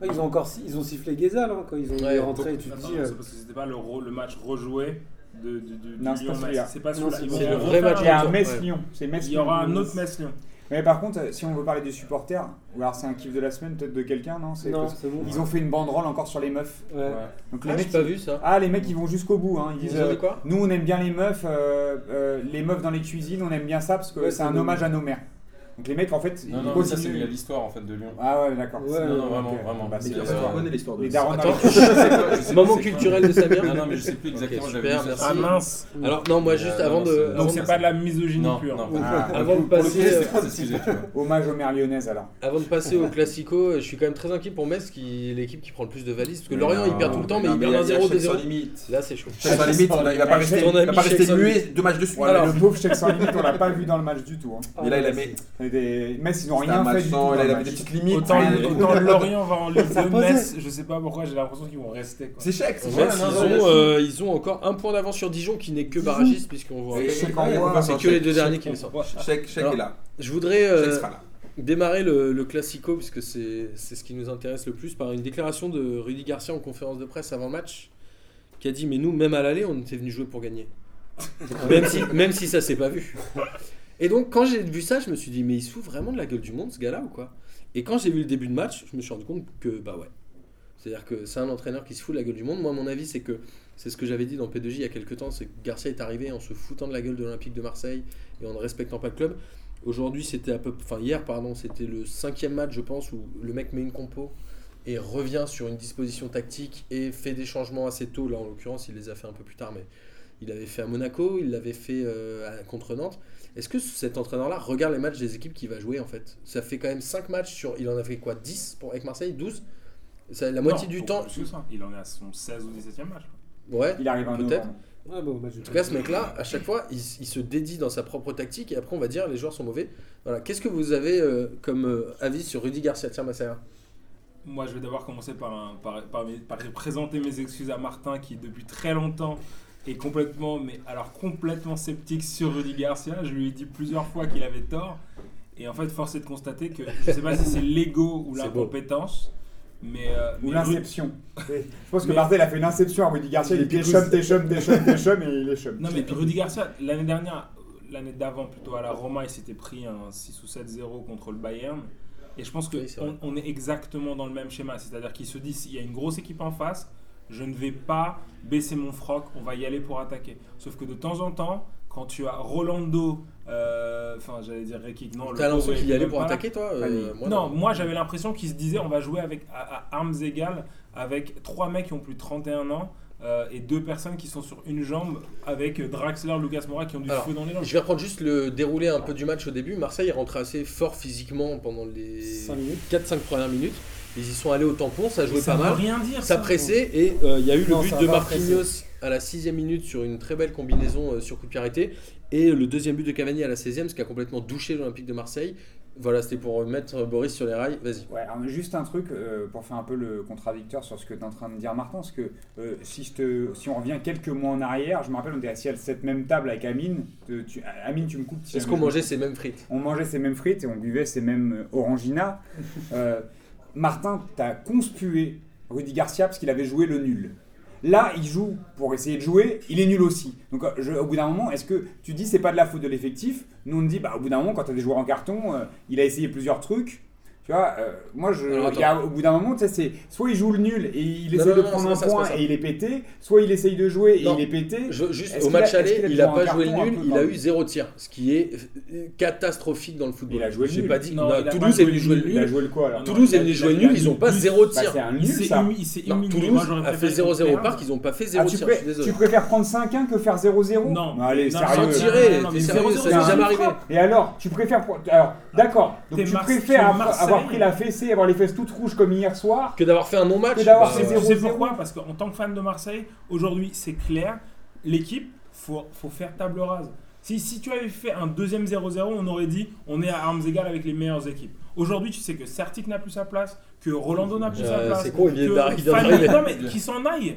Speaker 6: Ouais, Ils ont encore si- ils ont sifflé Guézal hein, quand ils ont
Speaker 1: Ouais,
Speaker 6: rentré. tu te
Speaker 4: Attends,
Speaker 6: dis.
Speaker 4: non,
Speaker 6: euh,
Speaker 4: c'est parce que c'était pas le, re- le match rejoué de, de, de-
Speaker 3: Non,
Speaker 4: du
Speaker 3: c'est pas
Speaker 4: Lyon-Metz.
Speaker 3: celui-là.
Speaker 4: C'est pas
Speaker 6: Non,
Speaker 4: celui-là.
Speaker 6: c'est-
Speaker 4: Ils vont
Speaker 1: c'est le
Speaker 4: refaire
Speaker 1: vrai match
Speaker 4: un-
Speaker 3: Il y a un
Speaker 1: Ouais.
Speaker 3: Metz-Lyon. C'est Metz
Speaker 4: Il y aura un autre Metz Lyon.
Speaker 3: Mais par contre, euh, si on veut parler des supporters, ou alors c'est un kiff de la semaine peut-être de quelqu'un, non, c'est
Speaker 6: Non,
Speaker 3: parce que-
Speaker 6: c'est bon.
Speaker 3: Ils ont fait une banderole encore sur les meufs.
Speaker 6: Ouais.
Speaker 3: Donc les
Speaker 1: Ah, J'ai
Speaker 3: mecs,
Speaker 1: pas vu ça.
Speaker 3: Ah, les mecs, ils vont jusqu'au bout. Hein. Ils disent
Speaker 1: Ils ont
Speaker 3: euh,
Speaker 1: dit quoi
Speaker 3: Nous, on aime bien les meufs, euh, euh, les meufs dans les cuisines, on aime bien ça parce que
Speaker 6: Ouais,
Speaker 3: c'est un
Speaker 6: c'est
Speaker 3: hommage à nos mères. Donc les mecs, en fait,
Speaker 5: Non,
Speaker 3: ils
Speaker 5: non, mais ça, c'est lié à
Speaker 3: continuent.
Speaker 5: l'histoire en fait de Lyon.
Speaker 3: Ah ouais, d'accord.
Speaker 6: Ouais,
Speaker 3: C'est-
Speaker 5: Non, non,
Speaker 3: ok.
Speaker 5: vraiment, vraiment.
Speaker 3: Bah, c'est
Speaker 5: Mais
Speaker 3: la
Speaker 5: euh,
Speaker 3: histoire.
Speaker 2: On connaît l'histoire de
Speaker 3: Les darons dans
Speaker 1: Attends.
Speaker 3: les
Speaker 5: je sais pas, je sais
Speaker 1: Moment
Speaker 5: pas c'est quoi.
Speaker 1: culturel de Samir.
Speaker 5: Non, non, mais je sais plus exactement.
Speaker 1: Ok,
Speaker 5: j'avais
Speaker 1: super,
Speaker 5: vu ça.
Speaker 1: merci.
Speaker 4: Ah mince
Speaker 1: Alors non, moi
Speaker 5: Mais,
Speaker 1: juste
Speaker 5: euh,
Speaker 1: avant
Speaker 5: non,
Speaker 1: de.
Speaker 5: non, c'est-
Speaker 1: avant
Speaker 4: Donc c'est
Speaker 1: de-
Speaker 4: pas de la misogynie
Speaker 5: Non,
Speaker 4: pure.
Speaker 5: non, pas-
Speaker 3: Ah,
Speaker 1: Avant de
Speaker 5: Pour le coup,
Speaker 1: passer. euh,
Speaker 5: c'est pas ce sujet, tu vois.
Speaker 3: Hommage aux mères lyonnaises alors.
Speaker 1: Avant de passer au Classico, euh, je suis quand même très inquiet pour Metz, qui est l'équipe qui prend le plus de valises. Parce que
Speaker 2: Mais
Speaker 1: Lorient,
Speaker 2: non,
Speaker 1: il perd tout le temps, mais
Speaker 2: non,
Speaker 1: il perd
Speaker 2: il y a
Speaker 1: 1-0,
Speaker 2: Chelsea sans
Speaker 1: 2-0.
Speaker 2: limite.
Speaker 1: Là, c'est chaud.
Speaker 2: Chelsea sans limite, il va pas rester
Speaker 1: Ton
Speaker 2: il va
Speaker 1: ami
Speaker 2: pas rester
Speaker 1: Chelsea.
Speaker 2: muet deux matchs de suite.
Speaker 3: Ouais,
Speaker 1: Alors-
Speaker 6: Ah
Speaker 3: Le pauvre Cheikh Sarimi, on l'a pas vu dans le match du tout. hein.
Speaker 2: Mais là, il a mis.
Speaker 3: Et Des... Metz, ils n'ont
Speaker 2: C'était
Speaker 3: rien
Speaker 2: un
Speaker 3: fait
Speaker 2: match
Speaker 3: du tout.
Speaker 2: sans-
Speaker 3: dans
Speaker 2: il
Speaker 3: le
Speaker 2: avait
Speaker 3: match.
Speaker 2: des petites limites.
Speaker 4: Autant,
Speaker 2: mais-
Speaker 4: autant Lorient va en Ligue
Speaker 6: Ça
Speaker 4: de
Speaker 6: posait.
Speaker 4: Metz, je sais pas pourquoi, j'ai l'impression qu'ils vont rester. Quoi.
Speaker 2: C'est chèque, c'est
Speaker 1: Metz,
Speaker 2: chèque.
Speaker 1: ils, ont, euh, ils ont encore un point d'avance sur Dijon qui n'est que barragiste puisqu'on voit.
Speaker 2: Et-
Speaker 3: Chèque
Speaker 2: et-
Speaker 3: en
Speaker 2: ouais,
Speaker 3: bois.
Speaker 2: on va
Speaker 1: C'est
Speaker 2: faire
Speaker 1: que les
Speaker 2: chèque.
Speaker 1: deux derniers qui le sont.
Speaker 2: Chèque, chèque
Speaker 1: Alors,
Speaker 2: est là.
Speaker 1: Je voudrais euh,
Speaker 2: Chèque sera là.
Speaker 1: démarrer le, le classico puisque c'est c'est ce qui nous intéresse le plus par une déclaration de Rudy Garcia en conférence de presse avant le match qui a dit mais nous même à l'aller on était venu jouer pour gagner même si même si ça s'est pas vu et donc quand j'ai vu ça je me suis dit mais il souffre vraiment de la gueule du monde ce gars-là ou quoi et quand j'ai vu le début de match je me suis rendu compte que bah ouais c'est-à-dire que c'est un entraîneur qui se fout de la gueule du monde moi mon avis c'est que c'est ce que j'avais dit dans P2J il y a quelques temps c'est que Garcia est arrivé en se foutant de la gueule de l'Olympique de Marseille et en ne respectant pas le club Aujourd'hui, c'était à peu, enfin hier, pardon, c'était le cinquième match, je pense, où le mec met une compo et revient sur une disposition tactique et fait des changements assez tôt. Là, en l'occurrence, il les a fait un peu plus tard, mais il l'avait fait à Monaco, il l'avait fait euh, à- contre Nantes. Est-ce que cet entraîneur-là regarde les matchs des équipes qu'il va jouer en fait Ça fait quand même 5 matchs sur. Il en a fait quoi 10 pour, avec Marseille 12 Ça- La moitié
Speaker 4: Non,
Speaker 1: du
Speaker 4: faut
Speaker 1: temps.
Speaker 4: plus que ça. hein. Il en est à son 16 ou 17 e match. quoi.
Speaker 1: Ouais.
Speaker 3: Il arrive en
Speaker 1: Peut-être.
Speaker 3: novembre.
Speaker 6: Ouais, bon, bah, je-
Speaker 1: En tout cas, ce mec-là, à chaque fois, il, s- il se dédie dans sa propre tactique et après, on va dire les joueurs sont mauvais. Voilà. Qu'est-ce que vous avez euh, comme euh, avis sur Rudy Garcia Tiens, Massaya.
Speaker 4: Moi, je vais d'abord commencer par, un- par, par mes- par présenter mes excuses à Martin qui, depuis très longtemps, est complètement, mais alors complètement sceptique sur Rudy Garcia. Je lui ai dit plusieurs fois qu'il avait tort. Et en fait, force est de constater que je sais pas si c'est l'ego ou
Speaker 1: C'est
Speaker 4: l'incompétence, mais, euh,
Speaker 3: Ou
Speaker 4: mais Rudy-
Speaker 3: l'inception. Je pense que
Speaker 4: Mais-
Speaker 3: Martel a fait une inception à Rudy Garcia. Il est
Speaker 2: L'épiceuse.
Speaker 3: chum, t'es chum, t'es chum, t'es chum, et il est chum.
Speaker 4: Non mais Rudy Garcia, l'année dernière, l'année d'avant plutôt à la Roma, il s'était pris un 6 ou 7-0 contre le Bayern. Et je pense qu'on
Speaker 1: Oui, c'est vrai.
Speaker 4: on est exactement dans le même schéma. C'est-à-dire qu'il se dit, s'il y a une grosse équipe en face, je ne vais pas baisser mon froc, on va y aller pour attaquer. Sauf que de temps en temps, quand tu as Rolando, euh, enfin j'allais dire Rekik, non, le
Speaker 1: T'as
Speaker 4: pauvre,
Speaker 1: l'impression
Speaker 4: il
Speaker 1: qu'il y
Speaker 4: était
Speaker 1: allait
Speaker 4: même
Speaker 1: pour
Speaker 4: pas là.
Speaker 1: attaquer, toi
Speaker 3: Ah,
Speaker 1: Euh,
Speaker 3: oui.
Speaker 1: moi,
Speaker 4: non, moi j'avais l'impression qu'ils se disaient on va jouer avec, à, à armes égales avec trois mecs qui ont plus de 31 ans euh, et deux personnes qui sont sur une jambe avec euh, Draxler, Lucas Moura qui ont du
Speaker 1: Alors,
Speaker 4: feu dans les
Speaker 1: Je
Speaker 4: langues.
Speaker 1: vais reprendre juste le déroulé un peu du match au début. Marseille est rentré assez fort physiquement pendant les
Speaker 6: Cinq minutes.
Speaker 1: 4-5 premières minutes. Ils y sont allés au tampon, ça jouait
Speaker 4: ça
Speaker 1: pas
Speaker 4: veut
Speaker 1: mal.
Speaker 4: rien dire.
Speaker 1: Ça pressait et euh, il y a eu
Speaker 6: Non,
Speaker 1: le
Speaker 6: ça
Speaker 1: but de
Speaker 6: va
Speaker 1: Marquinhos à la sixième minute sur une très belle combinaison euh, sur coup de pied arrêté et le deuxième but de Cavani à la 16e, ce qui a complètement douché l'Olympique de Marseille. Voilà, c'était pour mettre Boris sur les rails. Vas-y.
Speaker 3: Ouais, alors juste un truc euh, pour faire un peu le contradicteur sur ce que tu es en train de dire, Martin, parce que euh, si, je te- si on revient quelques mois en arrière, je me rappelle, on était assis à cette même table avec Amine. te- tu- Amine, tu me coupes. si
Speaker 1: Est-ce
Speaker 3: jamais
Speaker 1: qu'on
Speaker 3: je-
Speaker 1: mangeait ces mêmes frites
Speaker 3: On mangeait ces mêmes frites et on buvait ces mêmes euh, oranginas. Euh, Martin, t'as conspué Rudy Garcia parce qu'il avait joué le nul. Là, il joue pour essayer de jouer, il est nul aussi. Donc, euh, je- au bout d'un moment, est-ce que tu dis c'est pas de la faute de l'effectif Nous, on dit bah, au bout d'un moment, quand t'as des joueurs en carton, euh, il a essayé plusieurs trucs. Tu vois, euh, moi, je,
Speaker 1: Alors, attends.
Speaker 3: il y a- au bout d'un moment, tu sais, c'est soit il joue le nul et il
Speaker 1: Non,
Speaker 3: essaye
Speaker 1: non,
Speaker 3: de
Speaker 1: non,
Speaker 3: prendre
Speaker 1: c'est pas ça,
Speaker 3: un
Speaker 1: c'est
Speaker 3: point
Speaker 1: pas ça.
Speaker 3: et il est pété, soit il essaye de jouer
Speaker 1: Non.
Speaker 3: et il est pété.
Speaker 1: Je- juste
Speaker 3: Est-ce
Speaker 1: au
Speaker 3: qu'il a-
Speaker 1: match
Speaker 3: est-ce
Speaker 1: aller,
Speaker 3: qu'il a
Speaker 1: il
Speaker 3: joué
Speaker 1: n'a
Speaker 3: un
Speaker 1: pas joué le
Speaker 3: carton un
Speaker 1: nul,
Speaker 3: peu
Speaker 1: il
Speaker 3: dans
Speaker 1: a
Speaker 3: le-
Speaker 1: eu zéro tir, ce qui est euh, catastrophique dans le football.
Speaker 3: Il a joué le
Speaker 1: J'ai
Speaker 3: nul.
Speaker 1: pas dit.
Speaker 4: Non,
Speaker 1: non,
Speaker 4: il a
Speaker 1: Toulouse
Speaker 4: pas
Speaker 1: est
Speaker 4: joué
Speaker 1: venu
Speaker 4: le
Speaker 1: jouer le
Speaker 3: Il a
Speaker 1: nul.
Speaker 3: joué le quoi alors
Speaker 4: Non,
Speaker 1: Toulouse
Speaker 4: il
Speaker 1: est
Speaker 4: a-
Speaker 1: venu
Speaker 4: il a-
Speaker 1: jouer le
Speaker 4: il a
Speaker 1: nul, ils
Speaker 4: mis
Speaker 1: ont pas
Speaker 4: plus.
Speaker 1: zéro
Speaker 3: Bah,
Speaker 1: tir.
Speaker 3: c'est un
Speaker 4: Il
Speaker 3: nul
Speaker 4: s'est
Speaker 3: ça.
Speaker 4: humi- il s'est
Speaker 1: Non,
Speaker 4: humilié.
Speaker 1: Toulouse
Speaker 4: Moi, j'aurais
Speaker 1: a fait
Speaker 4: préféré
Speaker 1: 0-0 au
Speaker 4: perdre.
Speaker 1: parc, ils ont pas fait
Speaker 3: Ah,
Speaker 1: 0
Speaker 3: tu,
Speaker 1: tir,
Speaker 3: pré-
Speaker 1: je suis désolé.
Speaker 3: tu préfères prendre 5-1 que faire 0-0
Speaker 4: Non.
Speaker 3: allez,
Speaker 4: Non,
Speaker 3: sérieux.
Speaker 1: Sans
Speaker 4: non,
Speaker 1: tirer,
Speaker 4: non,
Speaker 1: t'es
Speaker 4: mais
Speaker 1: sérieux,
Speaker 4: 0-0,
Speaker 1: ça n'est
Speaker 3: c'est
Speaker 1: jamais
Speaker 4: un
Speaker 1: arrivé.
Speaker 4: frappe.
Speaker 3: Et alors, tu préfères. pro- Alors, d'accord. Donc
Speaker 4: Ah, T'es
Speaker 3: tu
Speaker 4: Marse-
Speaker 3: préfères
Speaker 4: tu es
Speaker 3: avoir- avoir
Speaker 4: Marseillais.
Speaker 3: pris la fessée, avoir les fesses toutes rouges comme hier soir.
Speaker 1: Que d'avoir fait un non-match.
Speaker 3: Que d'avoir
Speaker 1: bah,
Speaker 3: fait
Speaker 1: ouais.
Speaker 4: Tu sais
Speaker 3: 0-0.
Speaker 4: pourquoi Parce qu'en tant que fan de Marseille, aujourd'hui, c'est clair, l'équipe, faut, faut faire table rase. Si, si tu avais fait un deuxième 0-0, on aurait dit on est à armes égales avec les meilleures équipes. Aujourd'hui, tu sais que Certic n'a plus sa place, que Rolando n'a plus sa
Speaker 1: Euh,
Speaker 4: place.
Speaker 1: c'est con, il vient
Speaker 4: que
Speaker 1: d'arri- il vient
Speaker 4: Fabien-
Speaker 1: d'arriver.
Speaker 4: non, mais qui s'en aille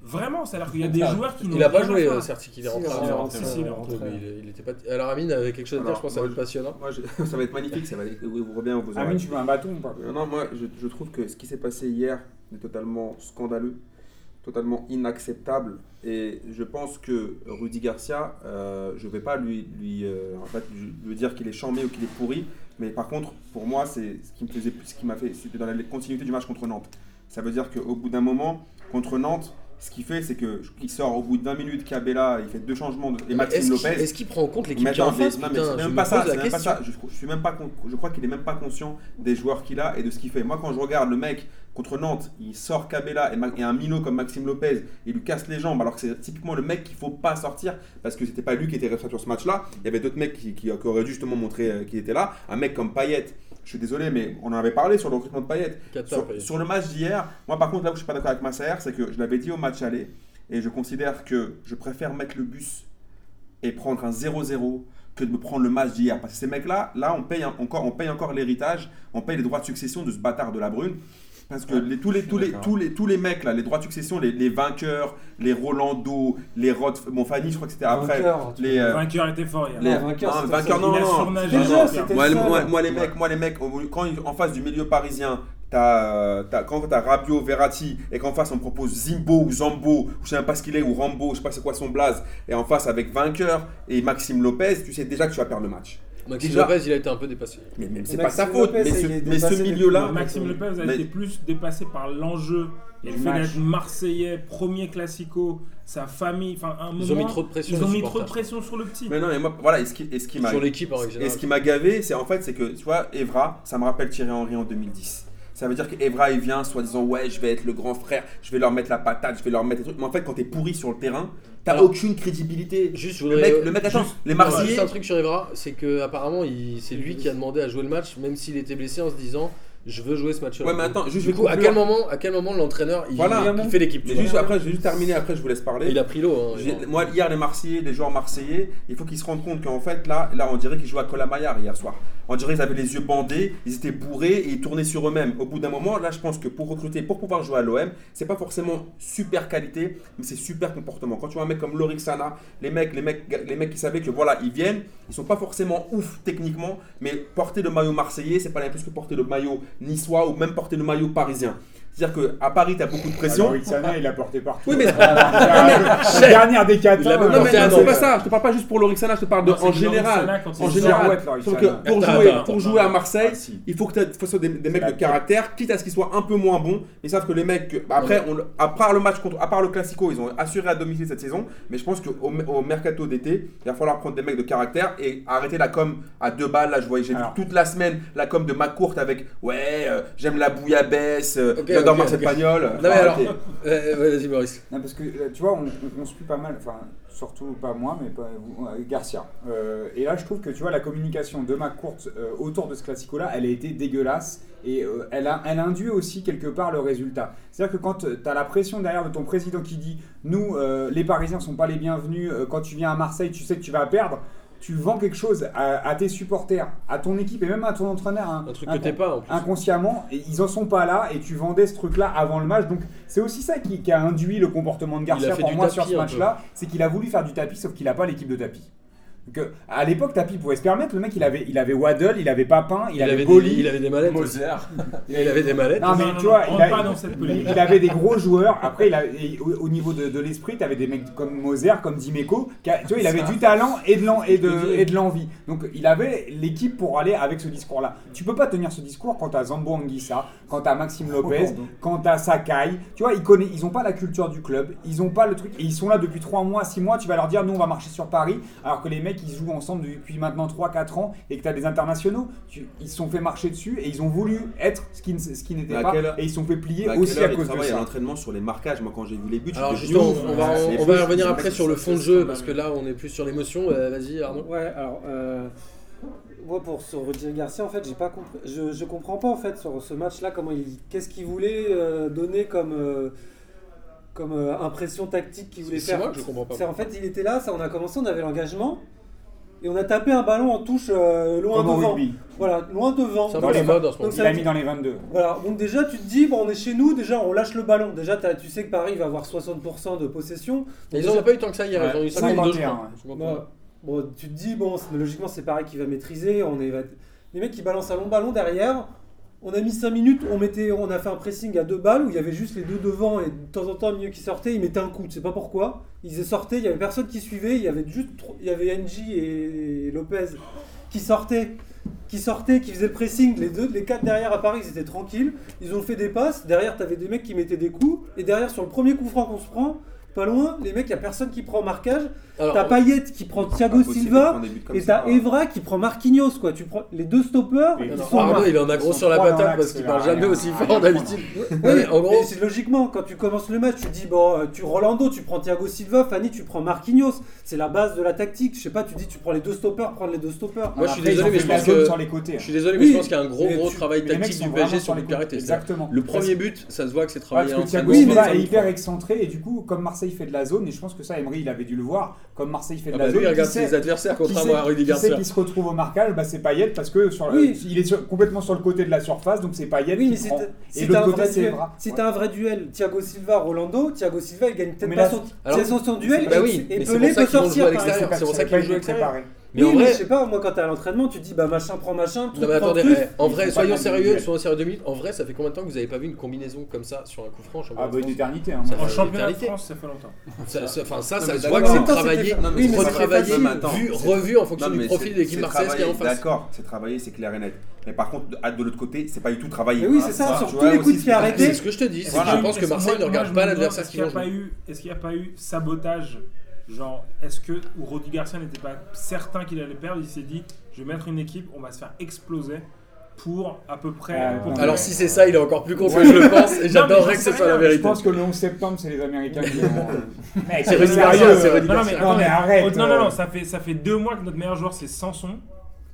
Speaker 4: Vraiment, c'est-à-dire qu'il y a des joueurs qui n'ont
Speaker 1: Il a pas
Speaker 4: rien à
Speaker 1: joué,
Speaker 4: faire.
Speaker 1: euh, Certi, qu'il est
Speaker 6: Si,
Speaker 1: rentré.
Speaker 6: il est
Speaker 1: à la fin.
Speaker 6: rentré,
Speaker 1: Ouais,
Speaker 4: si, il est
Speaker 1: ouais,
Speaker 6: rentré.
Speaker 1: mais il- il était pas- Alors Amine avait quelque chose à dire,
Speaker 2: Alors,
Speaker 1: je pense que ça va
Speaker 2: moi,
Speaker 1: être
Speaker 2: je-
Speaker 1: passionnant.
Speaker 2: Moi, je- ça va être magnifique, ça va aller- vous vous revient à vos
Speaker 3: Amine,
Speaker 2: oreilles.
Speaker 3: tu veux un bâton ou pas
Speaker 2: Euh, Non, moi, je, je trouve que ce qui s'est passé hier est totalement scandaleux, totalement inacceptable. Et je pense que Rudy Garcia, euh, je ne vais pas lui, lui, euh, en fait, lui- lui dire qu'il est chambé ou qu'il est pourri. Mais par contre, pour moi, c'est ce qui me faisait, ce qui m'a fait, c'était dans la continuité du match contre Nantes. Ça veut dire qu'au bout d'un moment, contre Nantes, ce qu'il fait, c'est que il sort au bout de 20 minutes, Cabella, il fait deux changements de- et
Speaker 1: Est-ce
Speaker 2: Maxime
Speaker 1: qu'il-
Speaker 2: Lopez.
Speaker 1: est-ce qu'il prend en compte l'équipe
Speaker 2: Mais
Speaker 1: qui est en
Speaker 2: attends, mais-
Speaker 1: face
Speaker 2: non, mais
Speaker 1: Putain,
Speaker 2: c'est
Speaker 1: je
Speaker 2: même
Speaker 1: me
Speaker 2: pas ça,
Speaker 1: pose
Speaker 2: c'est
Speaker 1: la
Speaker 2: même pas
Speaker 1: question.
Speaker 2: ça. Je, je suis même pas con- je crois qu'il est même pas conscient des joueurs qu'il a et de ce qu'il fait. Moi, quand je regarde le mec contre Nantes, il sort Cabella et, Ma- et un minot comme Maxime Lopez, il lui casse les jambes alors que c'est typiquement le mec qu'il faut pas sortir parce que c'était pas lui qui était responsable sur ce match-là. Il y avait d'autres mecs qui, qui- qui auraient dû justement montrer euh, qu'il était là. Un mec comme Payet. Je suis désolé, mais on en avait parlé sur le recrutement de Payet.
Speaker 1: Cata,
Speaker 2: Sur,
Speaker 1: Payet.
Speaker 2: sur le match d'hier, moi par contre là où je suis pas d'accord avec Massaer, c'est que je l'avais dit au match aller, et je considère que je préfère mettre le bus et prendre un 0-0 que de me prendre le match d'hier. Parce que ces mecs-là, là, on paye un- encore, on paye encore l'héritage, on paye les droits de succession de ce bâtard de la brune. Parce que les- tous, les, tous, les,
Speaker 5: D'accord.
Speaker 2: tous, les, tous les mecs, là, les droits de succession, les, les vainqueurs, les Rolando, les Roth, bon, Fanny, je crois que c'était après.
Speaker 6: Vainqueur, tu
Speaker 2: les, euh,
Speaker 4: Vainqueur était fort hier.
Speaker 2: les-
Speaker 6: Non, vainqueur,
Speaker 2: non,
Speaker 6: c'est
Speaker 2: vainqueur,
Speaker 6: ça,
Speaker 2: non,
Speaker 4: il a
Speaker 2: non,
Speaker 4: surnagé.
Speaker 2: non,
Speaker 6: Déjà,
Speaker 2: non.
Speaker 6: c'était
Speaker 2: Moi,
Speaker 6: le seul.
Speaker 2: moi- moi, les mecs, moi les mecs, au- quand ils- en face du milieu parisien, t'as, euh, t'as- quand t'as Rabiot, Verratti, et qu'en face on propose Zimbo ou Zambo, je sais même pas ce qu'il est, ou Rambo, je sais pas c'est quoi son blaze, et en face avec vainqueur et Maxime Lopez, tu sais déjà que tu vas perdre le match.
Speaker 1: Maxime
Speaker 2: Déjà-
Speaker 1: Lopez, il a été un peu dépassé.
Speaker 2: Mais, mais c'est
Speaker 6: Maxime
Speaker 2: pas sa
Speaker 6: Lopez,
Speaker 2: faute, mais ce,
Speaker 6: il est
Speaker 2: mais ce
Speaker 6: dépassé depuis
Speaker 2: milieu-là,
Speaker 6: longtemps.
Speaker 4: Maxime Lopez a
Speaker 2: Mais-
Speaker 4: été plus dépassé par l'enjeu et le
Speaker 3: Du
Speaker 4: fait
Speaker 3: match.
Speaker 4: d'être marseillais, premier classico, sa famille, enfin un moment.
Speaker 1: Ils ont mis trop de pression.
Speaker 4: ils ont
Speaker 1: aux
Speaker 4: mis trop de
Speaker 1: supporters.
Speaker 4: pression sur le petit.
Speaker 2: mais non, mais moi, voilà, et ce qui, et ce qui m'a
Speaker 1: Sur l'équipe en règle
Speaker 2: Et ce
Speaker 1: générale.
Speaker 2: qui m'a gavé, c'est en fait, c'est que tu vois, Evra, ça me rappelle Thierry Henry en 2010. Ça veut dire que Evra, il vient soi-disant, ouais, je vais être le grand frère, je vais leur mettre la patate, je vais leur mettre des trucs. Mais en fait, quand t'es pourri sur le terrain, t'as
Speaker 1: Alors-
Speaker 2: aucune crédibilité.
Speaker 1: Juste, je
Speaker 2: Le
Speaker 1: voudrais-
Speaker 2: mec, le mec, attends,
Speaker 1: juste-
Speaker 2: les
Speaker 1: non,
Speaker 2: Marseillais-
Speaker 1: Juste un truc sur Evra, c'est que apparemment, il- c'est lui qui a demandé à jouer le match, même s'il était blessé, en se disant, je veux jouer ce match-là.
Speaker 2: Ouais, mais attends, juste, je
Speaker 1: Du
Speaker 2: vais
Speaker 1: coup, à
Speaker 2: conclure.
Speaker 1: quel moment, à quel moment l'entraîneur il,
Speaker 2: Voilà.
Speaker 1: il fait l'équipe tu
Speaker 2: Mais
Speaker 1: vois
Speaker 2: juste après, je vais juste terminer, après, je vous laisse parler.
Speaker 1: Il a pris l'eau. hein,
Speaker 2: J'ai-
Speaker 1: genre.
Speaker 2: Moi, hier, les Marseillais, les joueurs marseillais, il faut qu'ils se rendent compte qu'en fait, là, là, on dirait qu'ils jouaient à Colamaillard hier soir. On dirait qu'ils avaient les yeux bandés, ils étaient bourrés et ils tournaient sur eux-mêmes. Au bout d'un moment, là, je pense que pour recruter, pour pouvoir jouer à l'OM, c'est pas forcément super qualité, mais c'est super comportement. Quand tu vois un mec comme Lorixana, les mecs, les mecs, les mecs qui savaient que voilà, ils viennent, ils sont pas forcément ouf techniquement, mais porter le maillot marseillais, c'est pas la même chose que porter le maillot niçois ou même porter le maillot parisien. C'est-à-dire qu'à Paris, t'as beaucoup de pression.
Speaker 3: Alors, Itsana, il l'a porté partout.
Speaker 2: Oui, mais
Speaker 3: La dernière euh, des quatre.
Speaker 1: Il l'a même
Speaker 2: Non, mais
Speaker 1: porté à
Speaker 2: c'est
Speaker 1: Nantes.
Speaker 2: pas ça, je te parle pas juste pour Lorixana, je te parle de,
Speaker 4: Non, Ah, c'est
Speaker 2: en
Speaker 4: que
Speaker 2: général.
Speaker 4: Lorenzana, quand il
Speaker 2: En
Speaker 4: se
Speaker 2: général,
Speaker 3: Zarouette, Lorixana.
Speaker 2: sauf que pour
Speaker 1: Attends,
Speaker 2: jouer,
Speaker 1: attends,
Speaker 2: pour
Speaker 1: attends,
Speaker 2: jouer à
Speaker 4: attends.
Speaker 2: Marseille,
Speaker 3: Ah, si.
Speaker 2: il faut que tu sois des, des mecs
Speaker 3: la
Speaker 2: de caractère, quitte à ce qu'ils soient un peu moins bons, mais savent que les mecs, que- bah, après, on, le- à part le match contre, à part le Classico, ils ont assuré à domicile cette saison, mais je pense qu'au au mercato d'été, il va falloir prendre des mecs de caractère et arrêter la com à deux balles. Là, je voyais, j'ai vu
Speaker 3: Alors.
Speaker 2: toute la semaine la com de McCourt avec ouais, euh, j'aime la bouillabaisse, euh,
Speaker 1: Ok,
Speaker 2: j'adore
Speaker 1: ok,
Speaker 2: Marcel
Speaker 1: ok.
Speaker 2: Pagnol.
Speaker 1: Non, mais
Speaker 2: Faut
Speaker 1: alors-
Speaker 2: arrêter.
Speaker 1: Euh, ouais, Vas-y, Maurice.
Speaker 3: Non, parce que euh, tu vois, on, on- on se pue pas mal, enfin, surtout pas moi, mais pas vous, euh, Garcia. Euh, et là, je trouve que tu vois, la communication de McCourt euh, autour de ce classico-là, elle a été dégueulasse et euh, elle, a, elle induit aussi quelque part le résultat. C'est-à-dire que quand tu as la pression derrière de ton président qui dit Nous, euh, les Parisiens sont pas les bienvenus, euh, quand tu viens à Marseille, tu sais que tu vas perdre. Tu vends quelque chose à, à tes supporters, à ton équipe et même à ton entraîneur. hein.
Speaker 1: Un truc
Speaker 3: Un
Speaker 1: que t'es pas en plus.
Speaker 3: inconsciemment, et ils en sont pas là et tu vendais ce truc-là avant le match. Donc c'est aussi ça qui, qui a induit le comportement de
Speaker 1: Il a
Speaker 3: Garcia
Speaker 1: fait
Speaker 3: pour
Speaker 1: du
Speaker 3: moi
Speaker 1: tapis
Speaker 3: sur ce
Speaker 1: un
Speaker 3: match-là, c'est qu'il a voulu faire du tapis sauf qu'il n'a pas l'équipe de tapis. Donc, euh, à l'époque, Tapi pouvait se permettre. Le mec, il avait, il avait Waddle, il avait Papin, il, avait
Speaker 1: des,
Speaker 3: Boli.
Speaker 1: il avait des mallettes.
Speaker 5: Moser.
Speaker 1: Il avait des mallettes.
Speaker 3: Non, mais
Speaker 4: Non, non,
Speaker 3: tu
Speaker 4: non,
Speaker 3: vois,
Speaker 4: on
Speaker 3: il, a-
Speaker 4: rentre pas dans cette polémique.
Speaker 3: il avait des gros joueurs. Après, il a- et au, au niveau de, de l'esprit, tu avais des mecs comme Moser, comme Dimeco. qui a- tu vois, il avait du talent et de l'en- et de- et de l'envie. Donc, il avait l'équipe pour aller avec ce discours-là. Tu peux pas tenir ce discours quand t'as Zambo Anguissa, quand t'as Maxime Lopez, quand t'as Sakai. Tu vois, ils connaissent, ils ont pas la culture du club, ils ont pas le truc. Et ils sont là depuis 3 mois, 6 mois. Tu vas leur dire, nous, on va marcher sur Paris, alors que les mecs, ils jouent ensemble depuis maintenant 3-4 ans et que t'as des internationaux. Tu- ils se sont fait marcher dessus et ils ont voulu être ce qui ne- ce qui n'était
Speaker 2: À
Speaker 3: pas.
Speaker 2: quelle heure-
Speaker 3: Et ils se sont fait plier
Speaker 2: Bah,
Speaker 3: aussi
Speaker 2: quelle
Speaker 3: à
Speaker 2: heure il
Speaker 3: cause de
Speaker 2: travaille à
Speaker 3: ça.
Speaker 2: l'entraînement sur les marquages. Moi, quand j'ai vu les buts,
Speaker 1: Alors
Speaker 2: j'étais
Speaker 1: justement,
Speaker 2: ouf.
Speaker 1: on va,
Speaker 2: C'est
Speaker 1: on
Speaker 2: fou,
Speaker 1: va y
Speaker 2: c'est
Speaker 1: revenir
Speaker 2: fou,
Speaker 1: après
Speaker 2: c'est
Speaker 1: sur le
Speaker 2: fou,
Speaker 1: fond de
Speaker 2: c'est
Speaker 1: jeu
Speaker 2: fou.
Speaker 1: parce que là on est plus sur l'émotion. Euh, Vas-y Arnaud.
Speaker 6: Ouais, alors, euh, moi pour sur Rudy Garcia, en fait, j'ai pas compris. Je, je comprends pas en fait sur ce match-là comment il, qu'est-ce qu'il voulait euh, donner comme euh, comme euh, impression tactique qu'il voulait
Speaker 1: C'est
Speaker 6: faire.
Speaker 1: moi que je comprends pas.
Speaker 6: C'est en fait, il était là, ça, on a commencé, on avait l'engagement. Et on a tapé un ballon en touche euh, loin
Speaker 3: Comme au
Speaker 6: devant.
Speaker 3: rugby.
Speaker 6: Voilà, loin devant.
Speaker 1: C'est un
Speaker 3: Dans
Speaker 1: peu la
Speaker 3: les-
Speaker 1: mode en ce moment.
Speaker 6: Donc
Speaker 3: Il
Speaker 6: ça-
Speaker 3: a mis dans les 22.
Speaker 6: Voilà, donc déjà tu te dis, bon, on est chez nous, déjà on lâche le ballon. Déjà t'as- tu sais que Paris va avoir 60% de possession.
Speaker 1: Mais
Speaker 6: Donc
Speaker 1: Ils en
Speaker 6: déjà-
Speaker 1: ont pas eu tant que ça hier. Ils ont eu 52 je
Speaker 3: 51,
Speaker 1: crois.
Speaker 3: ouais.
Speaker 1: Je comprends
Speaker 6: Bon,
Speaker 1: pas.
Speaker 6: bon, tu te dis, bon, c'est- logiquement, c'est pareil qui va maîtriser. On est, va- les mecs qui balancent un long ballon derrière. On a mis 5 minutes, on, mettait, on a fait un pressing à deux balles où il y avait juste les deux devant et de temps en temps un milieu qui sortait, ils mettaient un coup, tu sais pas pourquoi. Ils sortaient, il y avait personne qui suivait, il y avait juste trop- il y avait NJ et Lopez qui sortaient, qui sortaient, qui faisaient le pressing, les deux, les quatre derrière à Paris, ils étaient tranquilles, ils ont fait des passes, derrière t'avais des mecs qui mettaient des coups et derrière sur le premier coup franc qu'on se prend, pas loin, les mecs, il y a personne qui prend en marquage,
Speaker 1: Alors,
Speaker 6: T'as Payet qui prend Thiago
Speaker 2: Pas possible de
Speaker 6: Silva
Speaker 2: prendre des buts comme
Speaker 6: et
Speaker 2: ça. hein.
Speaker 6: t'as Evra qui prend Marquinhos quoi. Tu prends les deux stoppers.
Speaker 3: Et
Speaker 6: ils
Speaker 1: alors,
Speaker 6: sont
Speaker 1: Arnaud,
Speaker 6: mar-
Speaker 1: il en a gros
Speaker 3: Ils
Speaker 1: sur la
Speaker 3: sont trois dans
Speaker 1: patate
Speaker 3: l'axe,
Speaker 1: parce qu'il
Speaker 3: là,
Speaker 1: parle jamais
Speaker 3: rien-
Speaker 1: aussi
Speaker 3: rien
Speaker 1: fort
Speaker 3: à
Speaker 1: d'habitude.
Speaker 6: Oui,
Speaker 1: Mais En gros,
Speaker 6: mais c'est logiquement quand tu commences le match, tu dis bon, euh, tu Rolando, tu prends Thiago Silva, Fanny, tu prends Marquinhos. C'est la base de la tactique. Je sais pas, tu dis tu prends les deux stoppers, prendre les deux stoppers.
Speaker 1: Moi, je suis désolé, mais je pense que-
Speaker 3: Sur les côtés. hein.
Speaker 1: je suis désolé, mais je
Speaker 6: Oui,
Speaker 1: pense qu'il y a un gros
Speaker 6: mais
Speaker 1: gros
Speaker 6: tu-
Speaker 1: travail
Speaker 3: Mais les mecs
Speaker 1: tactique
Speaker 3: sont
Speaker 1: du
Speaker 3: vraiment
Speaker 1: PSG sur
Speaker 3: les
Speaker 1: le
Speaker 3: côtés.
Speaker 1: carité.
Speaker 3: Exactement.
Speaker 1: Le premier but, ça se voit que c'est
Speaker 3: Parce
Speaker 1: travaillé
Speaker 3: que
Speaker 1: en
Speaker 3: Thiago
Speaker 6: Oui,
Speaker 1: entraînement.
Speaker 6: mais-
Speaker 3: Silva est hyper excentré et du coup, comme Marseille Marseille fait de la zone, et je pense que ça, Emery, il avait dû le voir, comme Marseille fait de
Speaker 1: Ah
Speaker 3: la
Speaker 1: bah lui,
Speaker 3: zone. qui
Speaker 1: regarde
Speaker 3: sait-
Speaker 1: ses adversaires,
Speaker 3: qui sait-
Speaker 1: contrairement à Rudy
Speaker 3: qui sait
Speaker 1: Garcia.
Speaker 3: qui se retrouve au marquage, bah, c'est Payet parce que sur,
Speaker 6: Oui.
Speaker 3: euh, il est sur- complètement sur le côté de la surface, donc c'est Payet
Speaker 6: Oui, mais
Speaker 3: qui
Speaker 6: si
Speaker 3: prend.
Speaker 6: t'as-
Speaker 3: Et
Speaker 6: si
Speaker 3: l'autre
Speaker 6: t'as un
Speaker 3: côté,
Speaker 6: vrai
Speaker 3: c'est
Speaker 6: duel,
Speaker 3: Evra.
Speaker 6: si
Speaker 3: Ouais.
Speaker 6: t'as un vrai duel, Thiago Silva, Rolando, Thiago Silva, il gagne peut-être
Speaker 3: Mais
Speaker 6: pas
Speaker 3: là,
Speaker 6: son,
Speaker 1: alors-
Speaker 6: son, son duel.
Speaker 1: Bah
Speaker 6: et-
Speaker 1: oui,
Speaker 6: et
Speaker 1: mais c'est
Speaker 6: Pelé
Speaker 1: pour ça
Speaker 6: peut
Speaker 1: qu'ils vont
Speaker 6: sortir.
Speaker 1: jouer à
Speaker 6: par
Speaker 1: l'extérieur.
Speaker 6: exemple.
Speaker 1: C'est pour ça
Speaker 3: qu'il
Speaker 1: qu'il joue
Speaker 3: joue
Speaker 1: extérieur.
Speaker 3: préparé.
Speaker 1: Mais
Speaker 6: oui,
Speaker 1: en
Speaker 6: mais
Speaker 1: vrai,
Speaker 6: je sais pas, moi quand t'es à l'entraînement, tu dis bah machin prend machin, truc
Speaker 1: Non mais
Speaker 6: prend
Speaker 1: attendez,
Speaker 6: truc.
Speaker 1: eh, en
Speaker 3: Ils
Speaker 1: vrai,
Speaker 3: font pas
Speaker 1: soyons
Speaker 3: mal
Speaker 1: sérieux,
Speaker 3: d'individuels.
Speaker 1: soyons sérieux deux minutes. En vrai, ça fait combien de temps que vous avez pas vu une combinaison comme ça sur un coup franc en championnat
Speaker 3: Ah,
Speaker 1: de
Speaker 3: bah, une
Speaker 1: France
Speaker 3: éternité. hein.
Speaker 1: Ça
Speaker 4: En
Speaker 1: fait
Speaker 4: championnat de
Speaker 1: l'éternité.
Speaker 4: France, ça fait longtemps.
Speaker 1: Ça- ça- Enfin, ça,
Speaker 7: Non,
Speaker 1: ça
Speaker 7: mais
Speaker 1: se voit que
Speaker 7: d'accord.
Speaker 1: c'est
Speaker 7: En même temps,
Speaker 1: travaillé,
Speaker 7: Non,
Speaker 6: c'était-
Speaker 7: mais
Speaker 6: oui,
Speaker 7: c'est
Speaker 6: mais
Speaker 7: pas
Speaker 1: retravaillé,
Speaker 7: facile. Non, mais attends,
Speaker 1: vu,
Speaker 7: c'est-
Speaker 1: revu en fonction
Speaker 7: Non,
Speaker 1: du
Speaker 7: mais
Speaker 1: profil
Speaker 7: c'est-
Speaker 1: de l'équipe
Speaker 7: c'est
Speaker 1: marseillaise qui est en
Speaker 7: travaillé,
Speaker 1: face.
Speaker 2: D'accord, c'est travaillé, c'est clair et net. Mais par contre, de- à- de l'autre côté, c'est pas du tout travaillé. Hein.
Speaker 6: Mais oui, c'est
Speaker 7: Ah,
Speaker 6: ça,
Speaker 2: tu
Speaker 6: sur tous
Speaker 2: vois
Speaker 6: les
Speaker 2: aussi,
Speaker 6: coups de
Speaker 2: c'est-
Speaker 6: pied arrêtés.
Speaker 1: C'est ce que je te dis, c'est
Speaker 2: Voilà.
Speaker 1: que je pense que Marseille ne regarde pas l'adversaire
Speaker 4: qui
Speaker 1: qu'ils vont jouer.
Speaker 4: Est-ce qu'il n'y a pas eu sabotage Genre, est-ce que ou Roddy Garcia n'était pas certain qu'il allait perdre Il s'est dit, je vais mettre une équipe, on va se faire exploser pour à peu près.
Speaker 3: Ah,
Speaker 4: pour-
Speaker 1: Alors si c'est ça, il est encore plus con que je le pense, et j'adorerais
Speaker 4: j'en
Speaker 1: que ce
Speaker 4: sais
Speaker 1: soit la
Speaker 4: rien,
Speaker 3: Je
Speaker 1: vérité.
Speaker 3: pense que le 11 septembre, c'est les Américains qui vont. Mec,
Speaker 1: C'est Rudy
Speaker 3: sérieux,
Speaker 1: Garcia, c'est
Speaker 3: euh,
Speaker 1: Rudy
Speaker 4: Non, non, mais,
Speaker 1: Garcia.
Speaker 4: attends,
Speaker 3: Non, mais arrête,
Speaker 4: oh, non, non,
Speaker 3: euh.
Speaker 4: non, ça fait, ça fait deux mois que notre meilleur joueur c'est Sanson.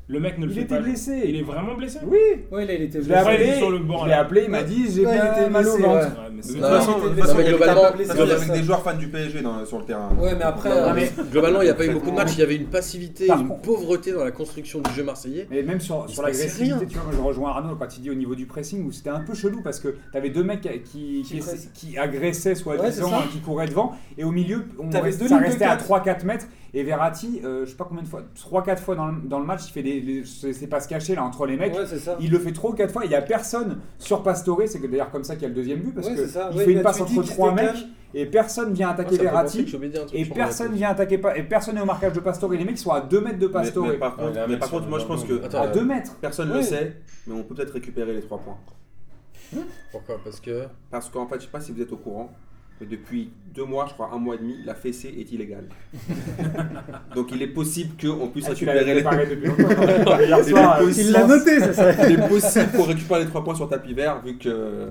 Speaker 4: Le mec ne le
Speaker 3: euh, Il
Speaker 4: fait
Speaker 3: était
Speaker 4: pas.
Speaker 3: blessé.
Speaker 4: Il est vraiment blessé
Speaker 3: Oui,
Speaker 6: Ouais, là il était
Speaker 3: je l'ai
Speaker 4: Ouais, il est
Speaker 3: appelé.
Speaker 4: sur le banc,
Speaker 3: Je l'ai
Speaker 4: là.
Speaker 3: appelé, il m'a dit j'ai
Speaker 6: Ouais, il
Speaker 3: bien
Speaker 6: était
Speaker 3: mal au
Speaker 6: blessé,
Speaker 3: ventre.
Speaker 4: Ouais, mais
Speaker 2: De
Speaker 4: c'est-
Speaker 2: toute
Speaker 1: Non,
Speaker 2: façon,
Speaker 1: non,
Speaker 2: de toute
Speaker 1: mais
Speaker 2: façon, il y avait
Speaker 1: globalement,
Speaker 2: pas- il y avait
Speaker 6: globalement,
Speaker 2: des joueurs fans du PSG dans- sur le terrain.
Speaker 6: Ouais, mais après,
Speaker 2: Non,
Speaker 6: euh,
Speaker 1: Non, mais globalement, il n'y a pas eu beaucoup de matchs. Il y avait une passivité,
Speaker 3: Par
Speaker 1: une
Speaker 3: contre-
Speaker 1: pauvreté dans la construction du jeu marseillais.
Speaker 3: Et même sur,
Speaker 1: Il
Speaker 3: sur
Speaker 1: se passait rien.
Speaker 3: l'agressivité, tu vois, moi, je rejoins Arnaud quand il dit au niveau du pressing où c'était un peu chelou parce que t'avais deux mecs qui, qui,
Speaker 6: Qui pressent.
Speaker 3: qui agressaient
Speaker 6: Ouais, c'est
Speaker 3: soi-disant,
Speaker 6: ça.
Speaker 3: hein, qui couraient devant, et au milieu, on
Speaker 6: T'avais
Speaker 3: reste-
Speaker 6: deux
Speaker 3: ça
Speaker 6: lignes de
Speaker 3: restait à
Speaker 6: quatre.
Speaker 3: 3-4 mètres. Et Verratti, euh, je sais pas combien de fois, 3-4 fois dans le, dans le match, il fait des, les- ses ses passes cachées là entre les mecs.
Speaker 6: ouais, c'est ça.
Speaker 3: Il le fait trop quatre fois, il n'y a personne sur Pastore, c'est que d'ailleurs comme ça qu'il y a le deuxième but, parce
Speaker 6: Ouais,
Speaker 3: que
Speaker 6: c'est ça.
Speaker 3: il
Speaker 6: Ouais,
Speaker 3: fait
Speaker 6: il a
Speaker 3: une passe
Speaker 6: Tudy
Speaker 3: entre
Speaker 6: qui se
Speaker 3: trois
Speaker 6: décale.
Speaker 3: mecs et personne vient
Speaker 1: Moi,
Speaker 3: attaquer
Speaker 1: ça me fait penser que
Speaker 3: Verratti.
Speaker 1: j'obéis à un truc
Speaker 3: Et
Speaker 1: sur
Speaker 3: personne
Speaker 1: Monaco.
Speaker 3: vient attaquer pas et personne n'est au marquage de Pastore. Les mecs sont à 2 mètres de
Speaker 2: Mais-
Speaker 3: Pastore.
Speaker 2: Mais, par contre,
Speaker 5: Ouais, Ah, il y a un
Speaker 2: mais
Speaker 5: mec
Speaker 2: par
Speaker 5: sur
Speaker 2: contre,
Speaker 5: le
Speaker 2: moi je pense
Speaker 5: banc, donc.
Speaker 2: que
Speaker 1: Attends,
Speaker 3: À
Speaker 1: euh,
Speaker 3: 2 mètres.
Speaker 2: personne ne
Speaker 6: Ouais.
Speaker 2: le sait, mais on peut peut-être récupérer les trois points.
Speaker 1: Pourquoi Parce que.
Speaker 2: Parce qu'en fait, je sais pas si vous êtes au courant, mais depuis deux mois, je crois un mois et demi, la fessée est illégale. Donc il est possible qu'on puisse
Speaker 3: Ah, tu l'avais
Speaker 2: récupérer les
Speaker 3: préparé depuis longtemps. Hier soir, euh,
Speaker 6: Il l'a noté, c'est ça.
Speaker 2: Il est possible qu'on récupère les trois points sur tapis vert, vu que.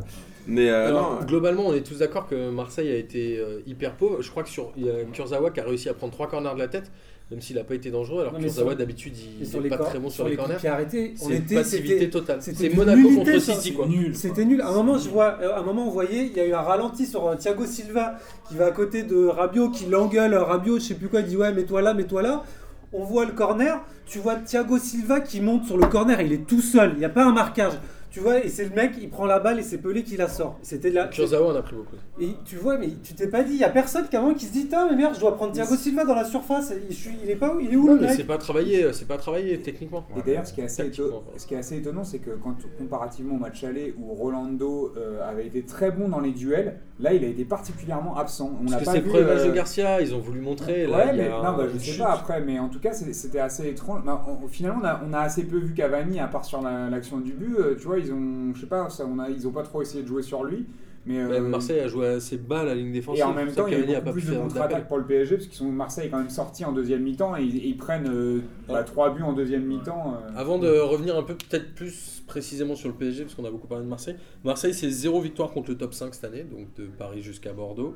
Speaker 2: Mais euh,
Speaker 1: Alors,
Speaker 2: non.
Speaker 1: globalement, on est tous d'accord que Marseille a été euh, hyper pauvre. Je crois que sur il y a Kurzawa qui a réussi à prendre trois corners de la tête, même s'il n'a pas été dangereux. Alors
Speaker 6: Non,
Speaker 1: que
Speaker 6: mais
Speaker 1: Kurzawa
Speaker 6: sur-
Speaker 1: d'habitude il
Speaker 6: Et sur
Speaker 1: n'est
Speaker 6: les
Speaker 1: pas
Speaker 6: cor-
Speaker 1: très bon sur
Speaker 6: sur
Speaker 1: les
Speaker 6: les coups
Speaker 1: corners.
Speaker 6: qui arrêtés, on
Speaker 1: C'est une
Speaker 6: était
Speaker 1: passivité
Speaker 6: c'était-
Speaker 1: totale.
Speaker 6: c'était
Speaker 1: C'est
Speaker 6: une
Speaker 1: Monaco
Speaker 6: nullité,
Speaker 1: contre
Speaker 6: ça,
Speaker 1: City
Speaker 6: c'est
Speaker 1: quoi.
Speaker 4: Nul.
Speaker 6: C'était nul. À un moment, je vois, euh, à un moment, on voyait, il y a eu un ralenti sur euh, Thiago Silva qui va à côté de Rabiot, qui l'engueule. Euh, Rabiot, je sais plus quoi, il dit ouais, mets-toi là, mets-toi là. On voit le corner. Tu vois Thiago Silva qui monte sur le corner. Il est tout seul. Il n'y a pas un marquage. Tu vois, et c'est le mec, il prend la balle et c'est Pelé qui la sort. C'était là.
Speaker 1: Kurzawa en a pris beaucoup.
Speaker 6: Et tu vois, mais tu t'es pas dit, il y a personne qui avant qui se dit, tiens, mais merde, je dois prendre Thiago Silva dans la surface. Je suis, il est pas où Il est où
Speaker 1: Non,
Speaker 6: le
Speaker 1: mais
Speaker 6: mec
Speaker 1: c'est pas travaillé, euh, c'est pas travaillé techniquement.
Speaker 3: Et d'ailleurs, ce qui est assez, éto-
Speaker 1: Tactiquement, ouais.
Speaker 3: ce qui est assez étonnant, c'est que quand, comparativement au match aller où Rolando euh, avait été très bon dans les duels, là, il a été particulièrement absent. On l'a
Speaker 1: Parce que
Speaker 3: pas
Speaker 1: c'est
Speaker 3: vu.
Speaker 1: preuve
Speaker 3: euh,
Speaker 1: de Garcia, ils ont voulu montrer. là,
Speaker 3: ouais,
Speaker 1: il y
Speaker 3: mais
Speaker 1: a
Speaker 3: non, bah, je
Speaker 1: une
Speaker 3: sais
Speaker 1: chute.
Speaker 3: pas après, mais en tout cas, c'est- c'était assez étrange. Bah, on- finalement, on a, on a assez peu vu Cavani, à part sur la- l'action du but. euh, tu vois, ils ont, je sais pas, ça, on a, ils ont pas trop essayé de jouer sur lui. Mais,
Speaker 1: Bah,
Speaker 3: euh,
Speaker 1: Marseille a joué assez bas à la ligne défensive.
Speaker 3: Et en même
Speaker 1: c'est pour ça
Speaker 3: temps, il y
Speaker 1: qu'Avani
Speaker 3: a eu
Speaker 1: a
Speaker 3: beaucoup
Speaker 1: pas pu
Speaker 3: plus de
Speaker 1: faire d'appel.
Speaker 3: contre-attaques pour le PSG, parce qu'ils sont Marseille est quand même sorti en deuxième mi-temps et ils, et ils prennent euh, bah,
Speaker 1: Ouais. Ah,
Speaker 3: trois buts en deuxième mi-temps. euh.
Speaker 1: Avant de revenir un peu peut-être plus précisément sur le PSG, parce qu'on a beaucoup parlé de Marseille, Marseille c'est zéro victoire contre le top 5 cette année, donc de Paris jusqu'à Bordeaux.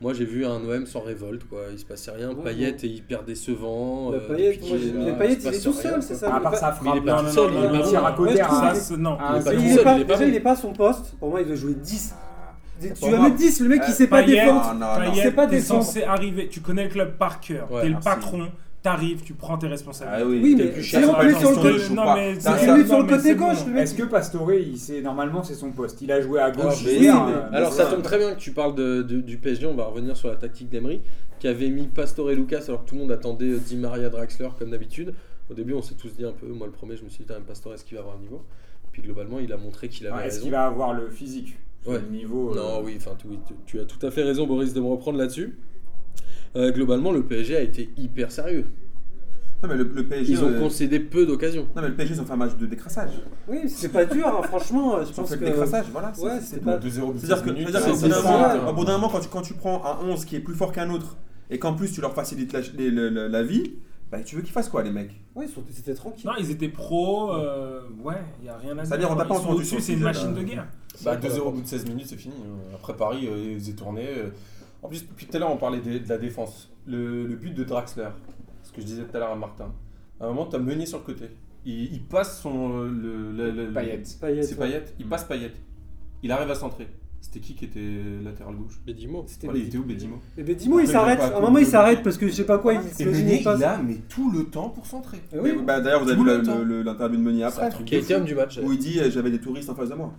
Speaker 1: Moi j'ai vu un OM sans révolte, quoi. il se passait rien,
Speaker 6: Ouais,
Speaker 1: Payet est hyper décevant.
Speaker 6: Bah,
Speaker 1: euh,
Speaker 6: Payet,
Speaker 1: depuis
Speaker 6: moi,
Speaker 1: qu'il
Speaker 6: je-
Speaker 1: là,
Speaker 6: mais
Speaker 1: il se
Speaker 6: Payet, il est
Speaker 1: passe
Speaker 6: tout
Speaker 1: rien,
Speaker 6: seul, c'est
Speaker 1: quoi.
Speaker 6: ça.
Speaker 3: Bah, à part sa
Speaker 1: Mais il est
Speaker 3: frappe.
Speaker 1: pas
Speaker 4: Non,
Speaker 1: tout
Speaker 4: non,
Speaker 1: seul,
Speaker 4: non,
Speaker 1: il est
Speaker 4: non,
Speaker 1: pas
Speaker 4: non,
Speaker 1: bon.
Speaker 3: tir à côté,
Speaker 6: Ouais, je trouve
Speaker 4: Ça,
Speaker 3: un-
Speaker 4: c'est- non.
Speaker 3: un-
Speaker 1: Il est pas
Speaker 6: Mais
Speaker 1: tout
Speaker 6: Ah, il est
Speaker 1: seul,
Speaker 6: pas,
Speaker 1: il est pas
Speaker 6: déjà,
Speaker 1: bon.
Speaker 6: il est pas à son poste. Pour moi, il doit jouer 10. Des-
Speaker 2: Pour
Speaker 6: Tu le
Speaker 2: moi,
Speaker 6: mets 10, le mec qui
Speaker 3: euh,
Speaker 6: sait pas
Speaker 4: Payet,
Speaker 6: défendre.
Speaker 2: non, Ah, non, non.
Speaker 4: Payet,
Speaker 6: C'est pas
Speaker 4: t'es
Speaker 6: décent.
Speaker 4: censé arriver. Tu connais le club par cœur.
Speaker 1: Ouais,
Speaker 4: T'es le
Speaker 2: merci.
Speaker 4: patron. T'arrives, tu prends tes responsabilités.
Speaker 2: Ah oui,
Speaker 6: Oui,
Speaker 2: t'es
Speaker 6: mais
Speaker 2: plus
Speaker 6: si
Speaker 2: cher,
Speaker 6: on
Speaker 2: par
Speaker 6: met
Speaker 2: exemple,
Speaker 6: sur le
Speaker 2: Sancho,
Speaker 6: côté-
Speaker 2: je
Speaker 4: non,
Speaker 2: crois.
Speaker 4: mais-
Speaker 2: Ça,
Speaker 4: c'est
Speaker 2: ça-
Speaker 6: Il est sur
Speaker 4: Non,
Speaker 6: le
Speaker 4: mais
Speaker 6: côté
Speaker 4: c'est
Speaker 6: gauche,
Speaker 4: bon.
Speaker 6: le mec.
Speaker 3: Est-ce que Pastore, il sait normalement c'est son poste Il a joué à
Speaker 1: Alors,
Speaker 3: gauche.
Speaker 2: mais-
Speaker 3: hier,
Speaker 6: oui, mais-
Speaker 3: euh,
Speaker 1: Alors
Speaker 3: mais
Speaker 1: ça
Speaker 3: voilà.
Speaker 1: tombe très bien que tu parles de- de- du PSG, on va revenir sur la tactique d'Emery, qui avait mis Pastore et Lucas alors que tout le monde attendait euh, Di Maria Draxler comme d'habitude. Au début on s'est tous dit un peu, moi le premier je me suis dit Putain, Pastore est-ce qu'il va avoir un niveau Puis globalement il a montré qu'il avait
Speaker 3: Ouais, Ah, Est-ce
Speaker 1: raison.
Speaker 3: qu'il va avoir le physique
Speaker 1: Ouais.
Speaker 3: Le niveau. euh,
Speaker 1: Non oui, enfin tu, oui, tu- tu as tout à fait raison Boris de me reprendre là-dessus. Euh, globalement le PSG a été hyper sérieux.
Speaker 2: Non, mais le, le PSG.
Speaker 1: Ils ont
Speaker 2: euh,
Speaker 1: concédé peu d'occasions.
Speaker 2: Non, mais le PSG, ils ont fait un match de décrassage.
Speaker 6: Oui, c'est pas dur, hein, franchement. Je
Speaker 2: Ils ont
Speaker 6: pense
Speaker 2: fait
Speaker 6: que.
Speaker 2: le décrassage, voilà. c'est-
Speaker 6: Ouais,
Speaker 2: c'est-
Speaker 6: c'est
Speaker 2: c'est
Speaker 6: pas.
Speaker 5: De 0
Speaker 2: C'est-à-dire que, c'est-à-dire
Speaker 1: Ouais,
Speaker 2: qu'au bout d'un
Speaker 1: c'est
Speaker 2: moment,
Speaker 1: ça.
Speaker 2: au bout d'un moment, quand tu, quand tu prends un 11 qui est plus fort qu'un autre et qu'en plus tu leur facilites la, les- le- le- la vie, bah, tu veux qu'ils fassent quoi, les mecs
Speaker 6: Ouais, ils sont- c'était tranquille.
Speaker 4: Non, ils étaient pros. euh, ouais, il n'y a rien à dire.
Speaker 2: C'est-à-dire, on t'a pas
Speaker 4: Ils sont
Speaker 2: entendu
Speaker 4: au-dessus,
Speaker 2: sur ce
Speaker 4: C'est une
Speaker 2: sujet-là.
Speaker 4: machine de guerre.
Speaker 5: Bah, 2-0 au bout de 16 minutes, c'est fini. Euh, Après Paris, euh, ils faisaient tourner. Euh, En plus, depuis tout à l'heure, on parlait des- de, la défense. Le, le but de Draxler, ce que je disais tout à l'heure à Martin, à un moment, tu as mené sur le côté. Il, il passe son. euh, le, le- le-
Speaker 3: Payet.
Speaker 6: Payet,
Speaker 5: C'est
Speaker 6: ouais.
Speaker 5: Payet. Il passe Payet. Il arrive à centrer. C'était qui qui était latéral gauche
Speaker 1: Bédimo.
Speaker 6: C'était
Speaker 5: Voilà, Il
Speaker 6: Bédi-
Speaker 5: était où Bédimo
Speaker 6: Mais Bédimo, il
Speaker 5: Après, il a
Speaker 6: s'arrête.
Speaker 5: pas
Speaker 6: À un
Speaker 5: coupé
Speaker 6: moment, il
Speaker 5: le-
Speaker 6: s'arrête parce que je sais pas quoi, il
Speaker 5: Et
Speaker 6: se
Speaker 5: Meunier,
Speaker 6: logine pas.
Speaker 5: il a mais tout le temps pour centrer.
Speaker 6: Eh oui.
Speaker 2: Mais, bah, D'ailleurs, vous avez
Speaker 5: Tout
Speaker 2: vu
Speaker 5: le
Speaker 2: le-
Speaker 5: temps.
Speaker 2: le- le- l'interview de Meunier
Speaker 5: C'est un
Speaker 2: après
Speaker 5: truc
Speaker 1: Qui a
Speaker 5: de
Speaker 1: été
Speaker 5: fou.
Speaker 1: homme du match.
Speaker 2: où il dit euh, j'avais des touristes en face de moi.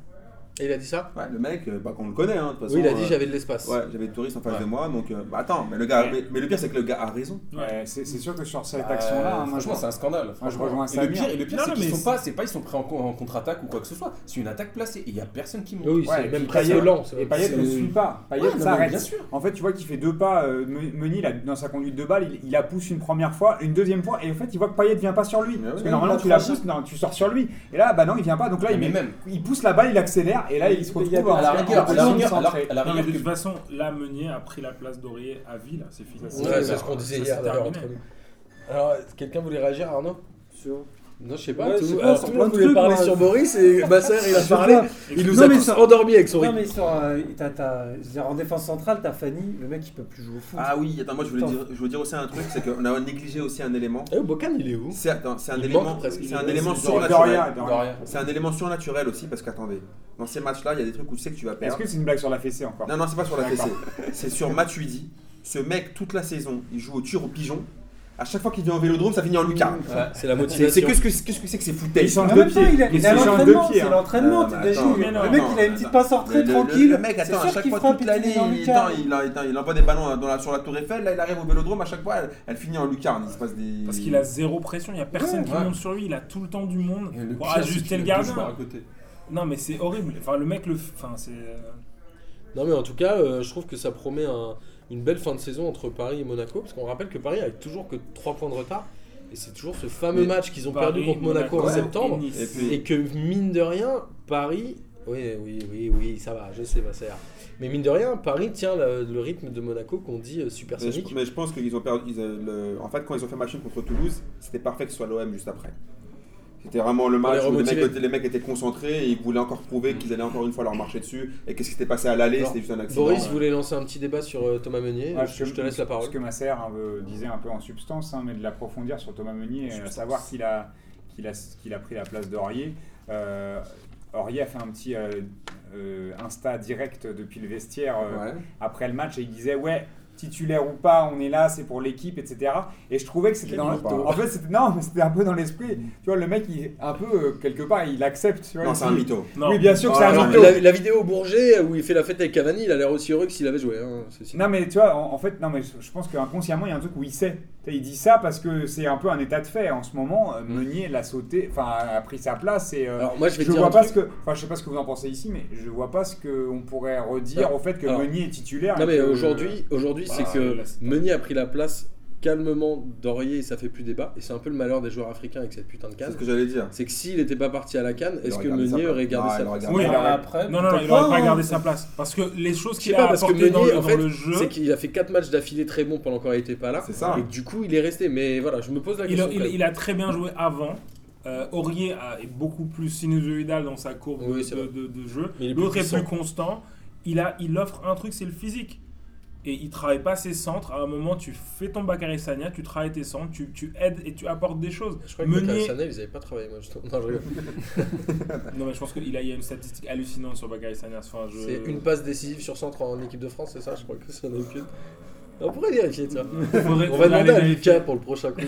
Speaker 1: Et il a dit ça
Speaker 2: Ouais, le mec, euh, bah, on le connaît, hein, de toute façon.
Speaker 1: Oui, il a dit
Speaker 2: euh,
Speaker 1: j'avais de l'espace.
Speaker 2: Ouais, j'avais des touristes en face
Speaker 5: Ouais.
Speaker 2: de moi, donc euh, bah, attends, mais le gars,
Speaker 4: Ouais.
Speaker 2: mais, mais le pire c'est que le gars a raison.
Speaker 3: Ouais, Euh, c'est c'est sûr que sur cette
Speaker 5: Euh,
Speaker 3: action-là, hein, moi je
Speaker 5: franchement, c'est un scandale.
Speaker 3: Moi, je
Speaker 5: franchement.
Speaker 3: rejoins
Speaker 5: et le
Speaker 3: Samir.
Speaker 5: pire, et le pire,
Speaker 4: Non,
Speaker 5: c'est
Speaker 4: non,
Speaker 5: qu'ils
Speaker 4: mais
Speaker 5: sont
Speaker 4: c'est-
Speaker 5: pas, c'est pas, ils sont pris en, en contre-attaque ou quoi que ce soit. C'est une attaque placée. Il y a personne qui monte.
Speaker 1: Oui,
Speaker 3: Ouais,
Speaker 1: c'est
Speaker 3: et
Speaker 1: même
Speaker 3: puis
Speaker 1: pas
Speaker 3: Payet-
Speaker 1: violent.
Speaker 3: Et Payet ne
Speaker 5: C'est-
Speaker 3: suit pas. Payet
Speaker 5: Ouais, non, mais
Speaker 3: s'arrête.
Speaker 5: bien sûr.
Speaker 3: En fait, tu vois qu'il fait deux pas. euh, Me- Meunier, là, dans sa conduite de balle, il, il la pousse une première fois, une deuxième fois, et en fait, il voit que Payet vient pas sur lui.
Speaker 2: Mais
Speaker 3: Parce
Speaker 2: oui,
Speaker 3: que
Speaker 2: oui,
Speaker 3: normalement,
Speaker 2: il a
Speaker 3: tu la
Speaker 2: franchi.
Speaker 3: pousses, non, tu sors sur lui. Et là, bah non, il vient pas. Donc là, il,
Speaker 5: mais
Speaker 3: met-
Speaker 5: même.
Speaker 3: il pousse la balle, il accélère, et là, il se
Speaker 6: Mais il y a-
Speaker 3: retrouve
Speaker 5: À la
Speaker 3: en- en
Speaker 5: rigueur, à la
Speaker 3: position de
Speaker 5: rigueur, à la-
Speaker 3: centrer.
Speaker 5: à la
Speaker 4: Non, mais
Speaker 5: rigueur
Speaker 4: de
Speaker 5: du-
Speaker 4: toute façon, là, Meunier a pris la place d'Aurier à vie, là, c'est fini.
Speaker 1: Ouais, c'est ce qu'on disait
Speaker 4: Ça,
Speaker 1: hier
Speaker 4: c'est
Speaker 1: d'ailleurs
Speaker 4: terminé.
Speaker 1: entre nous. Alors, quelqu'un voulait réagir, Arnaud
Speaker 6: Sur-
Speaker 1: Non, je sais pas.
Speaker 6: Ouais,
Speaker 1: tout
Speaker 6: je sais pas,
Speaker 1: alors,
Speaker 6: sur
Speaker 1: tout le
Speaker 6: plein
Speaker 1: monde
Speaker 6: de
Speaker 1: voulait
Speaker 6: trucs,
Speaker 1: parler
Speaker 6: moi.
Speaker 1: sur Boris et Basser, il a
Speaker 6: Sur
Speaker 1: parlé.
Speaker 6: quoi
Speaker 1: Il nous
Speaker 6: Non,
Speaker 1: a
Speaker 6: mais
Speaker 1: tous
Speaker 6: ça-
Speaker 1: endormis avec son
Speaker 6: Non,
Speaker 1: rire.
Speaker 6: mais sur, euh, t'as- t'as- je veux dire, en défense centrale, t'as Fanny, le mec il peut plus jouer au foot.
Speaker 2: Ah oui, attends, moi je voulais
Speaker 6: Attends.
Speaker 2: dire, je voulais dire aussi un truc, c'est qu'on a négligé aussi un élément.
Speaker 1: Eh, Bocan, il est où
Speaker 2: C'est attends, c'est un
Speaker 1: Il
Speaker 2: élément,
Speaker 1: manque presque.
Speaker 2: c'est un
Speaker 1: Il-
Speaker 2: élément
Speaker 1: c'est-
Speaker 3: Doria,
Speaker 2: surnaturel.
Speaker 3: Doria.
Speaker 5: Doria.
Speaker 2: C'est un élément surnaturel aussi parce qu'attendez, dans ces matchs-là, il y a des trucs où tu sais que tu vas
Speaker 3: Est-ce
Speaker 2: perdre.
Speaker 3: que c'est une blague sur la fessée encore
Speaker 2: Non, non, c'est pas sur la TC. C'est sur Matuidi. Ce mec, toute la saison, il joue au tir au pigeon. À chaque fois qu'il vient en vélodrome, ça finit en lucarne.
Speaker 1: C'est la
Speaker 2: C'est c'est
Speaker 1: motivation.
Speaker 2: que ce que c'est que ce que c'est que ces
Speaker 3: Il
Speaker 2: foutaise.
Speaker 3: change
Speaker 6: En
Speaker 3: de
Speaker 6: même temps,
Speaker 3: pied.
Speaker 6: il a-
Speaker 3: Il
Speaker 6: il a
Speaker 3: change de
Speaker 6: l'entraînement,
Speaker 3: pied.
Speaker 6: c'est
Speaker 3: hein.
Speaker 6: l'entraînement.
Speaker 2: Non, non,
Speaker 6: t'es
Speaker 2: mais
Speaker 6: déjà-
Speaker 2: attends,
Speaker 6: Le
Speaker 4: attends,
Speaker 6: mec, il a une petite passe
Speaker 2: Le-
Speaker 6: entrée
Speaker 2: le-
Speaker 6: tranquille.
Speaker 2: Le mec,
Speaker 6: C'est
Speaker 2: attends, à
Speaker 6: sûr
Speaker 2: chaque
Speaker 6: qu'il
Speaker 2: fois,
Speaker 6: frappe,
Speaker 2: toute
Speaker 6: il finit
Speaker 2: l'année,
Speaker 6: dans le
Speaker 2: il,
Speaker 6: cadre.
Speaker 2: attends, il, a- attends, il envoie des ballons dans la- sur la Tour Eiffel. Là, il arrive au vélodrome. À chaque fois, elle, elle finit en lucarne. Il se passe des.
Speaker 4: Parce qu'il a zéro pression, il n'y a personne qui
Speaker 5: Ouais.
Speaker 4: monte sur lui, il a tout le temps du monde
Speaker 5: Et le
Speaker 4: pour
Speaker 5: pire, c'est qu'il
Speaker 4: ajuster
Speaker 5: a
Speaker 4: le
Speaker 5: deux joueurs à
Speaker 4: gardien.
Speaker 5: côté.
Speaker 4: Non, mais c'est horrible. Enfin, le mec, le. f- Enfin, c'est. euh,
Speaker 1: Non, mais en tout cas, euh, je trouve que ça promet un- une belle fin de saison entre Paris et Monaco. Parce qu'on rappelle que Paris a toujours que 3 points de retard. Et c'est toujours ce fameux
Speaker 2: Mais
Speaker 1: match qu'ils ont perdu
Speaker 4: Paris,
Speaker 1: contre Monaco, en
Speaker 4: ouais,
Speaker 1: septembre.
Speaker 4: et Nice.
Speaker 2: Et puis-
Speaker 1: Et que mine de rien, Paris. Oui, oui, oui, oui, ça va, je sais, bah, ça ira. Mais mine de rien, Paris tient le, le rythme de Monaco qu'on dit euh,
Speaker 2: Mais je,
Speaker 1: supersonique.
Speaker 2: mais je pense qu'ils ont perdu. ils, euh, le- en fait, quand ils ont fait match nul contre Toulouse, c'était parfait que ce soit l'OM juste après. C'était vraiment le match
Speaker 1: les
Speaker 2: où les mecs,
Speaker 1: remotiver.
Speaker 2: étaient- les mecs étaient concentrés et ils voulaient encore prouver qu'ils allaient encore une fois leur marcher dessus. Et qu'est-ce qui s'était passé à l'aller
Speaker 1: Alors,
Speaker 2: C'était juste un accident.
Speaker 1: Boris voulait lancer un petit débat sur euh, Thomas Meunier.
Speaker 3: Ouais,
Speaker 1: je, je te laisse la parole.
Speaker 3: Ce Ah, que Masser hein, euh, disait un peu en substance, hein, mais de l'approfondir sur Thomas Meunier, euh, à savoir qu'il a, qu'il a, qu'il a pris la place d'Aurier. Euh, Aurier a fait un petit euh, euh, Insta direct depuis le vestiaire euh,
Speaker 2: Ouais.
Speaker 3: après le match et il disait ouais titulaire ou pas on est là c'est pour l'équipe etc et je trouvais que c'était
Speaker 1: Quel
Speaker 3: dans
Speaker 1: mytho.
Speaker 3: en fait c'était non mais c'était un peu dans l'esprit tu vois le mec il un peu euh, quelque part il accepte tu vois,
Speaker 2: Non,
Speaker 3: il
Speaker 2: c'est un
Speaker 3: dit-
Speaker 2: mytho.
Speaker 4: Non.
Speaker 3: oui bien sûr que
Speaker 2: Oh
Speaker 3: c'est
Speaker 2: là
Speaker 3: un
Speaker 2: là,
Speaker 3: mytho
Speaker 2: mais
Speaker 1: La, la vidéo au Bourget où il fait la fête avec Cavani, il a l'air aussi heureux que s'il avait joué. hein, ceci.
Speaker 3: Non mais tu vois, en, en fait, non mais je, je pense qu'inconsciemment il y a un truc où il sait. Tu sais, il dit ça parce que c'est un peu un état de fait. En ce moment, euh, Meunier l'a sauté, enfin a a pris sa place et. euh,
Speaker 1: Alors moi je vais
Speaker 3: je
Speaker 1: te dire
Speaker 3: vois
Speaker 1: un
Speaker 3: pas
Speaker 1: truc.
Speaker 3: ce que, enfin je sais pas ce que vous en pensez ici, mais je vois pas ce que on pourrait redire
Speaker 1: Ah,
Speaker 3: au fait que
Speaker 1: alors.
Speaker 3: Meunier est titulaire.
Speaker 1: Non
Speaker 3: et
Speaker 1: mais
Speaker 3: que-
Speaker 1: aujourd'hui, aujourd'hui
Speaker 4: Bah,
Speaker 1: c'est que
Speaker 4: Ah, là, c'est-
Speaker 1: Meunier a pris la place calmement d'Aurier et ça fait plus débat. Et c'est un peu le malheur des joueurs africains avec cette putain de
Speaker 2: C'est
Speaker 1: canne.
Speaker 2: ce que j'allais dire.
Speaker 1: C'est que s'il n'était pas parti à la canne,
Speaker 2: Il
Speaker 1: est-ce
Speaker 2: aurait
Speaker 1: que
Speaker 2: gardé sa
Speaker 1: Meunier
Speaker 2: place.
Speaker 1: aurait gardé
Speaker 2: Non,
Speaker 1: sa
Speaker 2: il aurait
Speaker 1: place
Speaker 2: gardé
Speaker 4: Oui,
Speaker 2: sa
Speaker 4: alors,
Speaker 2: place.
Speaker 6: après,
Speaker 4: Non, non, non, il
Speaker 6: peut-être
Speaker 4: aurait pas
Speaker 6: hein.
Speaker 4: gardé sa place. Parce que les choses
Speaker 1: Je sais
Speaker 4: qu'il
Speaker 1: pas
Speaker 4: a
Speaker 1: parce que
Speaker 4: apportées dans
Speaker 1: Meunier
Speaker 4: le,
Speaker 1: en
Speaker 4: dans
Speaker 1: fait,
Speaker 4: le jeu,
Speaker 1: c'est qu'il a fait 4 matchs d'affilée très bons pendant qu'on était pas là.
Speaker 2: C'est ça.
Speaker 1: Et que du coup, il est resté. Mais voilà, je me pose la
Speaker 4: il,
Speaker 1: question. quand
Speaker 4: il-
Speaker 1: même.
Speaker 4: il a très bien joué avant. Euh, Aurier a- est beaucoup plus sinusoïdal dans sa courbe
Speaker 1: Oui, c'est
Speaker 4: de, de- de jeu.
Speaker 1: Mais il est plus
Speaker 4: L'autre est
Speaker 1: puissant.
Speaker 4: plus constant. Il, a, il offre un truc, c'est le physique. Et il travaille pas ses centres. À un moment, tu fais ton Bakary Sagna, tu travailles tes centres, tu, tu aides et tu apportes des choses.
Speaker 1: Je crois que
Speaker 4: Meunier-
Speaker 1: Meunier... ils n'avaient pas travaillé. Moi, justement. Non, je rigole.
Speaker 4: Non, mais je pense qu'il a, il y a une statistique hallucinante sur Bakary Sagna. Enfin, je-
Speaker 1: C'est une passe décisive sur centre en équipe de France, c'est ça Je crois que c'est en équipe. On pourrait vérifier, tiens.
Speaker 4: Faudrait-
Speaker 1: On va
Speaker 4: faudrait
Speaker 1: demander à
Speaker 4: aller
Speaker 1: Lucas pour le prochain coup.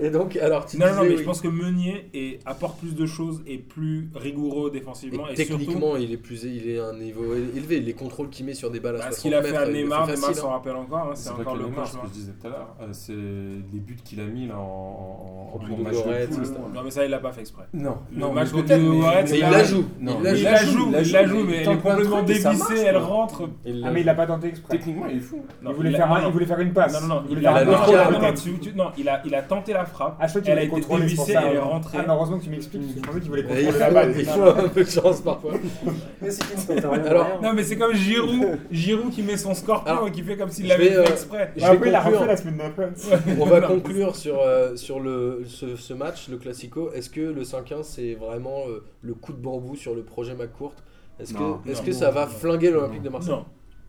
Speaker 1: Et donc, alors, tu
Speaker 4: Non, non,
Speaker 1: disais,
Speaker 4: non, mais
Speaker 1: oui.
Speaker 4: je pense que Meunier est- apporte plus de choses et plus rigoureux
Speaker 1: Et
Speaker 4: défensivement. Et, surtout,
Speaker 1: techniquement, il est plus, il est à un niveau élevé. Les contrôles qu'il met sur des balles à
Speaker 4: bah, ce
Speaker 1: 60
Speaker 4: qu'il a fait
Speaker 1: mètres,
Speaker 4: à
Speaker 1: il le
Speaker 4: Neymar, Neymar
Speaker 1: facile,
Speaker 4: s'en
Speaker 1: hein.
Speaker 4: rappelle encore. hein, c'est
Speaker 5: C'est pas
Speaker 4: encore
Speaker 5: que
Speaker 4: le
Speaker 5: le match, ce
Speaker 4: cauchemar.
Speaker 5: que je disais tout à l'heure. Euh, C'est les buts qu'il a mis là en- en, en-
Speaker 1: Contre
Speaker 5: en match de
Speaker 1: Goretz,
Speaker 5: poule.
Speaker 1: etc.
Speaker 4: Non, mais ça, il l'a pas fait exprès.
Speaker 5: Non,
Speaker 4: Le
Speaker 5: non,
Speaker 4: match
Speaker 5: mais
Speaker 4: contre
Speaker 5: peut-être,
Speaker 4: Goretz,
Speaker 1: Mais il
Speaker 4: là,
Speaker 1: la
Speaker 4: ouais.
Speaker 1: joue. il
Speaker 5: Non,
Speaker 4: Il,
Speaker 1: la joue.
Speaker 4: la joue, il la joue, mais
Speaker 5: il
Speaker 4: elle
Speaker 5: tente
Speaker 4: est
Speaker 5: plein de
Speaker 4: complètement
Speaker 5: trucs et ça
Speaker 4: dévissée,
Speaker 5: marche,
Speaker 4: elle
Speaker 5: quoi.
Speaker 4: rentre.
Speaker 1: hein. Il
Speaker 3: Ah
Speaker 1: la-
Speaker 3: mais il l'a pas tenté exprès.
Speaker 5: Techniquement, il est fou.
Speaker 4: Non,
Speaker 3: il voulait
Speaker 4: il
Speaker 3: faire,
Speaker 4: a-
Speaker 3: un-
Speaker 4: non,
Speaker 3: il voulait faire une passe.
Speaker 4: Non, non, non,
Speaker 3: Il
Speaker 4: il
Speaker 3: voulait faire
Speaker 4: a,
Speaker 1: la
Speaker 3: un
Speaker 1: le
Speaker 3: contrôle
Speaker 1: contrôle
Speaker 3: à
Speaker 1: à
Speaker 3: la
Speaker 4: non,
Speaker 1: la
Speaker 3: tête.
Speaker 4: tu- tu- non, il a, il a tenté la frappe.
Speaker 3: Ah, je crois qu'il
Speaker 4: Elle a
Speaker 3: voulait
Speaker 4: été
Speaker 3: contrôler, c'est pour
Speaker 4: dévissée,
Speaker 3: ça.
Speaker 4: elle est rentrée.
Speaker 3: Ah, non, heureusement que tu m'expliques. Je pensais qu'il voulait
Speaker 1: Et il,
Speaker 3: contrôler la balle.
Speaker 1: faut, il faut un peu de chance parfois.
Speaker 3: Bah,
Speaker 6: Mais c'est qui ne tente rien,
Speaker 1: Alors,
Speaker 6: rien.
Speaker 4: Non, mais c'est comme Giroud, Giroud qui met son scorpion
Speaker 1: Alors,
Speaker 4: et qui fait comme s'il
Speaker 1: je
Speaker 4: l'avait
Speaker 1: vais, euh,
Speaker 4: fait exprès.
Speaker 1: Je
Speaker 3: Et après,
Speaker 1: vais
Speaker 3: il a refait
Speaker 1: conclure.
Speaker 3: la semaine d'après.
Speaker 1: On va
Speaker 4: Non.
Speaker 1: conclure sur, euh, sur le, ce, ce match, le Classico. Est-ce que le 5-1, c'est vraiment euh, le coup de bambou sur le projet McCourt Est-ce
Speaker 2: Non.
Speaker 1: que, est
Speaker 4: Non,
Speaker 1: que
Speaker 4: non,
Speaker 1: ça va
Speaker 4: non.
Speaker 1: flinguer l'Olympique de Marseille
Speaker 4: Non,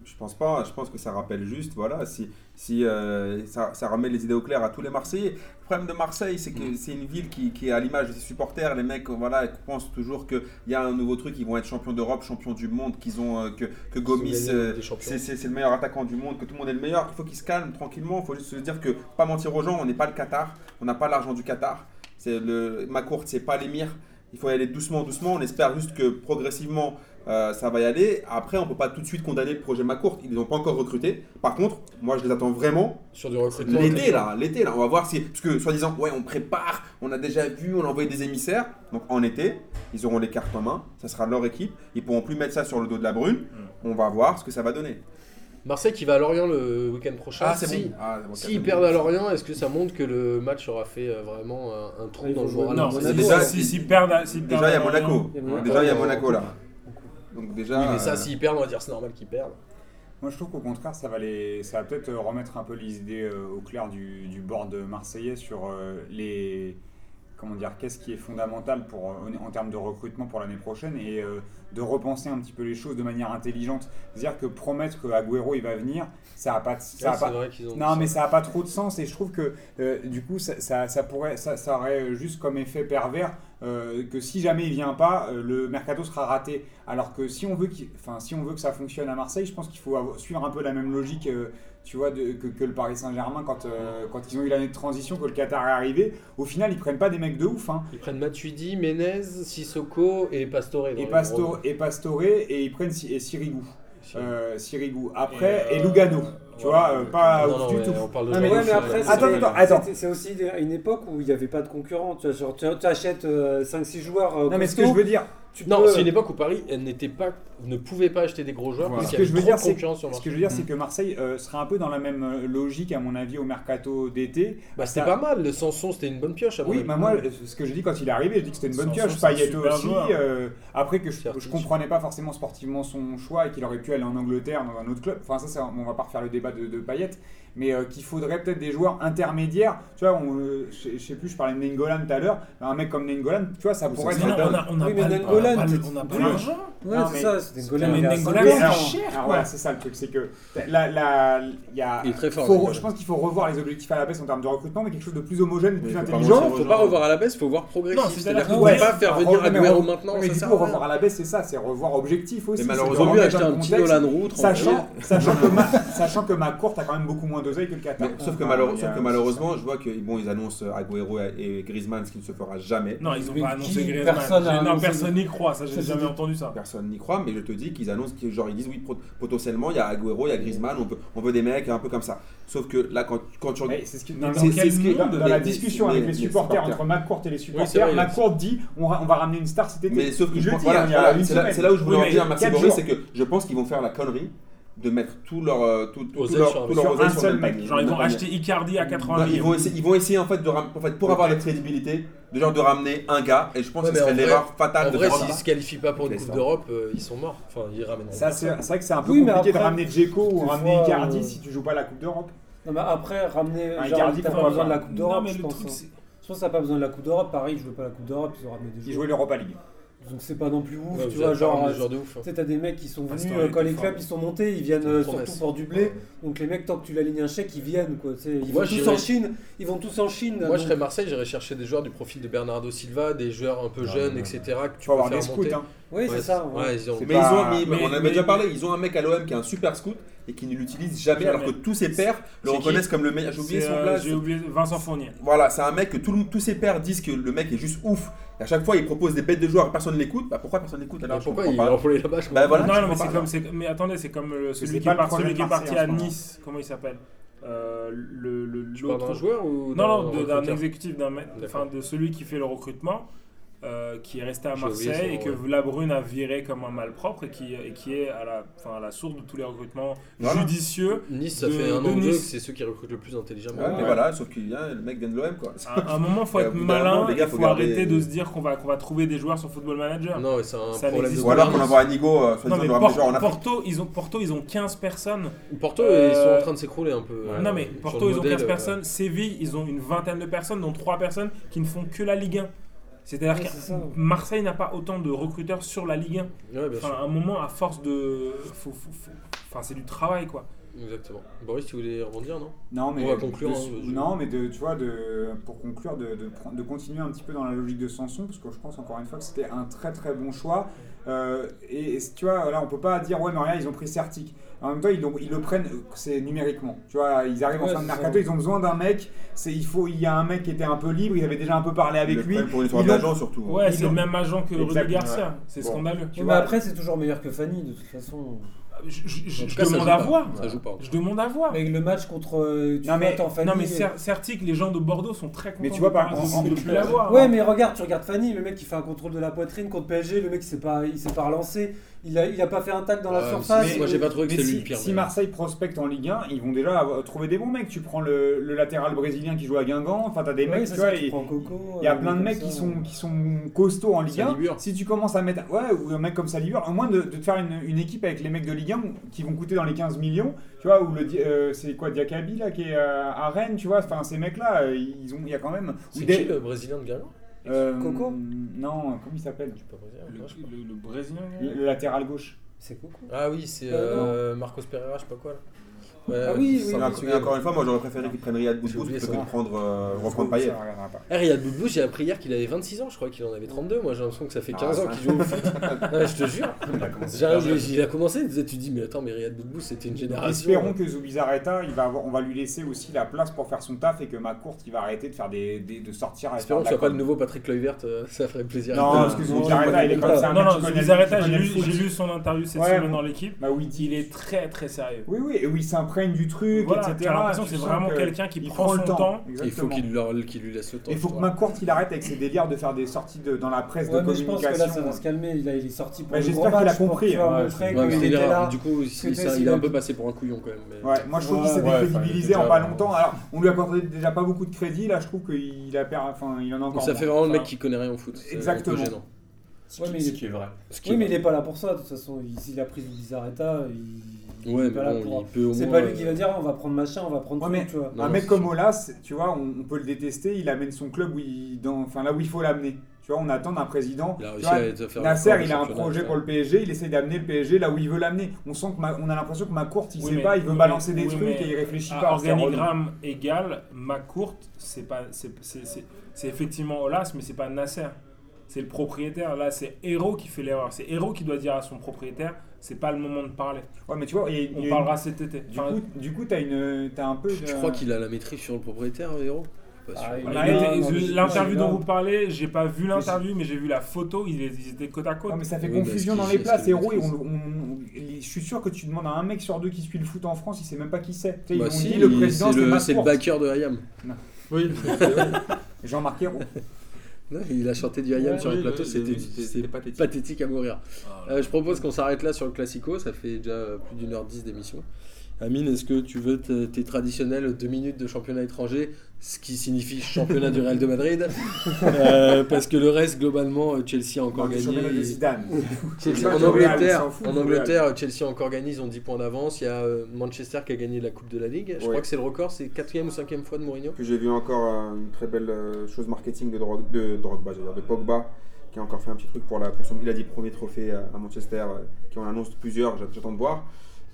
Speaker 2: Je pense pas. Je pense que ça rappelle juste, voilà, si, si euh, ça, ça remet les idées au clair à tous les Marseillais. Le problème de Marseille, c'est
Speaker 1: Mm.
Speaker 2: que c'est une ville qui, qui est à l'image de ses supporters. Les mecs, voilà, qui pensent toujours qu'il y a un nouveau truc, ils vont être champions d'Europe, champions du monde, qu'ils ont euh, que, que Gomis,
Speaker 1: Ils ont gagné la
Speaker 2: euh,
Speaker 1: Ligue des champions.
Speaker 2: c'est c'est- c'est le meilleur attaquant du monde, que tout le monde est le meilleur. Il faut qu'ils se calment tranquillement. Il faut juste se dire que pas mentir aux gens, on n'est pas le Qatar, on n'a pas l'argent du Qatar. C'est le Macourt, c'est pas l'émir. Il faut y aller doucement, doucement. On espère juste que progressivement euh, ça va y aller. Après, on peut pas tout de suite condamner le projet Macourt. Ils n'ont pas encore recruté. Par contre, moi je les attends vraiment
Speaker 1: Sur du recrutement.
Speaker 2: L'été là, l'été là, on va voir si. Parce que soi-disant, ouais, on prépare, on a déjà vu, on a envoyé des émissaires. Donc en été, ils auront les cartes en main, ça sera leur équipe, ils pourront plus mettre ça sur le dos de la brune. On va voir ce que ça va donner.
Speaker 1: Marseille qui va à Lorient le week-end prochain. Si-
Speaker 2: Ah, bon,
Speaker 1: S'ils
Speaker 2: c'est
Speaker 1: perdent
Speaker 2: bon.
Speaker 1: à Lorient, est-ce que ça montre que le match aura fait euh, vraiment un, un trou
Speaker 6: Ils
Speaker 1: dans le
Speaker 6: vont
Speaker 1: joueur à
Speaker 6: jouer-
Speaker 1: la
Speaker 4: Non,
Speaker 1: Marseille
Speaker 4: c'est
Speaker 2: déjà,
Speaker 4: déjà, si, si perdent, si perdent
Speaker 2: Déjà, il y a
Speaker 4: à
Speaker 2: Monaco.
Speaker 6: Il y a Monaco.
Speaker 2: Déjà, il y a Monaco là. Donc déjà.
Speaker 1: Oui, mais ça,
Speaker 2: euh,
Speaker 1: s'ils perdent, on va dire c'est normal qu'ils perdent.
Speaker 3: Moi, je trouve qu'au contraire, ça va, les... ça va peut-être euh, remettre un peu les idées euh, au clair du, du board marseillais sur euh, les. Comment dire Qu'est-ce qui est fondamental pour, euh, en termes de recrutement pour l'année prochaine et euh, de repenser un petit peu les choses de manière intelligente. C'est-à-dire que promettre que Agüero il va venir, ça n'a pas, de- ça a
Speaker 1: Ouais,
Speaker 3: pas,
Speaker 1: c'est vrai qu'ils ont
Speaker 3: non,
Speaker 1: dit
Speaker 3: mais
Speaker 1: ça.
Speaker 3: ça n'a pas trop de sens et je trouve que euh, du coup, ça, ça, ça pourrait, ça, ça aurait juste comme effet pervers euh, que si jamais il vient pas, euh, le mercato sera raté. Alors que si on veut, qu'il- enfin, si on veut que ça fonctionne à Marseille, je pense qu'il faut avoir- suivre un peu la même logique. euh, tu vois, de- que, que le Paris Saint-Germain, quand, euh, quand ils ont eu l'année de transition, que le Qatar est arrivé, au final, ils prennent pas des mecs de ouf. Hein.
Speaker 1: Ils prennent Matuidi, Menez, Sissoko et Pastore. dans
Speaker 3: Et,
Speaker 1: les
Speaker 3: Pasto-
Speaker 1: gros.
Speaker 3: et Pastore, euh, et ils prennent Si- et Sirigu. Euh, Sirigu. Après, et,
Speaker 4: euh,
Speaker 3: Lugano. Tu vois,
Speaker 4: voilà,
Speaker 3: euh,
Speaker 4: le-
Speaker 3: pas
Speaker 1: Non,
Speaker 3: ouf
Speaker 1: non,
Speaker 3: du
Speaker 1: mais
Speaker 3: tout.
Speaker 1: on parle de
Speaker 3: Non,
Speaker 1: joueurs
Speaker 3: mais-
Speaker 6: Ouais,
Speaker 1: de
Speaker 6: mais
Speaker 1: foot,
Speaker 6: après,
Speaker 1: euh,
Speaker 3: Attends,
Speaker 6: c'était-
Speaker 3: attends, attends.
Speaker 6: c'était- c'est aussi des- une époque où il n'y avait pas de concurrent. Tu, vois, genre, tu- tu achètes 5-6 joueurs. euh,
Speaker 3: Non, mais ce que
Speaker 6: costauds,
Speaker 3: je veux dire,
Speaker 6: tu
Speaker 1: Non,
Speaker 6: peux-
Speaker 1: c'est une époque où Paris elle n'était pas, ne pouvait pas acheter des gros joueurs
Speaker 5: Voilà.
Speaker 1: parce
Speaker 3: Ce
Speaker 1: qu'il
Speaker 3: que
Speaker 1: y
Speaker 3: je
Speaker 1: avait
Speaker 3: veux
Speaker 1: trop
Speaker 3: dire,
Speaker 1: de
Speaker 3: c'est
Speaker 1: concurrence sur le
Speaker 3: ce
Speaker 1: marché.
Speaker 3: que je veux dire, c'est que Marseille euh, sera un peu dans la même euh, logique, à mon avis, au mercato d'été.
Speaker 1: Bah, c'était
Speaker 3: Ça-
Speaker 1: pas mal, le Sanson c'était une bonne pioche à mon
Speaker 3: Oui,
Speaker 1: avis.
Speaker 3: bah moi, euh, ce que je dis quand il est arrivé, je dis que c'était une bonne
Speaker 4: Sanson,
Speaker 3: pioche.
Speaker 4: c'est un
Speaker 3: Payet
Speaker 4: super
Speaker 3: aussi.
Speaker 4: joueur.
Speaker 3: euh, après que je,
Speaker 1: Certes.
Speaker 3: je comprenais pas forcément sportivement son choix et qu'il aurait pu aller en Angleterre dans un autre club. Enfin, ça, ça, on va pas refaire le débat de, de Payet, mais euh, qu'il faudrait peut-être des joueurs intermédiaires. Tu vois, on, euh, je, je sais plus, je parlais de Nengolan tout à l'heure. Un mec comme Nengolan, tu vois, ça pourrait
Speaker 4: Lorient.
Speaker 3: être.
Speaker 4: Non,
Speaker 3: un-
Speaker 4: non, on a, on a
Speaker 6: Oui, mais
Speaker 4: pas, le- on
Speaker 6: Nengolan,
Speaker 4: a pas, le-
Speaker 6: tu-
Speaker 4: on a pas
Speaker 3: oui.
Speaker 4: l'argent.
Speaker 6: Ouais,
Speaker 3: Non,
Speaker 6: c'est
Speaker 3: mais-
Speaker 6: ça, c'était
Speaker 4: Mais
Speaker 6: N'Golem.
Speaker 4: N'Golem,
Speaker 3: Ouais,
Speaker 4: c'est
Speaker 3: alors,
Speaker 4: cher,
Speaker 3: alors
Speaker 4: quoi.
Speaker 3: voilà, c'est ça le truc, c'est que la, la- y a-
Speaker 7: Il est très fort,
Speaker 3: faut-
Speaker 7: N'Golem.
Speaker 3: je pense qu'il faut revoir les objectifs à la baisse en termes de recrutement, mais quelque chose de plus homogène, de
Speaker 2: Mais
Speaker 3: plus
Speaker 2: faut pas
Speaker 3: intelligent.
Speaker 7: Faut pas revoir à la baisse, faut voir progressif.
Speaker 4: Non, c'est
Speaker 7: C'est-à-dire
Speaker 4: pas-
Speaker 7: qu'on
Speaker 3: ouais.
Speaker 7: peut pas faire venir
Speaker 3: Mais
Speaker 7: Agüero
Speaker 3: on-
Speaker 7: maintenant,
Speaker 3: mais
Speaker 7: ça
Speaker 3: du
Speaker 7: sert
Speaker 3: coup,
Speaker 7: à rien.
Speaker 3: revoir à la baisse, c'est ça, c'est revoir objectif aussi.
Speaker 2: Mais
Speaker 3: c'est de
Speaker 2: malheureusement,
Speaker 7: Vaut mieux
Speaker 3: remettre
Speaker 7: acheter
Speaker 3: dans le
Speaker 7: un petit
Speaker 3: contexte,
Speaker 7: Nolan Roux, tranquille.
Speaker 3: Sachant, sachant, que ma, sachant que ma courte a quand même beaucoup moins d'oseille que le Qatar. Euh,
Speaker 2: mais sauf que,
Speaker 3: Enfin,
Speaker 2: malheure-
Speaker 3: il y a-
Speaker 2: sauf que malheureusement, je vois que bon, ils annoncent Agüero et et Griezmann, ce qui ne se fera jamais.
Speaker 4: Non, ils ont
Speaker 6: Mais
Speaker 4: pas
Speaker 6: qui-
Speaker 4: annoncé Griezmann.
Speaker 6: personne n'a
Speaker 4: J'ai- non,
Speaker 6: annoncé-
Speaker 4: personne n'y croit, ça, j'ai
Speaker 6: Ça, c'est
Speaker 4: jamais
Speaker 6: dit.
Speaker 4: entendu ça.
Speaker 2: Personne n'y croit, mais je te dis qu'ils annoncent, qu'ils- genre ils disent oui, pot- potentiellement il y a Agüero, il y a Griezmann, on, peut, on veut des mecs un peu comme ça. Sauf que là, quand, quand tu
Speaker 3: Mais c'est ce qui-
Speaker 4: Mais
Speaker 3: dans-
Speaker 4: dans
Speaker 3: c'est-
Speaker 4: quel
Speaker 3: c'est ce qui- dans-
Speaker 4: monde
Speaker 3: dans la
Speaker 2: les-
Speaker 3: discussion
Speaker 2: les-
Speaker 3: avec les
Speaker 2: les
Speaker 3: supporters
Speaker 2: supporters.
Speaker 3: entre McCourt et les
Speaker 1: c'est
Speaker 3: supporters,
Speaker 1: vrai, il y a
Speaker 3: McCourt dit on, ra- on va ramener une star cet été.
Speaker 2: Mais sauf que je
Speaker 3: Jeudi,
Speaker 2: pense- voilà,
Speaker 3: hein, il y a
Speaker 2: voilà,
Speaker 3: une
Speaker 2: c'est là,
Speaker 3: semaine.
Speaker 2: c'est là où je voulais
Speaker 4: Oui,
Speaker 2: en
Speaker 4: mais
Speaker 2: dire merci
Speaker 3: quatre
Speaker 2: Boris,
Speaker 3: jours.
Speaker 2: c'est que je pense qu'ils vont faire la connerie de mettre tout leur euh, tout, tout
Speaker 1: Oseille
Speaker 2: leur,
Speaker 1: sur un-
Speaker 2: tout leur
Speaker 3: sur
Speaker 2: oseille
Speaker 3: un
Speaker 2: sur
Speaker 3: seul
Speaker 2: le
Speaker 3: mec.
Speaker 2: panier.
Speaker 4: Genre, ils
Speaker 2: Le
Speaker 4: vont
Speaker 2: panier.
Speaker 4: acheter Icardi à 80
Speaker 2: Non, Bah, ils
Speaker 4: millions.
Speaker 2: vont essayer, ils vont essayer en fait de ram- en fait, pour avoir la crédibilité de genre de ramener un gars et je pense
Speaker 1: Ouais,
Speaker 2: que ce
Speaker 1: mais en
Speaker 2: serait
Speaker 1: vrai-
Speaker 2: l'erreur
Speaker 1: En
Speaker 2: fatale de
Speaker 1: vrai,
Speaker 2: faire
Speaker 1: s'ils
Speaker 2: ça.
Speaker 1: se qualifient pas pour une
Speaker 2: Ok,
Speaker 1: Coupe
Speaker 2: ça.
Speaker 1: d'euros, euh, ils sont morts. Enfin, ils ramèneront.
Speaker 3: Ça,
Speaker 1: pas.
Speaker 3: c'est c'est vrai que c'est un peu
Speaker 6: Oui, mais
Speaker 3: compliqué de
Speaker 6: après,
Speaker 3: ramener Dzeko ou
Speaker 6: des
Speaker 3: ramener
Speaker 6: fois,
Speaker 3: Icardi
Speaker 6: euh,
Speaker 3: si tu joues pas la Coupe d'Europe.
Speaker 6: Non, mais après, ramener.
Speaker 3: Un
Speaker 6: Genre,
Speaker 3: Icardi,
Speaker 6: t'as
Speaker 3: faut
Speaker 6: pas
Speaker 3: pas
Speaker 6: besoin de la
Speaker 3: voir.
Speaker 6: Coupe
Speaker 4: Non,
Speaker 6: d'Europe,
Speaker 4: mais
Speaker 6: je
Speaker 4: le
Speaker 6: pense.
Speaker 4: truc,
Speaker 6: hein.
Speaker 4: c'est.
Speaker 6: Je pense que t'as pas besoin de la Coupe d'Europe. Pareil, je veux pas la Coupe d'Europe, ils ont ramené des
Speaker 3: Ils
Speaker 6: joueurs.
Speaker 3: jouaient l'Europa League.
Speaker 6: Donc c'est pas non plus ouf,
Speaker 1: Ouais,
Speaker 6: tu
Speaker 1: vous
Speaker 6: vois.
Speaker 1: avez pas
Speaker 6: Genre,
Speaker 1: un genre de ouf. hein.
Speaker 6: Tu sais, t'as des mecs qui sont venus
Speaker 4: Astor,
Speaker 6: euh,
Speaker 4: il
Speaker 6: quand
Speaker 4: était
Speaker 6: les
Speaker 4: fort.
Speaker 6: clubs ils sont montés, ils viennent
Speaker 1: C'était une
Speaker 6: euh,
Speaker 1: promesse.
Speaker 6: surtout pour du blé. Donc les mecs, tant que tu l'alignes un chèque, ils viennent quoi. tu sais. Ils
Speaker 1: Moi,
Speaker 6: vont tous
Speaker 1: j'irais-
Speaker 6: en Chine. Ils vont tous en Chine.
Speaker 1: Moi, je
Speaker 6: donc-
Speaker 1: serais Marseille, j'irais chercher des joueurs du profil de Bernardo Silva, des joueurs un peu jeunes, etc. Que tu
Speaker 3: Tu vas
Speaker 1: peux
Speaker 3: avoir
Speaker 1: faire
Speaker 3: des scouts.
Speaker 1: monter.
Speaker 3: Hein.
Speaker 6: Oui, c'est ça. ouais.
Speaker 1: Ouais, ils ont-
Speaker 3: C'est
Speaker 2: Mais,
Speaker 3: pas-
Speaker 2: ils ont, mais-
Speaker 4: mais-
Speaker 2: on en avait
Speaker 4: mais-
Speaker 2: déjà parlé, ils ont un mec à l'OM qui est un super scout et qui ne l'utilise jamais,
Speaker 4: Jamais.
Speaker 2: alors que tous ses pairs le
Speaker 4: C'est
Speaker 2: reconnaissent comme le meilleur. J'ai oublié
Speaker 4: C'est,
Speaker 2: son
Speaker 4: euh,
Speaker 2: blaze.
Speaker 4: J'ai oublié Vincent Fournier.
Speaker 2: Voilà, c'est un mec que tout le- tous ses pairs disent que le mec est juste ouf. Et à chaque fois, il propose des bêtes de joueurs, personne ne l'écoute. Bah pourquoi personne l'écoute alors
Speaker 1: Mais
Speaker 2: je
Speaker 1: pourquoi
Speaker 2: comprends
Speaker 1: il
Speaker 2: pas.
Speaker 1: a envoyé là-bas je
Speaker 2: Bah voilà,
Speaker 4: non,
Speaker 2: je
Speaker 4: non, mais
Speaker 2: comprends
Speaker 4: c'est
Speaker 2: pas.
Speaker 4: comme, c'est- mais attendez, c'est comme euh,
Speaker 3: c'est
Speaker 4: celui qui
Speaker 3: pas
Speaker 4: est,
Speaker 3: le
Speaker 4: par-
Speaker 3: problème
Speaker 4: celui qui est
Speaker 3: Marseille
Speaker 4: parti
Speaker 3: en
Speaker 4: à
Speaker 3: ce moment.
Speaker 4: Nice. Comment il s'appelle Euh, le, le,
Speaker 1: Tu parles d'un
Speaker 4: l'autre-
Speaker 1: joueur ou
Speaker 4: Non,
Speaker 1: d'un-
Speaker 4: non, de- d'un
Speaker 1: recruteur
Speaker 4: exécutif, d'un mec- enfin,
Speaker 1: D'accord.
Speaker 4: de celui qui fait le recrutement, euh, qui est resté à
Speaker 1: J'ai oublié
Speaker 4: Marseille et
Speaker 1: son
Speaker 4: que
Speaker 1: nom,
Speaker 4: la Brune a viré comme un malpropre et qui, et qui est à la, enfin, à la source de tous les recrutements
Speaker 2: Voilà.
Speaker 4: judicieux.
Speaker 1: Nice, ça
Speaker 4: de-
Speaker 1: fait un
Speaker 4: de
Speaker 1: an ou deux que
Speaker 4: Nice.
Speaker 1: c'est ceux qui recrutent le plus intelligemment.
Speaker 2: Ouais, mais
Speaker 3: Ouais.
Speaker 2: voilà, sauf que hein, le mec vient de l'OM quoi.
Speaker 4: À à un moment, faut
Speaker 2: Ouais, au
Speaker 4: être
Speaker 2: bout d'un moment,
Speaker 4: malin,
Speaker 2: les
Speaker 4: il
Speaker 2: gars,
Speaker 4: faut,
Speaker 2: faut garder-
Speaker 4: arrêter de se dire qu'on va, qu'on va trouver des joueurs sur Football Manager.
Speaker 1: Non, mais c'est un
Speaker 4: Ça
Speaker 1: problème de
Speaker 4: n'existe
Speaker 2: Ou alors qu'on
Speaker 4: Nice.
Speaker 2: envoie à Nigo, euh,
Speaker 4: Non,
Speaker 2: soi-disant,
Speaker 4: mais
Speaker 2: de ramener des
Speaker 4: Por-
Speaker 2: joueurs en Afrique.
Speaker 4: Porto, ils ont, Porto, ils ont 15 personnes.
Speaker 1: Porto,
Speaker 4: Euh,
Speaker 1: ils sont en train de s'écrouler un peu. euh,
Speaker 4: non, mais
Speaker 1: sur le
Speaker 4: Porto, ils ont
Speaker 1: modèle,
Speaker 4: 15
Speaker 1: euh,
Speaker 4: personnes. Séville, ils ont une vingtaine de personnes, dont 3 personnes qui ne font que la Ligue 1. C'est-à-dire
Speaker 6: Ouais,
Speaker 4: que
Speaker 6: c'est ça.
Speaker 4: Marseille n'a pas autant de recruteurs sur la Ligue 1.
Speaker 1: Ouais, bien sûr.
Speaker 4: Enfin, à un moment, à force de. Faut, faut- faut- Enfin, c'est du travail, quoi.
Speaker 1: Exactement. Boris, tu voulais rebondir, non
Speaker 3: Non, mais
Speaker 1: On va conclure,
Speaker 3: de-
Speaker 1: hein, je-
Speaker 3: non, mais de, tu vois, de, pour conclure, de, de, pre- de continuer un petit peu dans la logique de Sanson, parce que je pense encore une fois que c'était un très très bon choix. Euh, et, et tu vois, là, on peut pas dire ouais, mais regarde, ils ont pris Certic. En même temps, ils, l'ont- ils le prennent, euh, c'est numériquement. Tu vois, ils arrivent
Speaker 6: Ouais,
Speaker 3: en fin de
Speaker 6: c'est
Speaker 3: mercato,
Speaker 6: ça.
Speaker 3: ils ont besoin d'un mec. C'est il faut, il y a un mec qui était un peu libre, ils avaient déjà un peu parlé avec
Speaker 2: Le
Speaker 3: lui.
Speaker 2: problème pour une
Speaker 3: Ils
Speaker 2: histoire
Speaker 3: l'ont-
Speaker 2: d'agent surtout. hein.
Speaker 4: Ouais,
Speaker 3: Ils
Speaker 4: c'est le
Speaker 3: ont-
Speaker 4: même agent que Rudy
Speaker 3: Exactement,
Speaker 4: Garcia. C'est
Speaker 2: Bon.
Speaker 4: scandaleux.
Speaker 3: tu
Speaker 6: mais
Speaker 3: vois.
Speaker 6: après, c'est toujours meilleur que Fanny, de toute façon.
Speaker 4: Je, je-
Speaker 1: En
Speaker 4: je-
Speaker 1: tout
Speaker 4: je
Speaker 1: cas, ça
Speaker 4: demande
Speaker 1: joue
Speaker 4: à
Speaker 1: pas.
Speaker 4: voir.
Speaker 1: Ça joue pas.
Speaker 4: Je demande à voir.
Speaker 6: Avec le match contre. euh, Tu
Speaker 3: Non,
Speaker 6: non,
Speaker 3: mais-
Speaker 6: mais, Fanny.
Speaker 4: Non, mais
Speaker 6: et-
Speaker 4: Cer- Certic, les gens de Bordeaux sont très contents.
Speaker 3: Mais tu vois, par-
Speaker 4: de-
Speaker 3: en- en-
Speaker 4: de plus la voir. hein.
Speaker 6: Ouais, mais regarde, tu regardes Fanny, le mec qui fait un contrôle de la poitrine contre PSG, le mec il s'est pas, il s'est pas relancé, il a, il a pas fait un tac dans la
Speaker 1: Ouais,
Speaker 6: surface.
Speaker 1: mais- Ah, moi, j'ai pas trouvé que
Speaker 3: mais
Speaker 1: c'est lui
Speaker 3: si-
Speaker 1: le pire,
Speaker 3: Si
Speaker 1: mais-
Speaker 3: Marseille prospecte en Ligue 1, ils vont déjà avoir- trouver des bons mecs. Tu prends le, le latéral brésilien qui joue à Guingamp, enfin t'as des
Speaker 6: Ouais,
Speaker 3: mecs,
Speaker 6: c'est
Speaker 3: tu
Speaker 6: ça,
Speaker 3: vois,
Speaker 6: tu
Speaker 3: et-
Speaker 6: prends Coco,
Speaker 3: il y a
Speaker 6: euh,
Speaker 3: plein de
Speaker 6: comme
Speaker 3: mecs
Speaker 6: ça.
Speaker 3: qui sont, qui sont costauds en Ligue 1.
Speaker 1: Salibur.
Speaker 3: Si tu commences à mettre. Ouais, ou un mec comme Salibur, au moins de, de te faire une, une équipe avec les mecs de Ligue 1 qui vont coûter dans les 15 millions, tu vois, ou le. di- euh, c'est quoi, Diakabi là, qui est euh, à Rennes, tu vois, enfin ces mecs-là, euh, ils ont, il y a quand même.
Speaker 1: C'est qui
Speaker 3: ou des-
Speaker 1: le Brésilien de Guingamp
Speaker 3: euh,
Speaker 6: Coco
Speaker 3: Non, comment il s'appelle
Speaker 1: Je sais pas, Brésilien,
Speaker 4: Le,
Speaker 1: non, je sais
Speaker 4: le- le Brésilien.
Speaker 3: le, le latéral gauche.
Speaker 6: C'est Coco.
Speaker 1: pas. Ah oui, c'est
Speaker 6: Euh,
Speaker 1: euh, Marcos Pereira, je sais pas quoi. là. Ouais,
Speaker 6: Ah oui,
Speaker 1: c'est
Speaker 2: Et
Speaker 6: oui,
Speaker 1: un
Speaker 2: encore-
Speaker 1: Portugais.
Speaker 2: et encore une fois, moi j'aurais préféré qu'ils prennent Riyad
Speaker 1: J'ai
Speaker 2: Boudbouz
Speaker 1: oublié
Speaker 2: plutôt
Speaker 1: ça.
Speaker 2: que de prendre, euh,
Speaker 3: Je
Speaker 2: reprendre
Speaker 3: trouve que
Speaker 2: Payet.
Speaker 3: ça regardera pas.
Speaker 1: Eh, Riyad Boudbouz, j'ai appris hier qu'il avait 26 ans, je crois qu'il en avait 32. Moi, j'ai l'impression que ça fait 15
Speaker 2: Ah,
Speaker 1: ans
Speaker 2: ça.
Speaker 1: qu'il joue au foot. Non, mais je te jure.
Speaker 5: Il a commencé
Speaker 1: J'ai-
Speaker 5: super jeune.
Speaker 1: Il a commencé, tu te dis, mais attends, mais Riyad Boudbouz, c'était une génération.
Speaker 3: Espérons que Zubizarreta, il va avoir- on va lui laisser aussi la place pour faire son taf et que McCourt, il va arrêter de faire des, des- de sortir. et
Speaker 1: Espérons que
Speaker 3: faire
Speaker 1: ce
Speaker 3: de
Speaker 1: soit pas
Speaker 3: la
Speaker 1: le nouveau Patrick Kluivert, euh, ça ferait plaisir.
Speaker 3: com. Non, parce que
Speaker 1: Euh,
Speaker 3: Zubizarreta, il est comme ça.
Speaker 4: Non, non, Zubizarreta, j'ai lu, j'ai
Speaker 3: juste
Speaker 4: lu son interview cette
Speaker 3: Ouais,
Speaker 4: semaine
Speaker 3: bon.
Speaker 4: dans l'équipe.
Speaker 3: Bah oui, dit-
Speaker 4: Il est très très sérieux.
Speaker 3: Oui, oui, et où il s'imprègne du truc,
Speaker 4: Voilà,
Speaker 3: etc.
Speaker 4: t'as l'impression
Speaker 3: Tu
Speaker 4: que c'est
Speaker 3: sens
Speaker 4: vraiment
Speaker 3: que
Speaker 4: quelqu'un qui
Speaker 3: il
Speaker 4: prend son temps.
Speaker 1: Il faut
Speaker 3: Exactement.
Speaker 1: qu'il leur- qu'il lui laisse le temps.
Speaker 3: Il faut
Speaker 1: tu
Speaker 3: que
Speaker 1: vois.
Speaker 3: McCourt, il arrête avec ses délires de faire des sorties de- dans la presse
Speaker 6: Ouais,
Speaker 3: de
Speaker 6: mais je pense que là ça
Speaker 3: communication.
Speaker 6: va se calmer, il, a- il est sorti pour
Speaker 3: Bah,
Speaker 6: le
Speaker 3: j'espère
Speaker 6: gros
Speaker 3: qu'il a
Speaker 6: match, pour
Speaker 3: compris, hein,
Speaker 6: pouvoir
Speaker 3: ouais,
Speaker 6: montrer
Speaker 1: Ouais, mais
Speaker 6: qu'il
Speaker 1: il,
Speaker 6: était
Speaker 1: a-
Speaker 6: là.
Speaker 1: du coup, il, il-
Speaker 6: C'était-
Speaker 1: il est
Speaker 6: il a-
Speaker 1: un peu passé pour un couillon quand même. mais-
Speaker 3: hein. Ouais, moi je trouve
Speaker 6: Ouais,
Speaker 3: qu'il s'est
Speaker 5: ouais,
Speaker 3: décrédibilisé
Speaker 5: enfin,
Speaker 3: en pas
Speaker 5: déjà,
Speaker 3: longtemps. Alors, on lui accordait déjà pas beaucoup de crédit. Là, je trouve qu'il a perdu. Enfin, il en a
Speaker 1: Donc
Speaker 3: encore.
Speaker 1: ça
Speaker 3: moins.
Speaker 1: fait vraiment le mec
Speaker 3: Enfin,
Speaker 1: qui connaît rien au foot. C'est un peu
Speaker 3: Exactement.
Speaker 1: gênant.
Speaker 5: Ce
Speaker 6: Ouais,
Speaker 5: qui-
Speaker 6: mais
Speaker 5: ce
Speaker 6: il est-
Speaker 5: qui est vrai.
Speaker 1: Ce qui
Speaker 6: Oui, mais
Speaker 1: est-
Speaker 6: il est pas là pour ça, de toute façon. Il- S'il a pris Zubizarreta, il,
Speaker 1: Ouais,
Speaker 6: il
Speaker 1: mais
Speaker 6: est pas là
Speaker 1: bon,
Speaker 6: pour.
Speaker 1: il peut au moins.
Speaker 6: C'est pas lui
Speaker 1: euh,
Speaker 6: qui va dire on va prendre machin, on va prendre
Speaker 3: Ouais, mais-
Speaker 6: truc, tu vois.
Speaker 1: Non,
Speaker 3: un
Speaker 1: non,
Speaker 3: mec
Speaker 1: c'est
Speaker 3: comme
Speaker 1: sûr.
Speaker 3: Olas, tu vois, on, on peut le détester. Il amène son club où il, dans, enfin, là où il faut l'amener. Tu vois, on attend d'un président.
Speaker 1: Il a
Speaker 3: tu
Speaker 1: réussi
Speaker 3: vois,
Speaker 1: à te faire.
Speaker 3: Nasser,
Speaker 1: encore
Speaker 3: il a un
Speaker 1: championnat,
Speaker 3: projet
Speaker 1: tu
Speaker 3: pour
Speaker 1: vois.
Speaker 3: le PSG. Il essaie d'amener le PSG là où il veut l'amener. On sent que Ma- on a l'impression que Macourt, il
Speaker 4: Oui,
Speaker 3: sait
Speaker 4: mais-
Speaker 3: pas. Il veut
Speaker 4: oui,
Speaker 3: balancer
Speaker 4: mais-
Speaker 3: des
Speaker 4: oui,
Speaker 3: trucs
Speaker 4: mais
Speaker 3: et il réfléchit
Speaker 4: à
Speaker 3: pas. c'est un relou.
Speaker 4: organigramme égal, ma courte, c'est pas, c'est, c'est, c'est- c'est effectivement Olas, mais c'est pas Nasser. C'est le propriétaire. Là, c'est Hero qui fait l'erreur. C'est Hero qui doit dire à son propriétaire, c'est pas le moment de parler.
Speaker 3: Ouais, mais tu vois, il y a- il
Speaker 4: On
Speaker 3: y a une-
Speaker 4: parlera cet été.
Speaker 3: Du
Speaker 4: Enfin,
Speaker 3: coup, du coup, t'as une, t'as un peu.
Speaker 1: Je crois qu'il a la maîtrise sur le propriétaire, héros.
Speaker 6: Ah, il-
Speaker 4: bah,
Speaker 6: Non,
Speaker 4: il
Speaker 6: non,
Speaker 4: était-
Speaker 6: non, mais-
Speaker 4: l'interview
Speaker 6: non.
Speaker 4: dont vous parlez, j'ai pas vu l'interview, mais j'ai vu la photo. Ils, ils étaient côte à côte.
Speaker 3: Ouais, Ah, mais ça fait
Speaker 1: Oui, mais
Speaker 3: confusion
Speaker 1: est-ce
Speaker 3: dans
Speaker 1: qu'il-
Speaker 3: les
Speaker 1: est-ce
Speaker 3: places.
Speaker 1: qu'il
Speaker 3: Et Roux,
Speaker 1: maîtrise
Speaker 3: on- on- on- je suis sûr que tu demandes à un mec sur deux qui suit le foot en France, il sait même pas qui c'est. Tu sais, ils ont dit le président,
Speaker 1: Bah c'est
Speaker 3: c'est
Speaker 1: le, c'est le
Speaker 3: Macron.
Speaker 1: backer de Hayam.
Speaker 5: Oui,
Speaker 3: Jean-Marc Ayrault.
Speaker 1: Non, il a chanté du Hayam sur le plateau, c'était c'était
Speaker 2: pathétique.
Speaker 1: pathétique à mourir.
Speaker 3: Oh
Speaker 1: Euh, je propose qu'on s'arrête là sur le Classico, ça fait déjà euh, plus d'une heure dix d'émission. Amine, est-ce que tu veux te- tes traditionnels deux minutes de championnat étranger, ce qui signifie championnat du Real de Madrid Euh, Parce que le reste, globalement, euh, Chelsea a encore
Speaker 3: Le
Speaker 1: gagné.
Speaker 3: championnat de Zidane.
Speaker 1: Chelsea-
Speaker 3: Pas
Speaker 1: en
Speaker 3: du Real,
Speaker 1: Angleterre,
Speaker 3: ils s'en foutent
Speaker 1: en
Speaker 3: du
Speaker 1: Angleterre, Chelsea encore gagne, ils ont 10 points d'avance. Il y a euh, Manchester qui a gagné la Coupe de la Ligue. Je
Speaker 2: Ouais.
Speaker 1: crois que c'est le record, c'est quatrième ou cinquième fois de Mourinho.
Speaker 2: que j'ai vu encore euh, une très belle euh, chose marketing de, Drog- de Drogba, j'allais dire, de Pogba, qui a encore fait un petit truc pour, la, pour son. Il a dit premier trophée à, à Manchester, euh, qui en annonce plusieurs, j'a- j'attends de voir.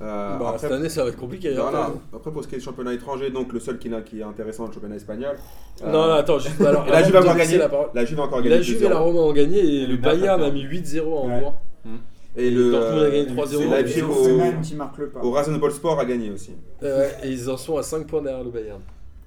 Speaker 2: Euh,
Speaker 1: Bah,
Speaker 2: après,
Speaker 1: cette année, ça va être compliqué. hein.
Speaker 2: voilà. Après, pour ce qui est du championnat étranger, donc le seul qui, n'a- qui est intéressant, le championnat espagnol. euh,
Speaker 1: Non, non, attends, juste alors.
Speaker 2: Et la
Speaker 1: avant
Speaker 2: Juve
Speaker 1: de
Speaker 2: a encore
Speaker 1: te laisser
Speaker 2: gagné.
Speaker 1: la parole.
Speaker 2: La Juve a encore gagné.
Speaker 1: La Juve et
Speaker 2: 2-0.
Speaker 1: la Roma ont gagné et le
Speaker 5: Le Naples a
Speaker 1: Bayern a
Speaker 5: perdu.
Speaker 1: mis 8-0 en
Speaker 3: Ouais.
Speaker 1: cours.
Speaker 2: Et
Speaker 1: le
Speaker 2: le.
Speaker 1: Dortmund a gagné
Speaker 2: euh,
Speaker 1: 3-0.
Speaker 2: C'est
Speaker 1: la
Speaker 3: Et
Speaker 2: Leipzig
Speaker 1: Juve
Speaker 3: c'est même
Speaker 2: au,
Speaker 3: qui marque le pas.
Speaker 2: au Rasenball Sport a gagné aussi.
Speaker 1: Euh, et ils en sont à 5 points derrière le Bayern.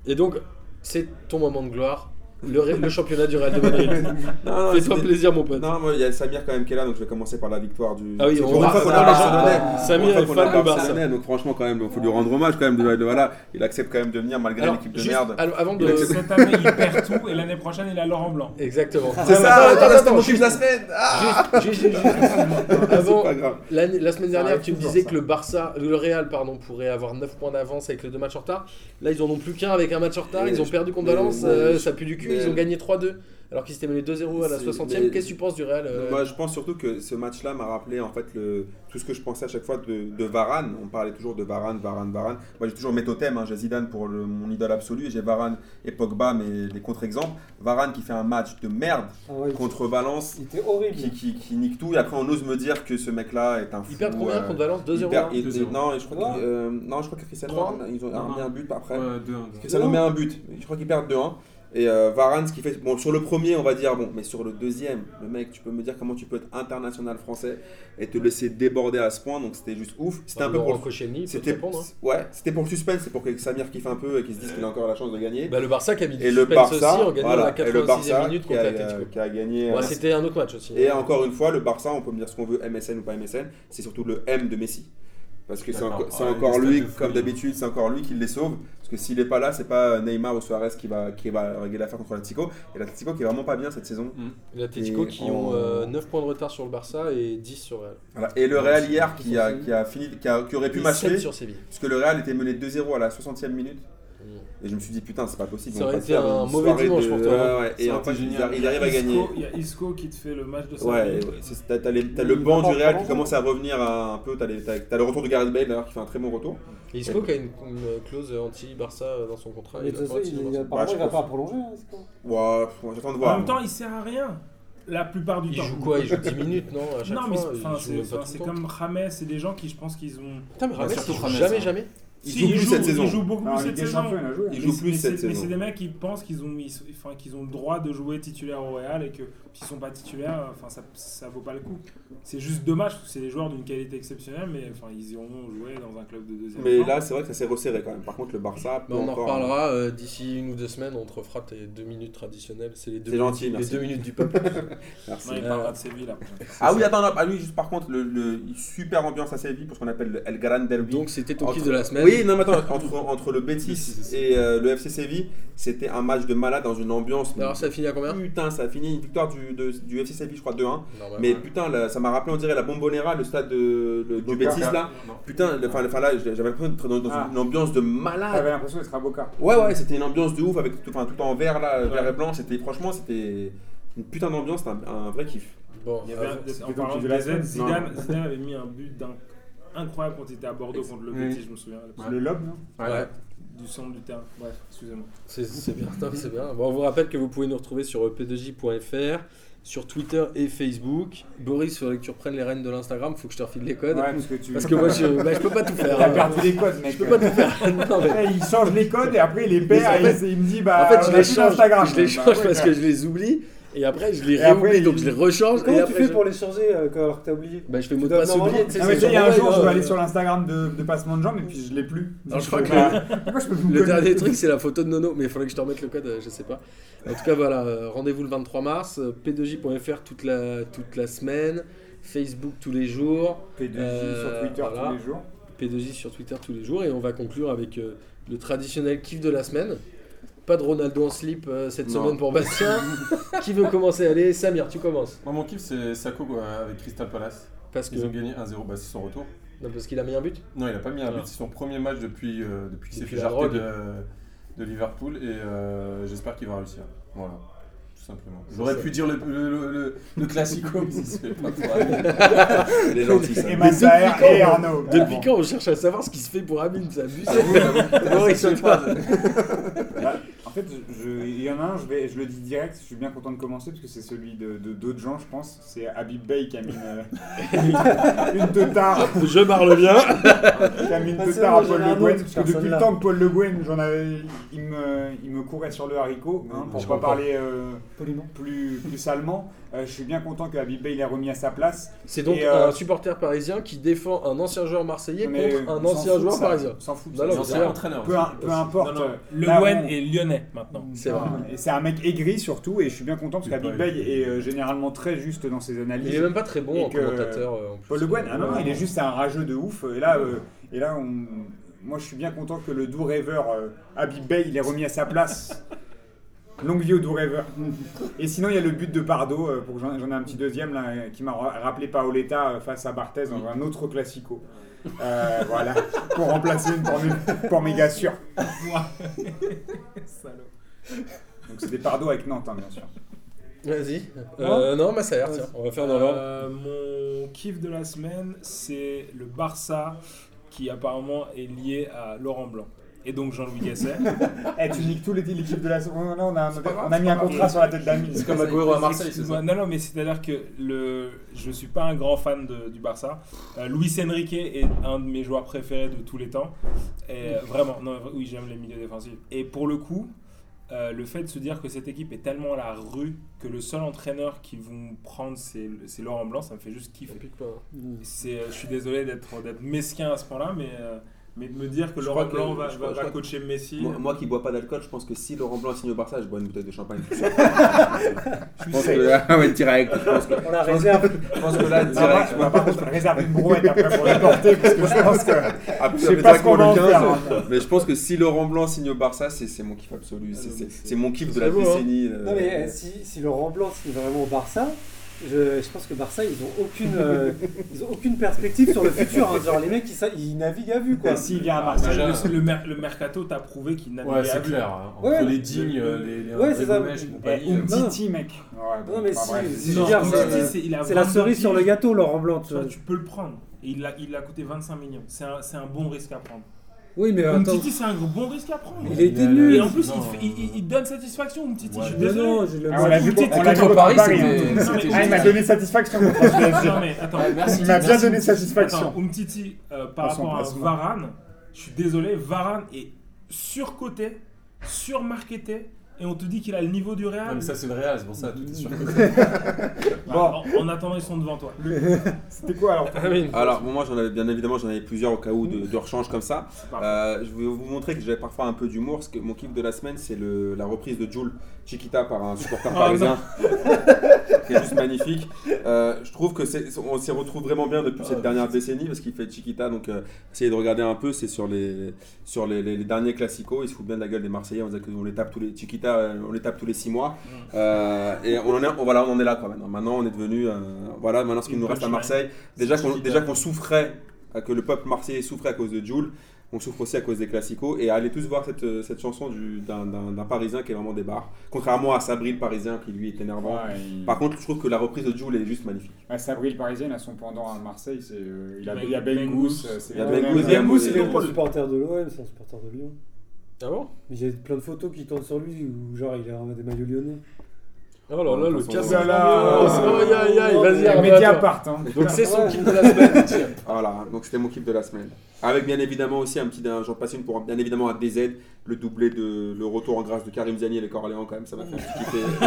Speaker 1: Et donc, c'est ton moment de gloire, le, ré- le championnat du Real de Madrid.
Speaker 2: Non, non,
Speaker 1: Fais-toi
Speaker 2: c'était-
Speaker 1: plaisir, mon pote.
Speaker 2: Non, moi, il y a Samir quand même qui est là, donc je vais commencer par la victoire du.
Speaker 1: Ah oui,
Speaker 2: C'est
Speaker 1: on
Speaker 2: pour
Speaker 1: va-
Speaker 2: une fois qu'on a
Speaker 1: ah,
Speaker 2: un Barcelonais.
Speaker 1: ah, Samir
Speaker 2: Pour une
Speaker 1: est
Speaker 2: fois qu'on a
Speaker 1: fan
Speaker 2: un
Speaker 1: de Barça.
Speaker 2: Barcelonais, Donc franchement, quand même, il faut lui rendre hommage quand même. De, de- voilà, il accepte quand même de venir malgré
Speaker 1: Alors,
Speaker 2: l'équipe de
Speaker 1: juste, Ah,
Speaker 2: merde.
Speaker 1: alors, avant de.
Speaker 2: Il accepte-
Speaker 4: Euh, Cette année, il perd tout, et l'année prochaine, il a Laurent Blanc.
Speaker 1: Exactement.
Speaker 2: C'est
Speaker 1: Attends,
Speaker 2: ça,
Speaker 1: attends,
Speaker 2: attends,
Speaker 1: attends,
Speaker 2: c'était mon kiff de
Speaker 1: juste-
Speaker 2: la semaine. Ah
Speaker 1: juste, juste, juste.
Speaker 2: C'est
Speaker 1: Avant,
Speaker 2: pas grave.
Speaker 1: L'année- La semaine
Speaker 3: Ça
Speaker 1: dernière,
Speaker 3: arrive
Speaker 1: tu me
Speaker 3: toujours,
Speaker 1: disais
Speaker 3: ça.
Speaker 1: que le Barça, le Real, pardon, pourrait avoir 9 points d'avance avec les deux matchs en retard. Là, ils en ont plus qu'un avec un match en retard.
Speaker 2: Et
Speaker 1: ils ont
Speaker 2: je-
Speaker 1: perdu contre
Speaker 2: mais-
Speaker 1: Valence,
Speaker 2: mais-
Speaker 1: euh, ça pue du cul.
Speaker 2: mais-
Speaker 1: Ils ont gagné 3-2. alors qu'ils s'étaient menés 2-0 à la
Speaker 2: C'est-
Speaker 1: 60e.
Speaker 2: mais-
Speaker 1: Qu'est-ce que tu penses du Real euh,
Speaker 2: Moi, je pense surtout que ce match-là m'a rappelé en fait le, tout ce que je pensais à chaque fois de, de Varane. On parlait toujours de Varane, Varane, Varane. Moi, j'ai toujours mes totems. Hein. J'ai Zidane pour le- mon idole absolue et j'ai Varane et Pogba, mais les contre-exemples. Varane qui fait un match de merde
Speaker 6: Ah ouais,
Speaker 2: contre Valence,
Speaker 6: Il était horrible.
Speaker 2: qui, qui, qui nique tout. Et après, on ose me dire que ce mec-là est un fou.
Speaker 1: Ils perdent combien
Speaker 2: euh,
Speaker 1: contre Valence
Speaker 2: il
Speaker 1: 2-0
Speaker 2: perd-
Speaker 1: hein
Speaker 2: et- et-
Speaker 5: 2-0.
Speaker 2: Non, et je crois
Speaker 6: Trois
Speaker 2: que euh, non, je crois que Cristiano
Speaker 1: Trois
Speaker 2: Ronaldo, ils ont
Speaker 5: Non,
Speaker 2: mis
Speaker 5: non.
Speaker 2: un but après.
Speaker 5: Ouais, deux, un, deux.
Speaker 2: Cristiano met un but. Je crois qu'ils perdent 2-1. Et euh, Varane, ce qui fait. Bon, sur le premier, on va dire, bon, mais sur le deuxième, le mec, tu peux me dire comment tu peux être international français et te laisser déborder à ce point. Donc c'était juste ouf. C'était un peu
Speaker 1: Bah, Laurent
Speaker 2: pour.
Speaker 1: Koscielny, il peut te
Speaker 2: C'était
Speaker 1: répondre. hein.
Speaker 2: ouais, c'était pour le suspense, c'est pour que Samir kiffe un peu et qu'il se dise qu'il a encore la chance de gagner.
Speaker 1: Bah, le Barça qui a mis du
Speaker 2: et le
Speaker 1: suspense aussi
Speaker 2: Barça,
Speaker 1: en gagnant
Speaker 2: voilà,
Speaker 1: la
Speaker 2: et le
Speaker 1: 86e
Speaker 2: Barça
Speaker 1: minute
Speaker 2: qui
Speaker 1: contre
Speaker 2: a,
Speaker 1: l'Atletico.
Speaker 2: euh, qui a gagné.
Speaker 1: Ouais,
Speaker 2: euh,
Speaker 1: C'était un autre match aussi. hein.
Speaker 2: et encore une fois, le Barça, on peut me dire ce qu'on veut, MSN ou pas MSN, c'est surtout le M de Messi. Parce que c'est
Speaker 5: D'accord.
Speaker 2: encore, c'est
Speaker 5: Ouais,
Speaker 2: encore
Speaker 5: des
Speaker 2: lui,
Speaker 5: stats de folie.
Speaker 2: comme d'habitude, c'est encore lui qui les sauve. Parce que s'il n'est pas là, c'est pas Neymar ou Suarez qui va, qui va régler l'affaire contre l'Atletico. Et l'Atletico qui est vraiment pas bien cette saison.
Speaker 1: L'Atletico
Speaker 2: Et
Speaker 1: qui
Speaker 2: en-
Speaker 1: ont 9 points de retard sur le Barça et 10 sur le Real.
Speaker 2: Voilà. Et le Real hier qui, a, qui, a fini, qui, a- qui aurait pu
Speaker 1: Et
Speaker 2: m'achever.
Speaker 1: 7 sur Séville.
Speaker 2: Parce que le Real était mené 2-0 à la 60e minute.
Speaker 1: Mm.
Speaker 2: Et je me suis dit, putain, c'est pas possible.
Speaker 1: Ça
Speaker 2: on va
Speaker 1: aurait
Speaker 2: se
Speaker 1: été
Speaker 2: faire
Speaker 1: un
Speaker 2: une
Speaker 1: mauvais
Speaker 2: soirée
Speaker 1: dimanche
Speaker 2: de-
Speaker 1: pour toi, hein.
Speaker 2: Ouais, ouais.
Speaker 5: Ça
Speaker 2: Et
Speaker 5: aurait
Speaker 2: en fait,
Speaker 5: été
Speaker 2: ils
Speaker 5: génial.
Speaker 2: arri- ils arrivent à
Speaker 4: Isco-
Speaker 2: gagner.
Speaker 4: Il y a Isco qui te fait le match de sa
Speaker 2: Ouais,
Speaker 4: vie.
Speaker 2: c'est- t'as, t'as les- t'as le banc du Real qui commence à revenir à- un peu. T'as, les- t'as- t'as le retour de Gareth Bale d'ailleurs qui fait un très bon retour.
Speaker 1: Et Isco qui a une, une clause anti-Barça dans son contrat.
Speaker 6: Mais
Speaker 1: il
Speaker 6: de
Speaker 1: a
Speaker 6: toute
Speaker 1: pas
Speaker 6: façon,
Speaker 1: signé
Speaker 6: il-
Speaker 1: dans son-
Speaker 2: Bah,
Speaker 6: apparemment,
Speaker 2: je
Speaker 6: il va
Speaker 2: pense-
Speaker 6: pas prolonger. hein, c'est quoi
Speaker 2: Ouais, j'attends de
Speaker 4: En
Speaker 2: voir.
Speaker 4: même temps, il sert à rien. La plupart du
Speaker 1: Il
Speaker 4: temps.
Speaker 1: joue quoi Il joue 10 minutes, non À chaque
Speaker 4: Non, mais
Speaker 1: fois,
Speaker 4: c'est- enfin,
Speaker 1: il joue
Speaker 4: c'est
Speaker 1: même pas
Speaker 4: enfin,
Speaker 1: tout le
Speaker 4: c'est
Speaker 1: temps.
Speaker 4: comme Bah, Rames, c'est des gens qui, je pense qu'ils ont.
Speaker 1: Putain, mais Rames,
Speaker 5: Ouais, surtout
Speaker 1: il joue
Speaker 5: Rames,
Speaker 1: jamais,
Speaker 5: hein.
Speaker 1: jamais.
Speaker 2: Il
Speaker 4: Si,
Speaker 2: joue plus cette saison.
Speaker 4: Ils jouent beaucoup
Speaker 3: Non, en
Speaker 4: plus
Speaker 3: Ligue
Speaker 4: cette
Speaker 3: des
Speaker 4: saison.
Speaker 3: Champions, il a joué. hein.
Speaker 2: Il
Speaker 4: Mais
Speaker 2: joue
Speaker 4: c'est-
Speaker 2: plus
Speaker 4: mais
Speaker 2: cette
Speaker 4: c'est- Mais
Speaker 2: saison.
Speaker 4: c'est des mecs qui pensent qu'ils ont, ils sont- enfin, qu'ils ont le droit de jouer titulaire au Real et que s'ils sont pas titulaires, enfin, ça, ça vaut pas le coup. C'est juste dommage, parce que c'est des joueurs d'une qualité exceptionnelle, mais enfin, ils iront jouer dans un club de deuxième.
Speaker 2: Mais
Speaker 4: rang.
Speaker 2: là, c'est vrai que ça s'est resserré quand même. Par contre, le Barça. peut
Speaker 1: Bah, on en
Speaker 2: encore-
Speaker 1: reparlera euh, d'ici une ou deux semaines. On te refera tes deux minutes traditionnelles. C'est les deux,
Speaker 2: C'est
Speaker 1: minutes,
Speaker 2: gentil,
Speaker 1: les
Speaker 2: merci.
Speaker 1: deux minutes du peuple.
Speaker 2: Merci.
Speaker 4: Non, il
Speaker 1: Euh,
Speaker 4: parlera de Séville la prochaine fois.
Speaker 2: Ah oui, attends, non, ah oui, juste par contre, le, le- super ambiance à Séville pour ce qu'on appelle le El Gran Derby.
Speaker 1: Donc c'était ton
Speaker 2: Entre-
Speaker 1: kiff de la semaine.
Speaker 2: oui, non, mais attends, entre, entre le
Speaker 5: Betis,
Speaker 2: Betis
Speaker 5: c'est-
Speaker 2: et euh, le FC Séville, c'était un match de malade dans une ambiance.
Speaker 1: Alors ça finit à combien
Speaker 2: Putain, ça a fini une victoire du, de- du FC Séville, je crois, 2-1.
Speaker 1: Normal.
Speaker 2: Mais putain, là, ça m'a rappelé, on dirait la Bombonera, le stade de- le- du
Speaker 3: Boca.
Speaker 2: Betis là.
Speaker 5: Non.
Speaker 2: Putain, le- enfin le- enfin, là, j'avais l'impression d'être dans, dans
Speaker 3: Ah.
Speaker 2: une ambiance de
Speaker 1: Ah.
Speaker 2: malade.
Speaker 3: T'avais l'impression d'être à Boca.
Speaker 2: Ouais, ouais, c'était une ambiance de ouf avec tout, enfin, tout en vert là, vert et blanc. C'était franchement, c'était une putain d'ambiance, c'était un, un vrai kiff.
Speaker 1: Bon, euh,
Speaker 4: Il y avait
Speaker 1: avant-
Speaker 4: un-
Speaker 3: c'était
Speaker 4: Ah, en
Speaker 3: donc
Speaker 4: parlant
Speaker 3: le
Speaker 4: de
Speaker 3: Zidane.
Speaker 4: Zidane,
Speaker 3: Non.
Speaker 4: Zidane, Zidane avait mis un but d'un- incroyable quand il était à Bordeaux contre le
Speaker 5: Oui.
Speaker 4: Betis, je me souviens,
Speaker 5: Ouais.
Speaker 3: Le lobe, non
Speaker 5: Ouais.
Speaker 1: ouais.
Speaker 4: du centre du terrain. Bref, excusez-moi.
Speaker 1: C'est c'est bien, non, c'est bien. Bon, on vous rappelle que vous pouvez nous retrouver sur euh, p2j.fr, sur Twitter et Facebook. Boris, il faudrait que tu reprennes les rênes de l'Instagram, faut que je te refile les
Speaker 3: Ouais,
Speaker 1: codes.
Speaker 3: parce que tu.
Speaker 1: Parce que moi, je, bah, je peux pas tout faire.
Speaker 3: T'as
Speaker 1: hein.
Speaker 3: perdu les codes, mec.
Speaker 1: Je peux pas tout faire. Non, mais-
Speaker 3: Après, il change les codes et après il les
Speaker 1: Mais en
Speaker 3: perd et
Speaker 1: fait-
Speaker 3: il, il me dit bah
Speaker 1: En fait,
Speaker 3: on
Speaker 1: je
Speaker 3: a
Speaker 1: les
Speaker 3: plus
Speaker 1: change,
Speaker 3: Instagram.
Speaker 1: je les
Speaker 3: Bah,
Speaker 1: change
Speaker 3: ouais,
Speaker 1: parce
Speaker 3: ouais.
Speaker 1: que je les oublie et après je les
Speaker 3: Et après,
Speaker 1: réoublie, donc
Speaker 3: il-
Speaker 1: je les rechange et
Speaker 6: Comment tu
Speaker 1: après
Speaker 6: fais
Speaker 1: je-
Speaker 6: pour les changer euh, quand- alors que t'as oublié
Speaker 1: bah, je fais mot de
Speaker 6: Tu dois
Speaker 1: passe oublié.
Speaker 6: normalement-
Speaker 1: tu sais,
Speaker 3: Ah,
Speaker 1: c'est
Speaker 3: mais tu sais, il y
Speaker 1: genre,
Speaker 3: a un
Speaker 1: ouais,
Speaker 3: jour, je
Speaker 1: euh,
Speaker 3: vais aller sur l'Instagram de, de Passement de Jambes et puis je l'ai plus.
Speaker 1: Alors, je
Speaker 3: Donc,
Speaker 1: crois
Speaker 3: euh, bah, Pourquoi je peux plus me
Speaker 1: Le
Speaker 3: connaître
Speaker 1: dernier truc, c'est la photo de Nono, mais il faudrait que je te remette le code, euh, je sais pas. En tout cas, voilà, euh, rendez-vous le 23 mars, euh, p2j.fr toute la, toute la semaine, Facebook tous les jours,
Speaker 3: P2J
Speaker 1: Euh,
Speaker 3: sur Twitter
Speaker 1: voilà.
Speaker 3: tous les jours.
Speaker 1: p2j sur Twitter tous les jours, et on va conclure avec euh, le traditionnel kiff de la semaine. Pas de Ronaldo en slip euh, cette
Speaker 2: Non.
Speaker 1: semaine pour Bastien. Qui veut commencer Allez, Samir, tu commences.
Speaker 5: Moi, mon kiff, c'est Sako quoi, avec Crystal Palace.
Speaker 1: Parce que
Speaker 5: Ils ont gagné 1-0, bah, c'est son retour.
Speaker 1: non, parce qu'il a mis un but.
Speaker 5: Non, il n'a pas mis un but,
Speaker 1: Ah.
Speaker 5: c'est son premier match depuis, euh, depuis qu'il s'est
Speaker 1: Depuis
Speaker 5: fait
Speaker 1: la
Speaker 5: jarter
Speaker 1: drogue.
Speaker 5: de, de Liverpool et euh, j'espère qu'il va réussir. Voilà, tout simplement. J'aurais
Speaker 1: ça.
Speaker 5: pu dire le, le, le, le, le classico, mais il se fait pas trop aller.
Speaker 2: Il est gentil ça.
Speaker 3: Et
Speaker 1: depuis
Speaker 3: Mazdaer
Speaker 1: quand,
Speaker 3: et
Speaker 1: euh,
Speaker 3: Arnaud. Ah,
Speaker 1: Depuis
Speaker 3: Bon.
Speaker 1: quand on cherche à savoir ce qui se fait pour Amine, ça
Speaker 3: Ah
Speaker 1: abuse.
Speaker 5: Ça se fait pas.
Speaker 3: Bah, En fait, je- il y en a un, je, vais, je le dis direct, je suis bien content de commencer parce que c'est celui de de- d'autres gens, je pense. C'est Habib Bey qui a mis euh, une, une totard.
Speaker 1: Je barre le bien.
Speaker 3: Il a mis une
Speaker 6: Ah, c'est
Speaker 3: totard
Speaker 6: bon,
Speaker 3: à Paul Le
Speaker 6: j'avais un
Speaker 3: Guen,
Speaker 6: autre,
Speaker 3: parce que depuis
Speaker 6: personne
Speaker 3: le temps que Paul Le Guen, j'en avais, il me, il me courait sur le haricot, hein,
Speaker 1: je
Speaker 3: pour pas
Speaker 1: comprends.
Speaker 3: parler euh,
Speaker 6: Poliment.
Speaker 3: plus, plus salement. Euh, je suis bien content que Habib Bey l'ait remis à sa place.
Speaker 1: C'est donc
Speaker 3: Et, euh,
Speaker 1: un supporter parisien qui défend un ancien joueur marseillais
Speaker 3: Mais
Speaker 1: contre un
Speaker 3: on s'en fout
Speaker 1: ancien
Speaker 3: de
Speaker 1: joueur
Speaker 3: ça,
Speaker 1: parisien.
Speaker 3: on S'en fout. de
Speaker 1: Non,
Speaker 3: ça.
Speaker 1: non,
Speaker 5: Ils ont
Speaker 1: c'est
Speaker 5: fait
Speaker 1: vrai.
Speaker 5: un entraîneur.
Speaker 3: peu, peu importe.
Speaker 4: Non, non, Le
Speaker 3: Là,
Speaker 4: Wen
Speaker 3: on-
Speaker 4: est lyonnais maintenant.
Speaker 1: C'est
Speaker 3: Non,
Speaker 1: vrai.
Speaker 3: Et c'est un mec aigri surtout, et je suis bien content parce
Speaker 5: Il est
Speaker 3: qu'Habib
Speaker 5: pas
Speaker 3: Bey
Speaker 5: aigri.
Speaker 3: est euh, généralement très juste dans ses
Speaker 1: Il est
Speaker 3: analyses.
Speaker 1: même pas très bon
Speaker 3: Et
Speaker 1: en
Speaker 3: que-
Speaker 1: commentateur euh, en plus.
Speaker 3: Paul Le Guen, ah non, non,
Speaker 1: Ouais.
Speaker 3: il est juste un rageux de ouf. Et là, euh, et là on- moi je suis bien content que le doux rêveur euh, Habib Bey, il est remis à sa place. Longue vie au doux rêveur. Et sinon, il y a le but de Pardo, euh, pour que j'en, j'en ai un petit deuxième là, euh, qui m'a ra- rappelé Paoletta euh, face à Barthez dans un autre classico. Euh, voilà, pour remplacer une pour, mé- pour méga sûre.
Speaker 4: Salaud.
Speaker 3: Donc c'était Pardo avec Nantes, hein, bien sûr.
Speaker 1: Vas-y.
Speaker 3: Hein
Speaker 1: Euh, non, mais ça a l'air, tiens. On va faire dans l'ordre.
Speaker 4: Euh, mon kiff de la semaine, c'est le Barça qui apparemment est lié à Laurent Blanc. Et donc Jean-Louis Gasset.
Speaker 3: Eh, tu niques tous les équipes de la. Oh, Là, on a,
Speaker 5: C'est pas grave,
Speaker 3: on a mis
Speaker 5: c'est
Speaker 3: un
Speaker 5: pas grave.
Speaker 3: contrat sur la tête d'Amine.
Speaker 5: C'est comme Agüero à Marseille, c'est
Speaker 4: Excuse-moi.
Speaker 5: ça
Speaker 4: Non, non, mais c'est-à-dire que le... je suis pas un grand fan de- du Barça. Euh, Luis Enrique est un de mes joueurs préférés de tous les temps. Et, euh, vraiment, non, oui, j'aime les milieux défensifs. Et pour le coup, euh, le fait de se dire que cette équipe est tellement à la rue que le seul entraîneur qui vont prendre, c'est c'est Laurent Blanc, ça me fait juste
Speaker 1: On
Speaker 4: kiffer.
Speaker 1: pique pas. hein.
Speaker 4: C'est- euh, Je suis désolé d'être d'être mesquin à ce point-là, mais, euh, mais de me dire que
Speaker 1: Je crois
Speaker 4: Laurent
Speaker 1: que-
Speaker 4: Blanc va,
Speaker 1: je crois-
Speaker 4: va-
Speaker 1: je
Speaker 4: va
Speaker 1: crois-
Speaker 4: coacher Messi.
Speaker 2: Moi, moi qui bois pas d'alcool, je pense que si Laurent Blanc signe au Barça, je bois une bouteille de champagne. Je
Speaker 5: Je pense que là, on va être direct.
Speaker 6: On la réserve.
Speaker 2: pense que là,
Speaker 3: Ah, bah,
Speaker 2: direct,
Speaker 3: bah, par contre, réserve une brouette après pour la porter, parce que je pense que.
Speaker 2: après,
Speaker 3: Je sais
Speaker 2: après
Speaker 3: pas ce qu'on va en
Speaker 2: le 15,
Speaker 3: faire. hein.
Speaker 2: Mais je pense que si Laurent Blanc signe au Barça, c'est c'est mon kiff absolu. C'est- C'est c'est mon kiff de la
Speaker 1: C'est beau, hein.
Speaker 2: décennie. euh,
Speaker 6: Non mais euh, si, si Laurent Blanc signe vraiment au Barça, je, je pense que Barça ils ont aucune euh, ils ont aucune perspective sur le futur. hein. Genre les mecs ils, sa- ils naviguent à vue quoi.
Speaker 3: Et S'il vient à
Speaker 4: Ah,
Speaker 3: Marseille.
Speaker 5: déjà,
Speaker 4: le- le, mer- le mercato t'a prouvé qu'il n'avait
Speaker 5: Ouais,
Speaker 4: rien
Speaker 5: c'est
Speaker 4: vu.
Speaker 5: clair. hein. Entre
Speaker 6: Ouais.
Speaker 5: les dignes, euh, les, les
Speaker 6: Ouais,
Speaker 5: André
Speaker 6: c'est ça.
Speaker 5: Gomes et
Speaker 3: Eh,
Speaker 5: compagnie, euh,
Speaker 3: Umtiti, mec. Ouais, bon,
Speaker 6: Non, mais
Speaker 3: enfin,
Speaker 6: si-
Speaker 3: bref.
Speaker 6: si-
Speaker 4: Non,
Speaker 6: Genre,
Speaker 4: comme
Speaker 6: ça,
Speaker 4: je dis,
Speaker 6: euh,
Speaker 4: c'est il a
Speaker 6: C'est la
Speaker 4: 22
Speaker 6: cerise sur le
Speaker 4: piges.
Speaker 6: gâteau Laurent Blanc. Tu
Speaker 4: Tu, vois,
Speaker 6: vois.
Speaker 4: tu peux le prendre. Et il l'a il l'a coûté 25 millions. C'est un, c'est un bon risque à prendre.
Speaker 6: Oui mais Euh, attends.
Speaker 4: Umtiti, c'est un gros bon risque à prendre.
Speaker 6: Il a été
Speaker 5: là,
Speaker 6: nul.
Speaker 4: Et en plus,
Speaker 5: Non,
Speaker 4: il, fait- il- il- il donne satisfaction, Umtiti.
Speaker 5: Ouais.
Speaker 4: Je suis
Speaker 6: Mais
Speaker 4: désolé.
Speaker 6: non, je le
Speaker 3: Ah, on l'a vu
Speaker 4: Umtiti,
Speaker 3: on l'a vu
Speaker 5: contre Paris,
Speaker 3: hein.
Speaker 5: c'était-
Speaker 4: Non, mais
Speaker 5: c'était
Speaker 3: Ah, il m'a
Speaker 5: génial.
Speaker 3: donné satisfaction contre le PSG.
Speaker 4: Non, mais attends.
Speaker 5: Ouais, merci.
Speaker 3: Il m'a bien
Speaker 5: merci.
Speaker 3: donné satisfaction.
Speaker 4: Attends, Umtiti, euh,
Speaker 3: Dans
Speaker 4: par
Speaker 3: son
Speaker 4: rapport à
Speaker 3: placement.
Speaker 4: Varane, je suis désolé, Varane est surcoté, surmarketé, et on te dit qu'il a le niveau du
Speaker 5: Non,
Speaker 4: Real.
Speaker 5: mais ça, c'est le Real, c'est pour ça, tout est sûr.
Speaker 4: Bah, en, en attendant, ils sont devant toi.
Speaker 3: C'était quoi alors
Speaker 1: Amine.
Speaker 2: Alors, bon, moi, j'en avais bien évidemment, j'en avais plusieurs au cas où
Speaker 4: Mmh.
Speaker 2: de, de rechange comme ça.
Speaker 4: Parfait.
Speaker 2: Euh, je vais vous montrer que j'avais parfois un peu d'humour. Parce que mon kiff de la semaine, c'est le- la reprise de Jules Chiquita par un supporter
Speaker 4: Ah,
Speaker 2: parisien. qui est juste magnifique. Euh, je trouve que c'est, on s'y retrouve vraiment bien
Speaker 4: Ah,
Speaker 2: depuis cette dernière décennie parce qu'il fait Chiquita. Donc, euh, essayez de regarder un peu. C'est sur les, sur les, les- les derniers classicos. Il se fout bien de la gueule des Marseillais. On, disait qu'on les tape tous les Chiquita, euh, on les tape tous les six mois.
Speaker 4: Mmh.
Speaker 2: Euh, et on en est, on- voilà, on en est là quoi, maintenant. Maintenant, on est devenu, euh, voilà, maintenant ce qu'il
Speaker 4: Une
Speaker 2: nous reste à
Speaker 4: punchline.
Speaker 2: Marseille. Déjà
Speaker 4: C'est
Speaker 2: qu'on,
Speaker 4: Chiquita.
Speaker 2: déjà qu'on souffrait, euh, que le peuple marseillais souffrait à cause de Jules. On souffre aussi à cause des classicos. Et allez tous voir cette, euh, cette chanson du- d'un, d'un- d'un Parisien qui est vraiment des barres. Contrairement à Sabri le Parisien qui lui est énervant. Par contre, je trouve que la reprise de Jules est juste magnifique.
Speaker 3: Ah, Sabri le Parisien, il a son pendant à Marseille. c'est, euh, Il a-
Speaker 4: Ben-
Speaker 3: il y a
Speaker 4: Bengous.
Speaker 3: Bengous. euh, c'est
Speaker 2: Il y a
Speaker 3: le
Speaker 2: Bengous,
Speaker 3: même-
Speaker 2: il y a Mousse,
Speaker 6: c'est
Speaker 2: il est
Speaker 6: un supporter de l'OM, c'est un supporter de Lyon.
Speaker 1: Ah bon
Speaker 6: Mais j'ai plein de photos qui tournent sur lui où genre il a des maillots lyonnais.
Speaker 1: Oh là là, le
Speaker 2: Oh
Speaker 1: casse.
Speaker 3: Ah, là là.
Speaker 1: Oh, aïe, aïe, aïe, vas-y,
Speaker 3: Il y
Speaker 1: Arnaud,
Speaker 3: a
Speaker 1: à toi.
Speaker 3: Mediapart. hein.
Speaker 1: Donc c'est son kiff de la semaine. tiens.
Speaker 2: Voilà, donc c'était mon kiff de la semaine. Avec bien évidemment aussi un petit, un- j'en passe une pour bien évidemment un DZ, le doublé de le retour en grâce de Karim Ziani et les Corléans quand même, ça m'a fait kiffer.
Speaker 6: Ah,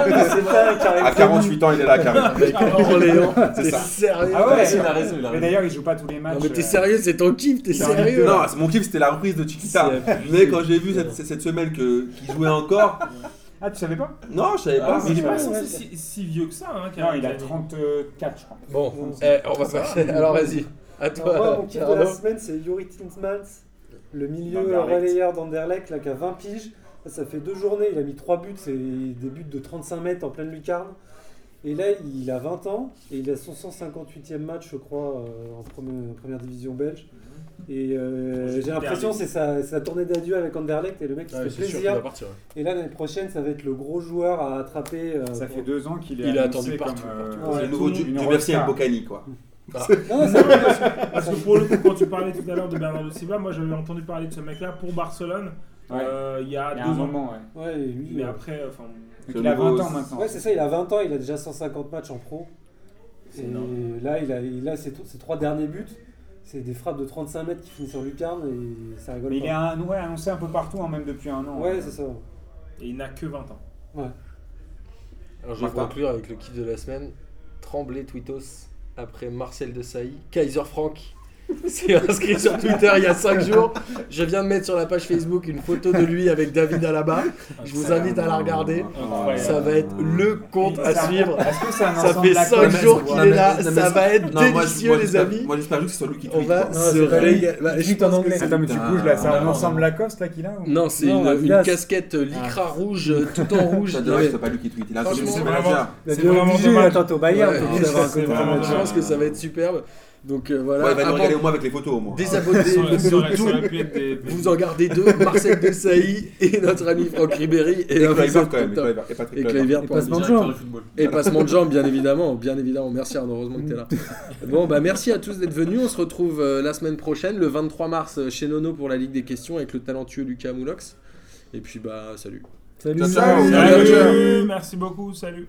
Speaker 2: à 48 ans, il est là, Karim.
Speaker 1: Avec Orléans.
Speaker 2: C'est
Speaker 1: T'es
Speaker 2: ça.
Speaker 1: sérieux
Speaker 3: Ah ouais.
Speaker 5: Si, il a raison, il a
Speaker 3: Mais
Speaker 5: raison.
Speaker 3: d'ailleurs, il joue pas tous les matchs.
Speaker 1: Non mais t'es
Speaker 3: euh,
Speaker 1: sérieux, c'est ton kiff, t'es
Speaker 3: Non,
Speaker 1: sérieux
Speaker 2: Non, c'est- mon kiff c'était la reprise de Chiquita.
Speaker 1: C'est abusé.
Speaker 2: Mais quand j'ai vu cette, cette semaine que qu'il jouait encore,
Speaker 3: Ah, tu savais pas
Speaker 2: non, je savais
Speaker 4: Ah,
Speaker 2: pas.
Speaker 4: mais il est
Speaker 3: ouais,
Speaker 4: pas
Speaker 3: ouais,
Speaker 4: si, si- si vieux que ça, hein,
Speaker 3: Non,
Speaker 4: Karim
Speaker 3: il a
Speaker 4: Zidane.
Speaker 3: 34, je crois.
Speaker 1: Bon, eh, on va passer. Alors vas-y, à
Speaker 6: Alors, moi,
Speaker 1: toi.
Speaker 6: mon kiff de la
Speaker 1: Arnaud.
Speaker 6: semaine, c'est Yuri Tinsmans, le milieu
Speaker 3: D'Anderlecht.
Speaker 6: relayeur d'Anderlecht, là, qui a 20 piges. Là, ça fait deux journées, il a mis trois buts, c'est des buts de 35 mètres en pleine lucarne. Et là, il a 20 ans et il a son 158e match, je crois, euh, en première, première division belge. Et euh,
Speaker 4: J'ai
Speaker 6: j'ai l'impression c'est sa, sa tournée d'adieu avec Anderlecht et le mec qui
Speaker 1: Ouais,
Speaker 6: fait
Speaker 1: c'est sûr qu'il va
Speaker 6: plaisir.
Speaker 1: partir.
Speaker 6: Et là, l'année prochaine, ça va être le gros joueur à attraper. euh,
Speaker 3: Ça
Speaker 6: pour-
Speaker 3: fait deux ans qu'il est.
Speaker 1: Il est
Speaker 3: annoncé
Speaker 1: attendu
Speaker 3: comme,
Speaker 1: partout,
Speaker 3: euh,
Speaker 6: partout.
Speaker 2: C'est le
Speaker 3: une
Speaker 2: nouveau du,
Speaker 3: une
Speaker 2: du merci
Speaker 3: rockstar.
Speaker 2: à Bocani quoi.
Speaker 6: Non, ça-
Speaker 4: Non, mais parce, que- parce que pour le coup, quand tu parlais tout à l'heure de Bernardo Silva, moi j'avais entendu parler de ce mec-là pour Barcelone
Speaker 3: Ouais.
Speaker 4: euh, il y a
Speaker 3: Il y a
Speaker 4: deux
Speaker 3: un
Speaker 4: ans.
Speaker 3: moment, ouais.
Speaker 6: ouais, lui,
Speaker 4: Mais
Speaker 6: euh,
Speaker 4: après, enfin.
Speaker 3: Donc
Speaker 2: Ce
Speaker 3: il a
Speaker 2: nouveau-
Speaker 3: 20 ans maintenant.
Speaker 6: Ouais, c'est ça, il a 20 ans, il a déjà 150 matchs en pro.
Speaker 4: C'est
Speaker 6: Et
Speaker 4: énorme.
Speaker 6: là, il a, il a ses, ses trois derniers buts. C'est des frappes de 35 mètres qui finissent en lucarne et ça rigole
Speaker 3: Mais il est
Speaker 6: pas.
Speaker 3: un- ouais, annoncé un peu partout, hein, même depuis un an.
Speaker 6: Ouais, c'est ça.
Speaker 4: Et il n'a que 20 ans.
Speaker 1: Alors je vais
Speaker 2: Martin.
Speaker 1: conclure avec le kiff de la semaine. Tremblay Twitos après Marcel de Sailly. Kaiser Frank s'est inscrit sur Twitter il y a 5 jours. Je viens de mettre sur la page Facebook une photo de lui avec David Alaba.
Speaker 6: Ah,
Speaker 1: Je vous invite à la regarder. Ça va être le compte à
Speaker 3: Ça-
Speaker 1: suivre.
Speaker 3: Est-ce que c'est un
Speaker 1: Ça
Speaker 3: ensemble
Speaker 1: fait
Speaker 3: d'acteurs
Speaker 1: 5 jours
Speaker 2: Ouais,
Speaker 1: qu'il est
Speaker 2: mais-
Speaker 1: là.
Speaker 2: non, mais
Speaker 1: Ça va être
Speaker 2: Non, moi, je-
Speaker 1: délicieux
Speaker 2: moi,
Speaker 1: les
Speaker 2: j'espère-
Speaker 1: amis.
Speaker 2: Moi j'espère juste que c'est celui qui
Speaker 1: On
Speaker 2: tweet.
Speaker 1: va
Speaker 2: quoi.
Speaker 6: Non, c'est
Speaker 1: se
Speaker 6: pas lui.
Speaker 1: régaler. Bah, je
Speaker 6: Tweet en
Speaker 1: pense
Speaker 6: anglais.
Speaker 1: que c'est-
Speaker 3: Attends, mais tu bouges là, c'est
Speaker 1: Ah,
Speaker 3: un
Speaker 1: non,
Speaker 3: ensemble Lacoste là qu'il a ou-
Speaker 1: Non, c'est
Speaker 6: Non,
Speaker 1: une,
Speaker 6: la
Speaker 1: une
Speaker 6: classe.
Speaker 1: casquette euh, lycra rouge, euh, tout en rouge.
Speaker 2: C'est
Speaker 1: Non, mais-
Speaker 2: dommage, c'est pas lui qui tweet. Il a un
Speaker 1: Franchement,
Speaker 2: community
Speaker 4: c'est vraiment-
Speaker 2: manager.
Speaker 6: Il a
Speaker 4: C'est
Speaker 6: bien
Speaker 4: vraiment
Speaker 6: obligé,
Speaker 4: dommage.
Speaker 6: attends, t'es au Bayern,
Speaker 1: Ouais,
Speaker 6: t'es obligé
Speaker 1: c'est-
Speaker 6: d'avoir un
Speaker 1: c'est
Speaker 6: côté
Speaker 1: vraiment-
Speaker 6: manager.
Speaker 1: Je pense que ça va être superbe. Donc euh, voilà.
Speaker 2: Ouais, bah, nous
Speaker 1: Avant-
Speaker 2: regardez au moins avec les photos au moins.
Speaker 1: désabonnez
Speaker 4: Ça aurait- ça aurait-
Speaker 1: de
Speaker 4: ça
Speaker 1: tout.
Speaker 4: aurait pu être des- des-
Speaker 1: Vous en gardez deux, Marcel Desailly et notre ami Franck Ribéry.
Speaker 2: Et
Speaker 1: un
Speaker 2: Kluivert
Speaker 1: autre
Speaker 2: quand même, et
Speaker 1: top.
Speaker 2: Kluivert, et Patrick
Speaker 1: Et
Speaker 2: Kluivert.
Speaker 1: Kluivert
Speaker 6: Et
Speaker 1: pour un
Speaker 6: Passement de
Speaker 5: Directeur
Speaker 6: jambe.
Speaker 5: du football.
Speaker 1: Et passement de jambe, bien évidemment, bien évidemment. Merci Arnaud, heureusement que t'es là. Bon, bah merci à tous d'être venus. On se retrouve euh, la semaine prochaine, le 23 mars, euh, chez Nono pour la Ligue des questions avec le talentueux Lucas Moulox. Et puis bah salut.
Speaker 6: Salut. hein
Speaker 2: Ciao, ciao.
Speaker 4: Salut, merci beaucoup, salut.